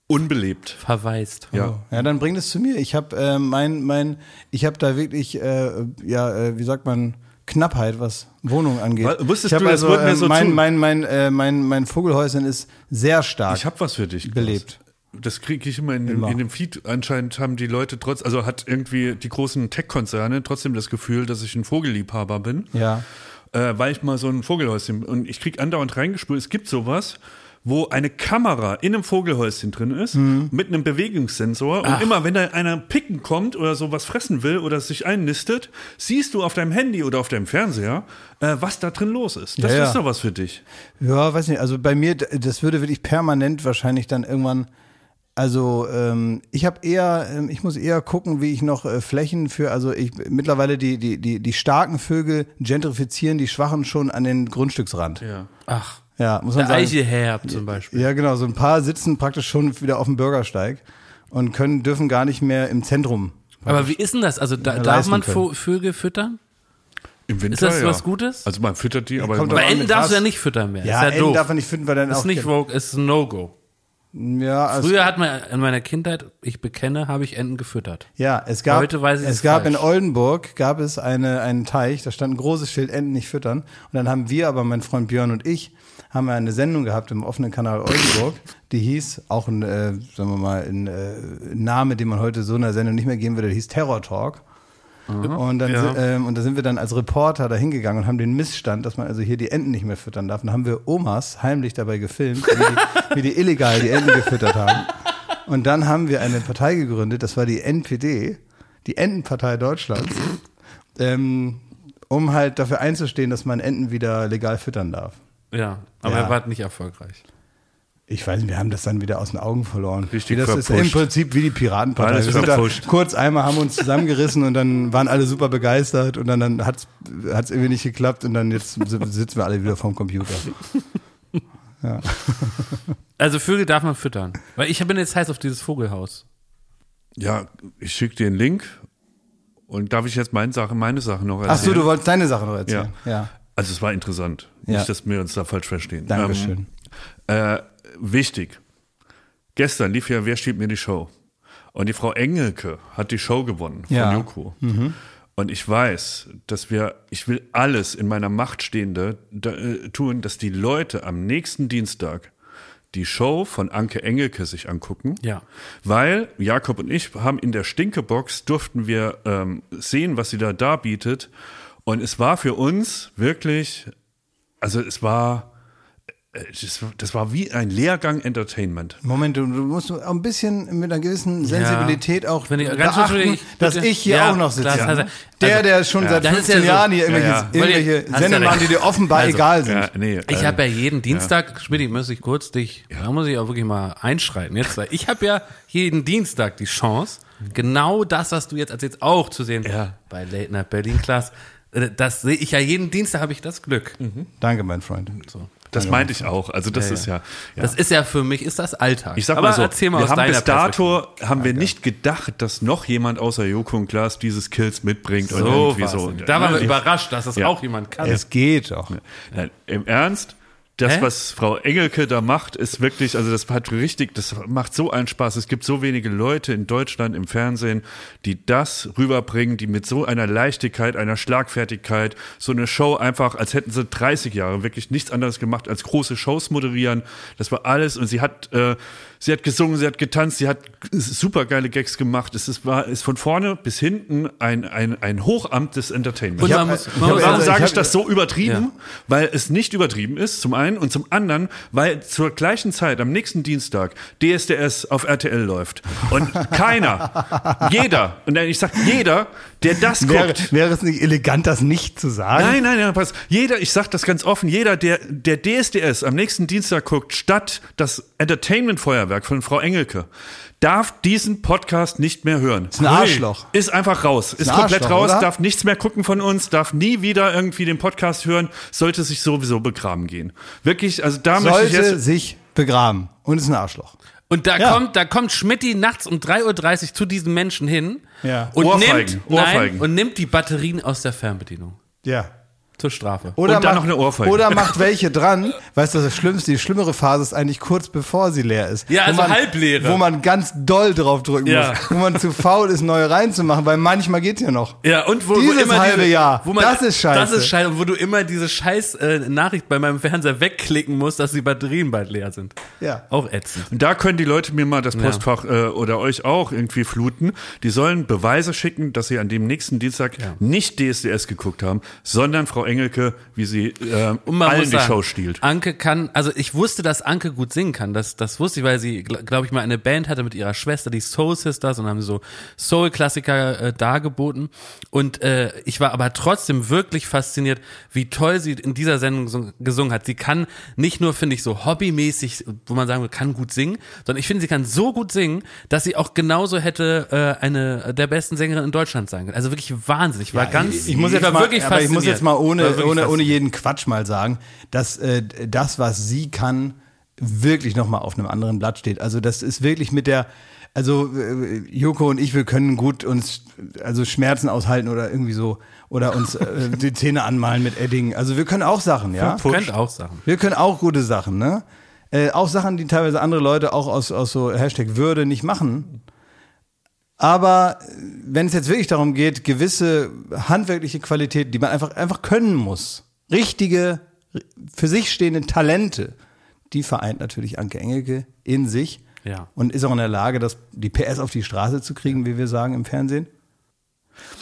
Speaker 2: Unbelebt.
Speaker 3: Verwaist.
Speaker 2: Ja.
Speaker 1: Ja, dann bring das zu mir. Ich habe äh, mein, mein, ich habe da wirklich, äh, ja, äh, wie sagt man, Knappheit, was Wohnung angeht.
Speaker 2: Wa- wusstest
Speaker 1: ich hab
Speaker 2: du, das wurde mir
Speaker 1: äh,
Speaker 2: so
Speaker 1: mein,
Speaker 2: zu-
Speaker 1: mein, mein, äh, mein, mein Vogelhäuschen ist sehr stark.
Speaker 2: Ich habe was für dich. Klaus.
Speaker 1: Belebt.
Speaker 2: Das kriege ich immer in, dem-
Speaker 1: Immer.
Speaker 2: in dem Feed. Anscheinend haben die Leute trotz, also hat irgendwie die großen Tech-Konzerne trotzdem das Gefühl, dass ich ein Vogelliebhaber bin.
Speaker 1: ja.
Speaker 2: äh, weil ich mal so ein Vogelhäuschen und ich krieg andauernd reingespült. Es gibt sowas, wo eine Kamera in einem Vogelhäuschen drin ist
Speaker 1: Mhm.
Speaker 2: mit einem Bewegungssensor und immer wenn da einer picken kommt oder so was fressen will oder sich einnistet, siehst du auf deinem Handy oder auf deinem Fernseher, äh, was da drin los ist. Das
Speaker 1: Ja, ja.
Speaker 2: ist doch was für dich.
Speaker 1: Ja, weiß nicht. Also bei mir, d- das würde wirklich permanent wahrscheinlich dann irgendwann. Also ähm, ich habe eher, ähm, ich muss eher gucken, wie ich noch äh, Flächen für, also ich mittlerweile die, die, die, die starken Vögel gentrifizieren die Schwachen schon an den Grundstücksrand. Ja,
Speaker 3: Ach.
Speaker 1: muss man
Speaker 3: Der
Speaker 1: sagen.
Speaker 3: Eicheherb zum Beispiel.
Speaker 1: Ja, genau. So ein paar sitzen praktisch schon wieder auf dem Bürgersteig und können, dürfen gar nicht mehr im Zentrum.
Speaker 3: Aber wie ist denn das? Also da,
Speaker 1: Ja,
Speaker 3: darf
Speaker 1: leisten
Speaker 3: man
Speaker 1: können.
Speaker 3: Vo- Vögel füttern?
Speaker 2: Im Winter.
Speaker 3: das
Speaker 2: ja.
Speaker 3: was Gutes?
Speaker 2: Also man füttert die, aber
Speaker 1: kommt doch
Speaker 2: man,
Speaker 3: Bei
Speaker 1: an
Speaker 3: Enten
Speaker 1: mit
Speaker 3: darfst du ja
Speaker 1: Gras.
Speaker 3: nicht füttern mehr.
Speaker 1: Ja,
Speaker 3: ist ja
Speaker 1: Enten
Speaker 3: doof.
Speaker 1: darf man nicht finden, weil dann
Speaker 3: ist
Speaker 1: auch.
Speaker 3: nicht woke, ist ein No-Go.
Speaker 1: ja, es,
Speaker 2: Also
Speaker 3: Früher hat man in meiner Kindheit, ich bekenne, habe ich Enten gefüttert.
Speaker 1: ja, es gab,
Speaker 3: Heute weiß ich, es
Speaker 1: es
Speaker 3: ist
Speaker 1: gab
Speaker 3: falsch.
Speaker 1: in Oldenburg gab es eine, einen Teich, da stand ein großes Schild Enten nicht füttern. Und dann haben wir, aber mein Freund Björn und ich, haben wir eine Sendung gehabt im offenen Kanal Oldenburg, die hieß auch ein, äh, sagen wir mal, ein äh, Name, den man heute so einer Sendung nicht mehr geben würde, der hieß Terror Talk.
Speaker 3: Mhm.
Speaker 1: Und, dann, si- ähm, und da sind wir dann als Reporter da hingegangen und haben den Missstand, dass man also hier die Enten nicht mehr füttern darf. Und da haben wir Omas heimlich dabei gefilmt, wie die, wie die illegal die Enten gefüttert haben. Und dann haben wir eine Partei gegründet, das war die NPD, die Entenpartei Deutschlands, ähm, um halt dafür einzustehen, dass man Enten wieder legal füttern darf.
Speaker 3: Ja, aber
Speaker 1: Ja.
Speaker 3: er war nicht erfolgreich.
Speaker 1: Ich weiß nicht, wir haben das dann wieder aus den Augen verloren.
Speaker 2: Richtig
Speaker 1: wie das ist im
Speaker 2: verpfuscht.
Speaker 1: Prinzip wie die Piratenpartei.
Speaker 2: Alles
Speaker 1: wir sind da
Speaker 2: verpfuscht.
Speaker 1: kurz einmal haben wir uns zusammengerissen und dann waren alle super begeistert und dann, dann hat es irgendwie nicht geklappt und dann jetzt si- sitzen wir alle wieder vorm Computer.
Speaker 3: Also Vögel darf man füttern. Weil ich bin jetzt heiß auf dieses Vogelhaus.
Speaker 2: ja, ich schicke dir einen Link und darf ich jetzt meine Sache, meine Sache noch erzählen?
Speaker 1: Ach so, du wolltest deine Sache noch erzählen.
Speaker 2: Ja.
Speaker 1: Ja.
Speaker 2: Also es war interessant.
Speaker 1: Ja.
Speaker 2: Nicht, dass wir uns da falsch verstehen.
Speaker 1: Dankeschön.
Speaker 2: Ähm, äh, wichtig. Gestern lief ja Wer schiebt mir die Show? Und die Frau Engelke hat die Show gewonnen von
Speaker 1: Ja.
Speaker 2: Joko. Und ich weiß, dass wir, ich will alles in meiner Macht Stehende da, äh, tun, dass die Leute am nächsten Dienstag die Show von Anke Engelke sich angucken.
Speaker 3: Ja.
Speaker 2: Weil Jakob und ich haben in der Stinkebox durften wir ähm, sehen, was sie da darbietet. Und es war für uns wirklich, also es war, äh, das, das war wie ein Lehrgang Entertainment.
Speaker 1: Moment, du, du musst auch ein bisschen mit einer gewissen Sensibilität auch
Speaker 3: Wenn ich- ganz
Speaker 1: beachten,
Speaker 3: natürlich,
Speaker 1: dass
Speaker 3: bitte.
Speaker 1: ich hier
Speaker 3: Ja,
Speaker 1: auch noch sitze.
Speaker 3: klar, das heißt ja.
Speaker 1: der,
Speaker 3: Also,
Speaker 1: der schon
Speaker 3: ja.
Speaker 1: seit
Speaker 3: Das ist
Speaker 1: 15
Speaker 3: ja so.
Speaker 1: Jahren hier irgendwelche,
Speaker 2: Ja,
Speaker 3: ja.
Speaker 1: irgendwelche
Speaker 3: Hast ja
Speaker 1: Sendungen
Speaker 3: recht.
Speaker 1: machen, die dir offenbar
Speaker 3: Also,
Speaker 1: egal sind.
Speaker 2: nee,
Speaker 3: Ich
Speaker 2: äh,
Speaker 3: habe ja jeden Dienstag, Schmidt, muss ich kurz dich, da muss ich auch wirklich mal einschreiten jetzt, weil ich habe ja jeden Dienstag die Chance, genau das, was du jetzt als jetzt auch zu sehen
Speaker 2: Ja.
Speaker 3: bei Late Night Berlin Class, äh, das sehe ich ja jeden Dienstag, habe ich das Glück.
Speaker 1: Danke, mein Freund.
Speaker 2: Das meinte ich auch. Also das ist ja. ja.
Speaker 3: Das ist ja für mich, ist das Alltag.
Speaker 2: ich sag
Speaker 3: Aber
Speaker 2: mal so,
Speaker 3: erzähl mal
Speaker 2: wir
Speaker 3: aus
Speaker 2: haben
Speaker 3: deiner
Speaker 2: bis dato haben wir nicht gedacht, dass noch jemand außer Joko und Klaas diese Skills mitbringt und
Speaker 3: So,
Speaker 2: irgendwie so. ne?
Speaker 3: war's. da waren wir
Speaker 2: Ja.
Speaker 3: überrascht, dass das
Speaker 2: Ja.
Speaker 3: auch jemand kann.
Speaker 1: Es geht doch.
Speaker 2: Nein, Im Ernst, das,
Speaker 3: Hä?
Speaker 2: was Frau Engelke da macht, ist wirklich, also das hat richtig, das macht so einen Spaß. Es gibt so wenige Leute in Deutschland im Fernsehen, die das rüberbringen, die mit so einer Leichtigkeit, einer Schlagfertigkeit, so eine Show einfach, als hätten sie 30 Jahre wirklich nichts anderes gemacht, als große Shows moderieren. Das war alles und sie hat, äh, sie hat gesungen, sie hat getanzt, sie hat super geile Gags gemacht. Es ist, war, ist von vorne bis hinten ein, ein, ein Hochamt des Entertainments.
Speaker 3: Und
Speaker 1: Ich
Speaker 3: man
Speaker 1: hab-
Speaker 3: muss,
Speaker 1: ich
Speaker 3: man
Speaker 1: hab-
Speaker 3: muss
Speaker 2: Warum
Speaker 1: Also, ich
Speaker 2: sage ich
Speaker 1: hab-
Speaker 2: das so übertrieben?
Speaker 3: Ja.
Speaker 2: Weil es nicht übertrieben ist, zum einen. Und zum anderen, weil zur gleichen Zeit, am nächsten Dienstag, DSDS auf RTL läuft. Und keiner, jeder, und nein, ich sag jeder, der das
Speaker 1: Wäre,
Speaker 2: guckt.
Speaker 1: wäre es nicht elegant, das nicht zu sagen?
Speaker 2: Nein, nein, nein, pass. Jeder, ich sag das ganz offen, jeder, der, der DSDS am nächsten Dienstag guckt, statt das Entertainment-Feuerwerk von Frau Engelke, darf diesen Podcast nicht mehr hören.
Speaker 1: Ist ein Arschloch.
Speaker 2: Ist einfach raus. Ist,
Speaker 1: ein
Speaker 2: komplett
Speaker 1: Arschloch,
Speaker 2: raus,
Speaker 1: oder?
Speaker 2: darf nichts mehr gucken von uns, darf nie wieder irgendwie den Podcast hören, sollte sich sowieso begraben gehen. Wirklich, also da möchte ich
Speaker 1: Sollte
Speaker 2: jetzt.
Speaker 1: sich begraben und ist ein Arschloch.
Speaker 3: Und da
Speaker 1: Ja.
Speaker 3: kommt, da kommt Schmidti nachts um 3.30 Uhr zu diesen Menschen hin
Speaker 1: Ja.
Speaker 3: und,
Speaker 2: Ohrfeigen,
Speaker 3: nimmt,
Speaker 2: Ohrfeigen.
Speaker 3: nein, und nimmt die Batterien aus der Fernbedienung.
Speaker 1: Ja.
Speaker 3: Zur Strafe.
Speaker 1: Oder
Speaker 2: Und dann
Speaker 1: macht,
Speaker 2: noch eine Ohrfeige.
Speaker 1: Oder macht welche dran. Weißt du, das Schlimmste, die schlimmere Phase ist eigentlich kurz bevor sie leer ist.
Speaker 3: Ja,
Speaker 1: Wo
Speaker 3: also
Speaker 1: man-
Speaker 3: halbleere.
Speaker 1: Wo man ganz doll drauf drücken
Speaker 3: Ja.
Speaker 1: muss. Wo man zu faul ist, neue reinzumachen, weil manchmal geht ja noch.
Speaker 3: Ja, und wo,
Speaker 1: Dieses
Speaker 3: wo immer
Speaker 1: halbe
Speaker 3: diese,
Speaker 1: Jahr.
Speaker 3: Wo man,
Speaker 1: Das ist scheiße.
Speaker 3: Das ist scheiße, wo du immer diese scheiß äh, Nachricht bei meinem Fernseher wegklicken musst, dass die Batterien bald leer sind.
Speaker 1: Ja.
Speaker 3: Auch ätzend.
Speaker 2: Und da können die Leute mir mal das Postfach äh, oder euch auch irgendwie fluten. Die sollen Beweise schicken, dass sie an dem nächsten Dienstag nicht DSDS geguckt haben, sondern Frau Engelke, wie sie äh,
Speaker 3: Und man
Speaker 2: allen
Speaker 3: muss
Speaker 2: die
Speaker 3: sagen,
Speaker 2: Show stiehlt.
Speaker 3: Anke kann, also ich wusste, dass Anke gut singen kann. Das, das wusste ich, weil sie, glaube ich, mal eine Band hatte mit ihrer Schwester, die Soul Sisters, und haben so Soul-Klassiker äh, dargeboten. Und äh, ich war aber trotzdem wirklich fasziniert, wie toll sie in dieser Sendung so- gesungen hat. Sie kann nicht nur, finde ich, so hobbymäßig, wo man sagen würde, kann gut singen, sondern ich finde, sie kann so gut singen, dass sie auch genauso hätte äh, eine der besten Sängerinnen in Deutschland sein können. Also wirklich wahnsinnig. Ich war ganz,
Speaker 1: ich muss jetzt
Speaker 3: war
Speaker 1: mal,
Speaker 3: wirklich
Speaker 1: aber ich muss
Speaker 3: fasziniert.
Speaker 1: jetzt mal
Speaker 3: War
Speaker 1: ohne,
Speaker 3: wirklich
Speaker 1: ohne, ohne
Speaker 3: fasziniert.
Speaker 1: jeden Quatsch mal sagen, dass äh, das, was sie kann, wirklich nochmal auf einem anderen Blatt steht. Also das ist wirklich mit der, also äh, Joko und ich, wir können gut uns, also Schmerzen aushalten oder irgendwie so, oder uns äh, die Zähne anmalen mit Edding. Also wir können auch Sachen, ja.
Speaker 3: Ah, Könnt auch Sachen.
Speaker 1: Wir können auch gute Sachen, ne? Äh, auch Sachen, die teilweise andere Leute auch aus, aus so Hashtag Würde nicht machen. Aber äh, wenn es jetzt wirklich darum geht, gewisse handwerkliche Qualitäten, die man einfach, einfach können muss, richtige, r- für sich stehende Talente, die vereint natürlich Anke Engelke in sich
Speaker 3: Ja.
Speaker 1: und ist auch in der Lage, das, die PS auf die Straße zu kriegen, wie wir sagen im Fernsehen.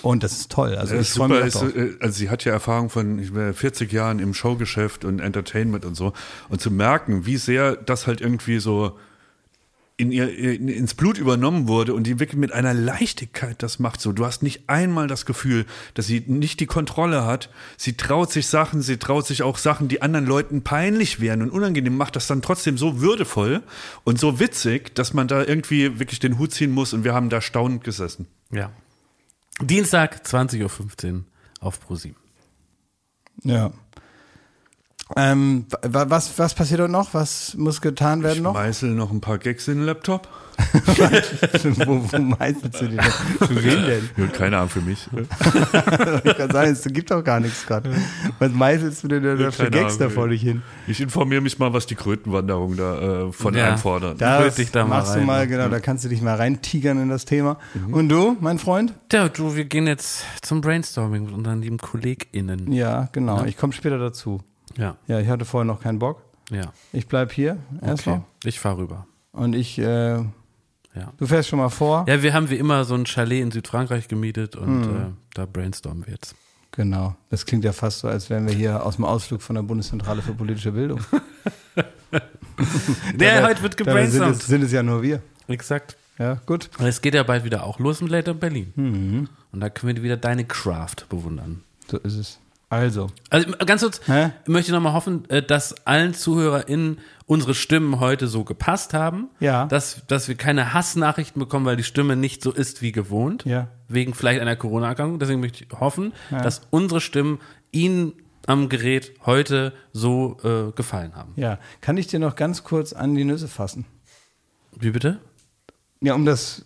Speaker 1: Und das ist toll. Also
Speaker 2: Äh,
Speaker 1: ich freue mich auch
Speaker 2: ist,
Speaker 1: drauf.
Speaker 2: äh, also sie hat ja Erfahrung von ich meine, 40 Jahren im Showgeschäft und Entertainment und so. Und zu merken, wie sehr das halt irgendwie so in ihr, in, ins Blut übernommen wurde und die wirklich mit einer Leichtigkeit das macht. So, du hast nicht einmal das Gefühl, dass sie nicht die Kontrolle hat. Sie traut sich Sachen, sie traut sich auch Sachen, die anderen Leuten peinlich wären und unangenehm, macht das dann trotzdem so würdevoll und so witzig, dass man da irgendwie wirklich den Hut ziehen muss und wir haben da staunend gesessen.
Speaker 3: Ja. Dienstag, 20.15 Uhr auf ProSieben.
Speaker 1: Ja. Ähm, wa- was, was passiert dort noch? Was muss getan werden noch?
Speaker 2: Meißel noch ein paar Gags in den Laptop.
Speaker 1: wo wo meißelst du den denn? Für wen denn?
Speaker 2: Ja, keine Ahnung für mich.
Speaker 1: Ich kann sagen, es gibt doch gar nichts gerade. Was meißelst du denn da für
Speaker 2: keine
Speaker 1: Gags da
Speaker 2: Ahnung,
Speaker 1: vor
Speaker 2: ey.
Speaker 1: dich hin?
Speaker 2: Ich informiere mich mal, was die Krötenwanderung da äh, von
Speaker 3: Ja.
Speaker 2: einem fordert.
Speaker 1: Das
Speaker 3: dich da mal
Speaker 1: machst du
Speaker 3: rein,
Speaker 1: mal,
Speaker 3: ne?
Speaker 1: genau, da kannst du dich mal reintigern in das Thema. Und du, mein Freund?
Speaker 3: Ja, du, wir gehen jetzt zum Brainstorming mit unseren lieben KollegInnen.
Speaker 1: Ja, genau. Ich komme später dazu.
Speaker 3: Ja,
Speaker 1: Ja, ich hatte vorher noch keinen Bock.
Speaker 3: ja.
Speaker 1: Ich bleib hier erstmal.
Speaker 3: Okay. Ich fahr rüber.
Speaker 1: Und ich, äh,
Speaker 3: Ja.
Speaker 1: du fährst schon mal vor.
Speaker 3: Ja, wir haben wie immer so ein Chalet in Südfrankreich gemietet und
Speaker 1: Mhm.
Speaker 3: äh, da brainstormen wir jetzt.
Speaker 1: Genau. Das klingt ja fast so, als wären wir hier aus dem Ausflug von der Bundeszentrale für politische Bildung.
Speaker 3: Der
Speaker 1: Dabei
Speaker 3: heute wird
Speaker 1: sind es,
Speaker 3: gebrainstormt.
Speaker 1: sind es ja nur wir.
Speaker 3: Exakt.
Speaker 1: Ja, gut.
Speaker 3: Und es geht ja bald
Speaker 1: Mhm.
Speaker 3: wieder auch los mit Later Berlin. Und da können wir wieder deine Craft bewundern.
Speaker 1: So ist es.
Speaker 8: Also.
Speaker 3: Also ganz kurz,
Speaker 1: Hä?
Speaker 3: möchte ich nochmal hoffen, äh, dass allen ZuhörerInnen unsere Stimmen heute so gepasst haben,
Speaker 1: Ja.
Speaker 3: dass, dass wir keine Hassnachrichten bekommen, weil die Stimme nicht so ist wie gewohnt,
Speaker 1: Ja.
Speaker 3: wegen vielleicht einer Corona-Erkrankung. Deswegen möchte ich hoffen, dass unsere Stimmen Ihnen am Gerät heute so äh, gefallen haben.
Speaker 1: Ja. Kann ich dir noch ganz kurz an die Nüsse fassen?
Speaker 3: Wie bitte?
Speaker 1: Ja, um das,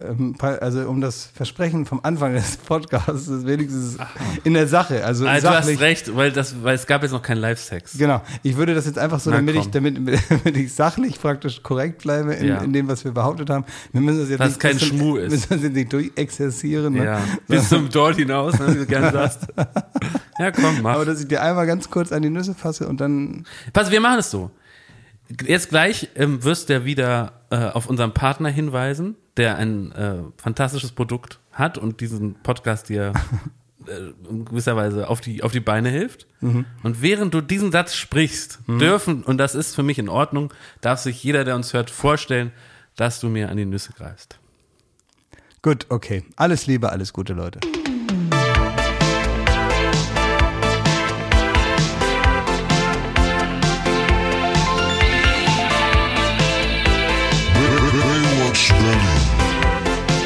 Speaker 1: ähm, pa- also um das Versprechen vom Anfang des Podcasts ist wenigstens in der Sache. Also,
Speaker 3: Also, du hast
Speaker 1: sachlich-
Speaker 3: recht, weil, das, weil es gab jetzt noch keinen Live-Sex.
Speaker 1: Genau. Ich würde das jetzt einfach so,
Speaker 3: Na,
Speaker 1: damit ich,
Speaker 3: komm.
Speaker 1: damit, damit ich sachlich praktisch korrekt bleibe in,
Speaker 3: Ja.
Speaker 1: in dem, was wir behauptet haben. Wir müssen das jetzt
Speaker 3: Dass kein
Speaker 1: bis zum-
Speaker 3: Schmuh ist.
Speaker 1: Müssen das jetzt nicht durchexerzieren. Ne?
Speaker 3: Ja. Bis zum Dort hinaus, ne, wie du gerne sagst. Ja, komm, mach.
Speaker 1: Aber dass ich dir einmal ganz kurz an die Nüsse fasse und dann.
Speaker 3: Pass, wir machen es so. Jetzt gleich ähm, wirst du ja wieder äh, auf unseren Partner hinweisen, der ein äh, fantastisches Produkt hat und diesen Podcast dir äh, in gewisser Weise auf die, auf die Beine hilft. Und während du diesen Satz sprichst, dürfen, und das ist für mich in Ordnung, darf sich jeder, der uns hört, vorstellen, dass du mir an die Nüsse greifst.
Speaker 1: Gut, okay. Alles Liebe, alles Gute, Leute.
Speaker 9: Baywatch Berlin.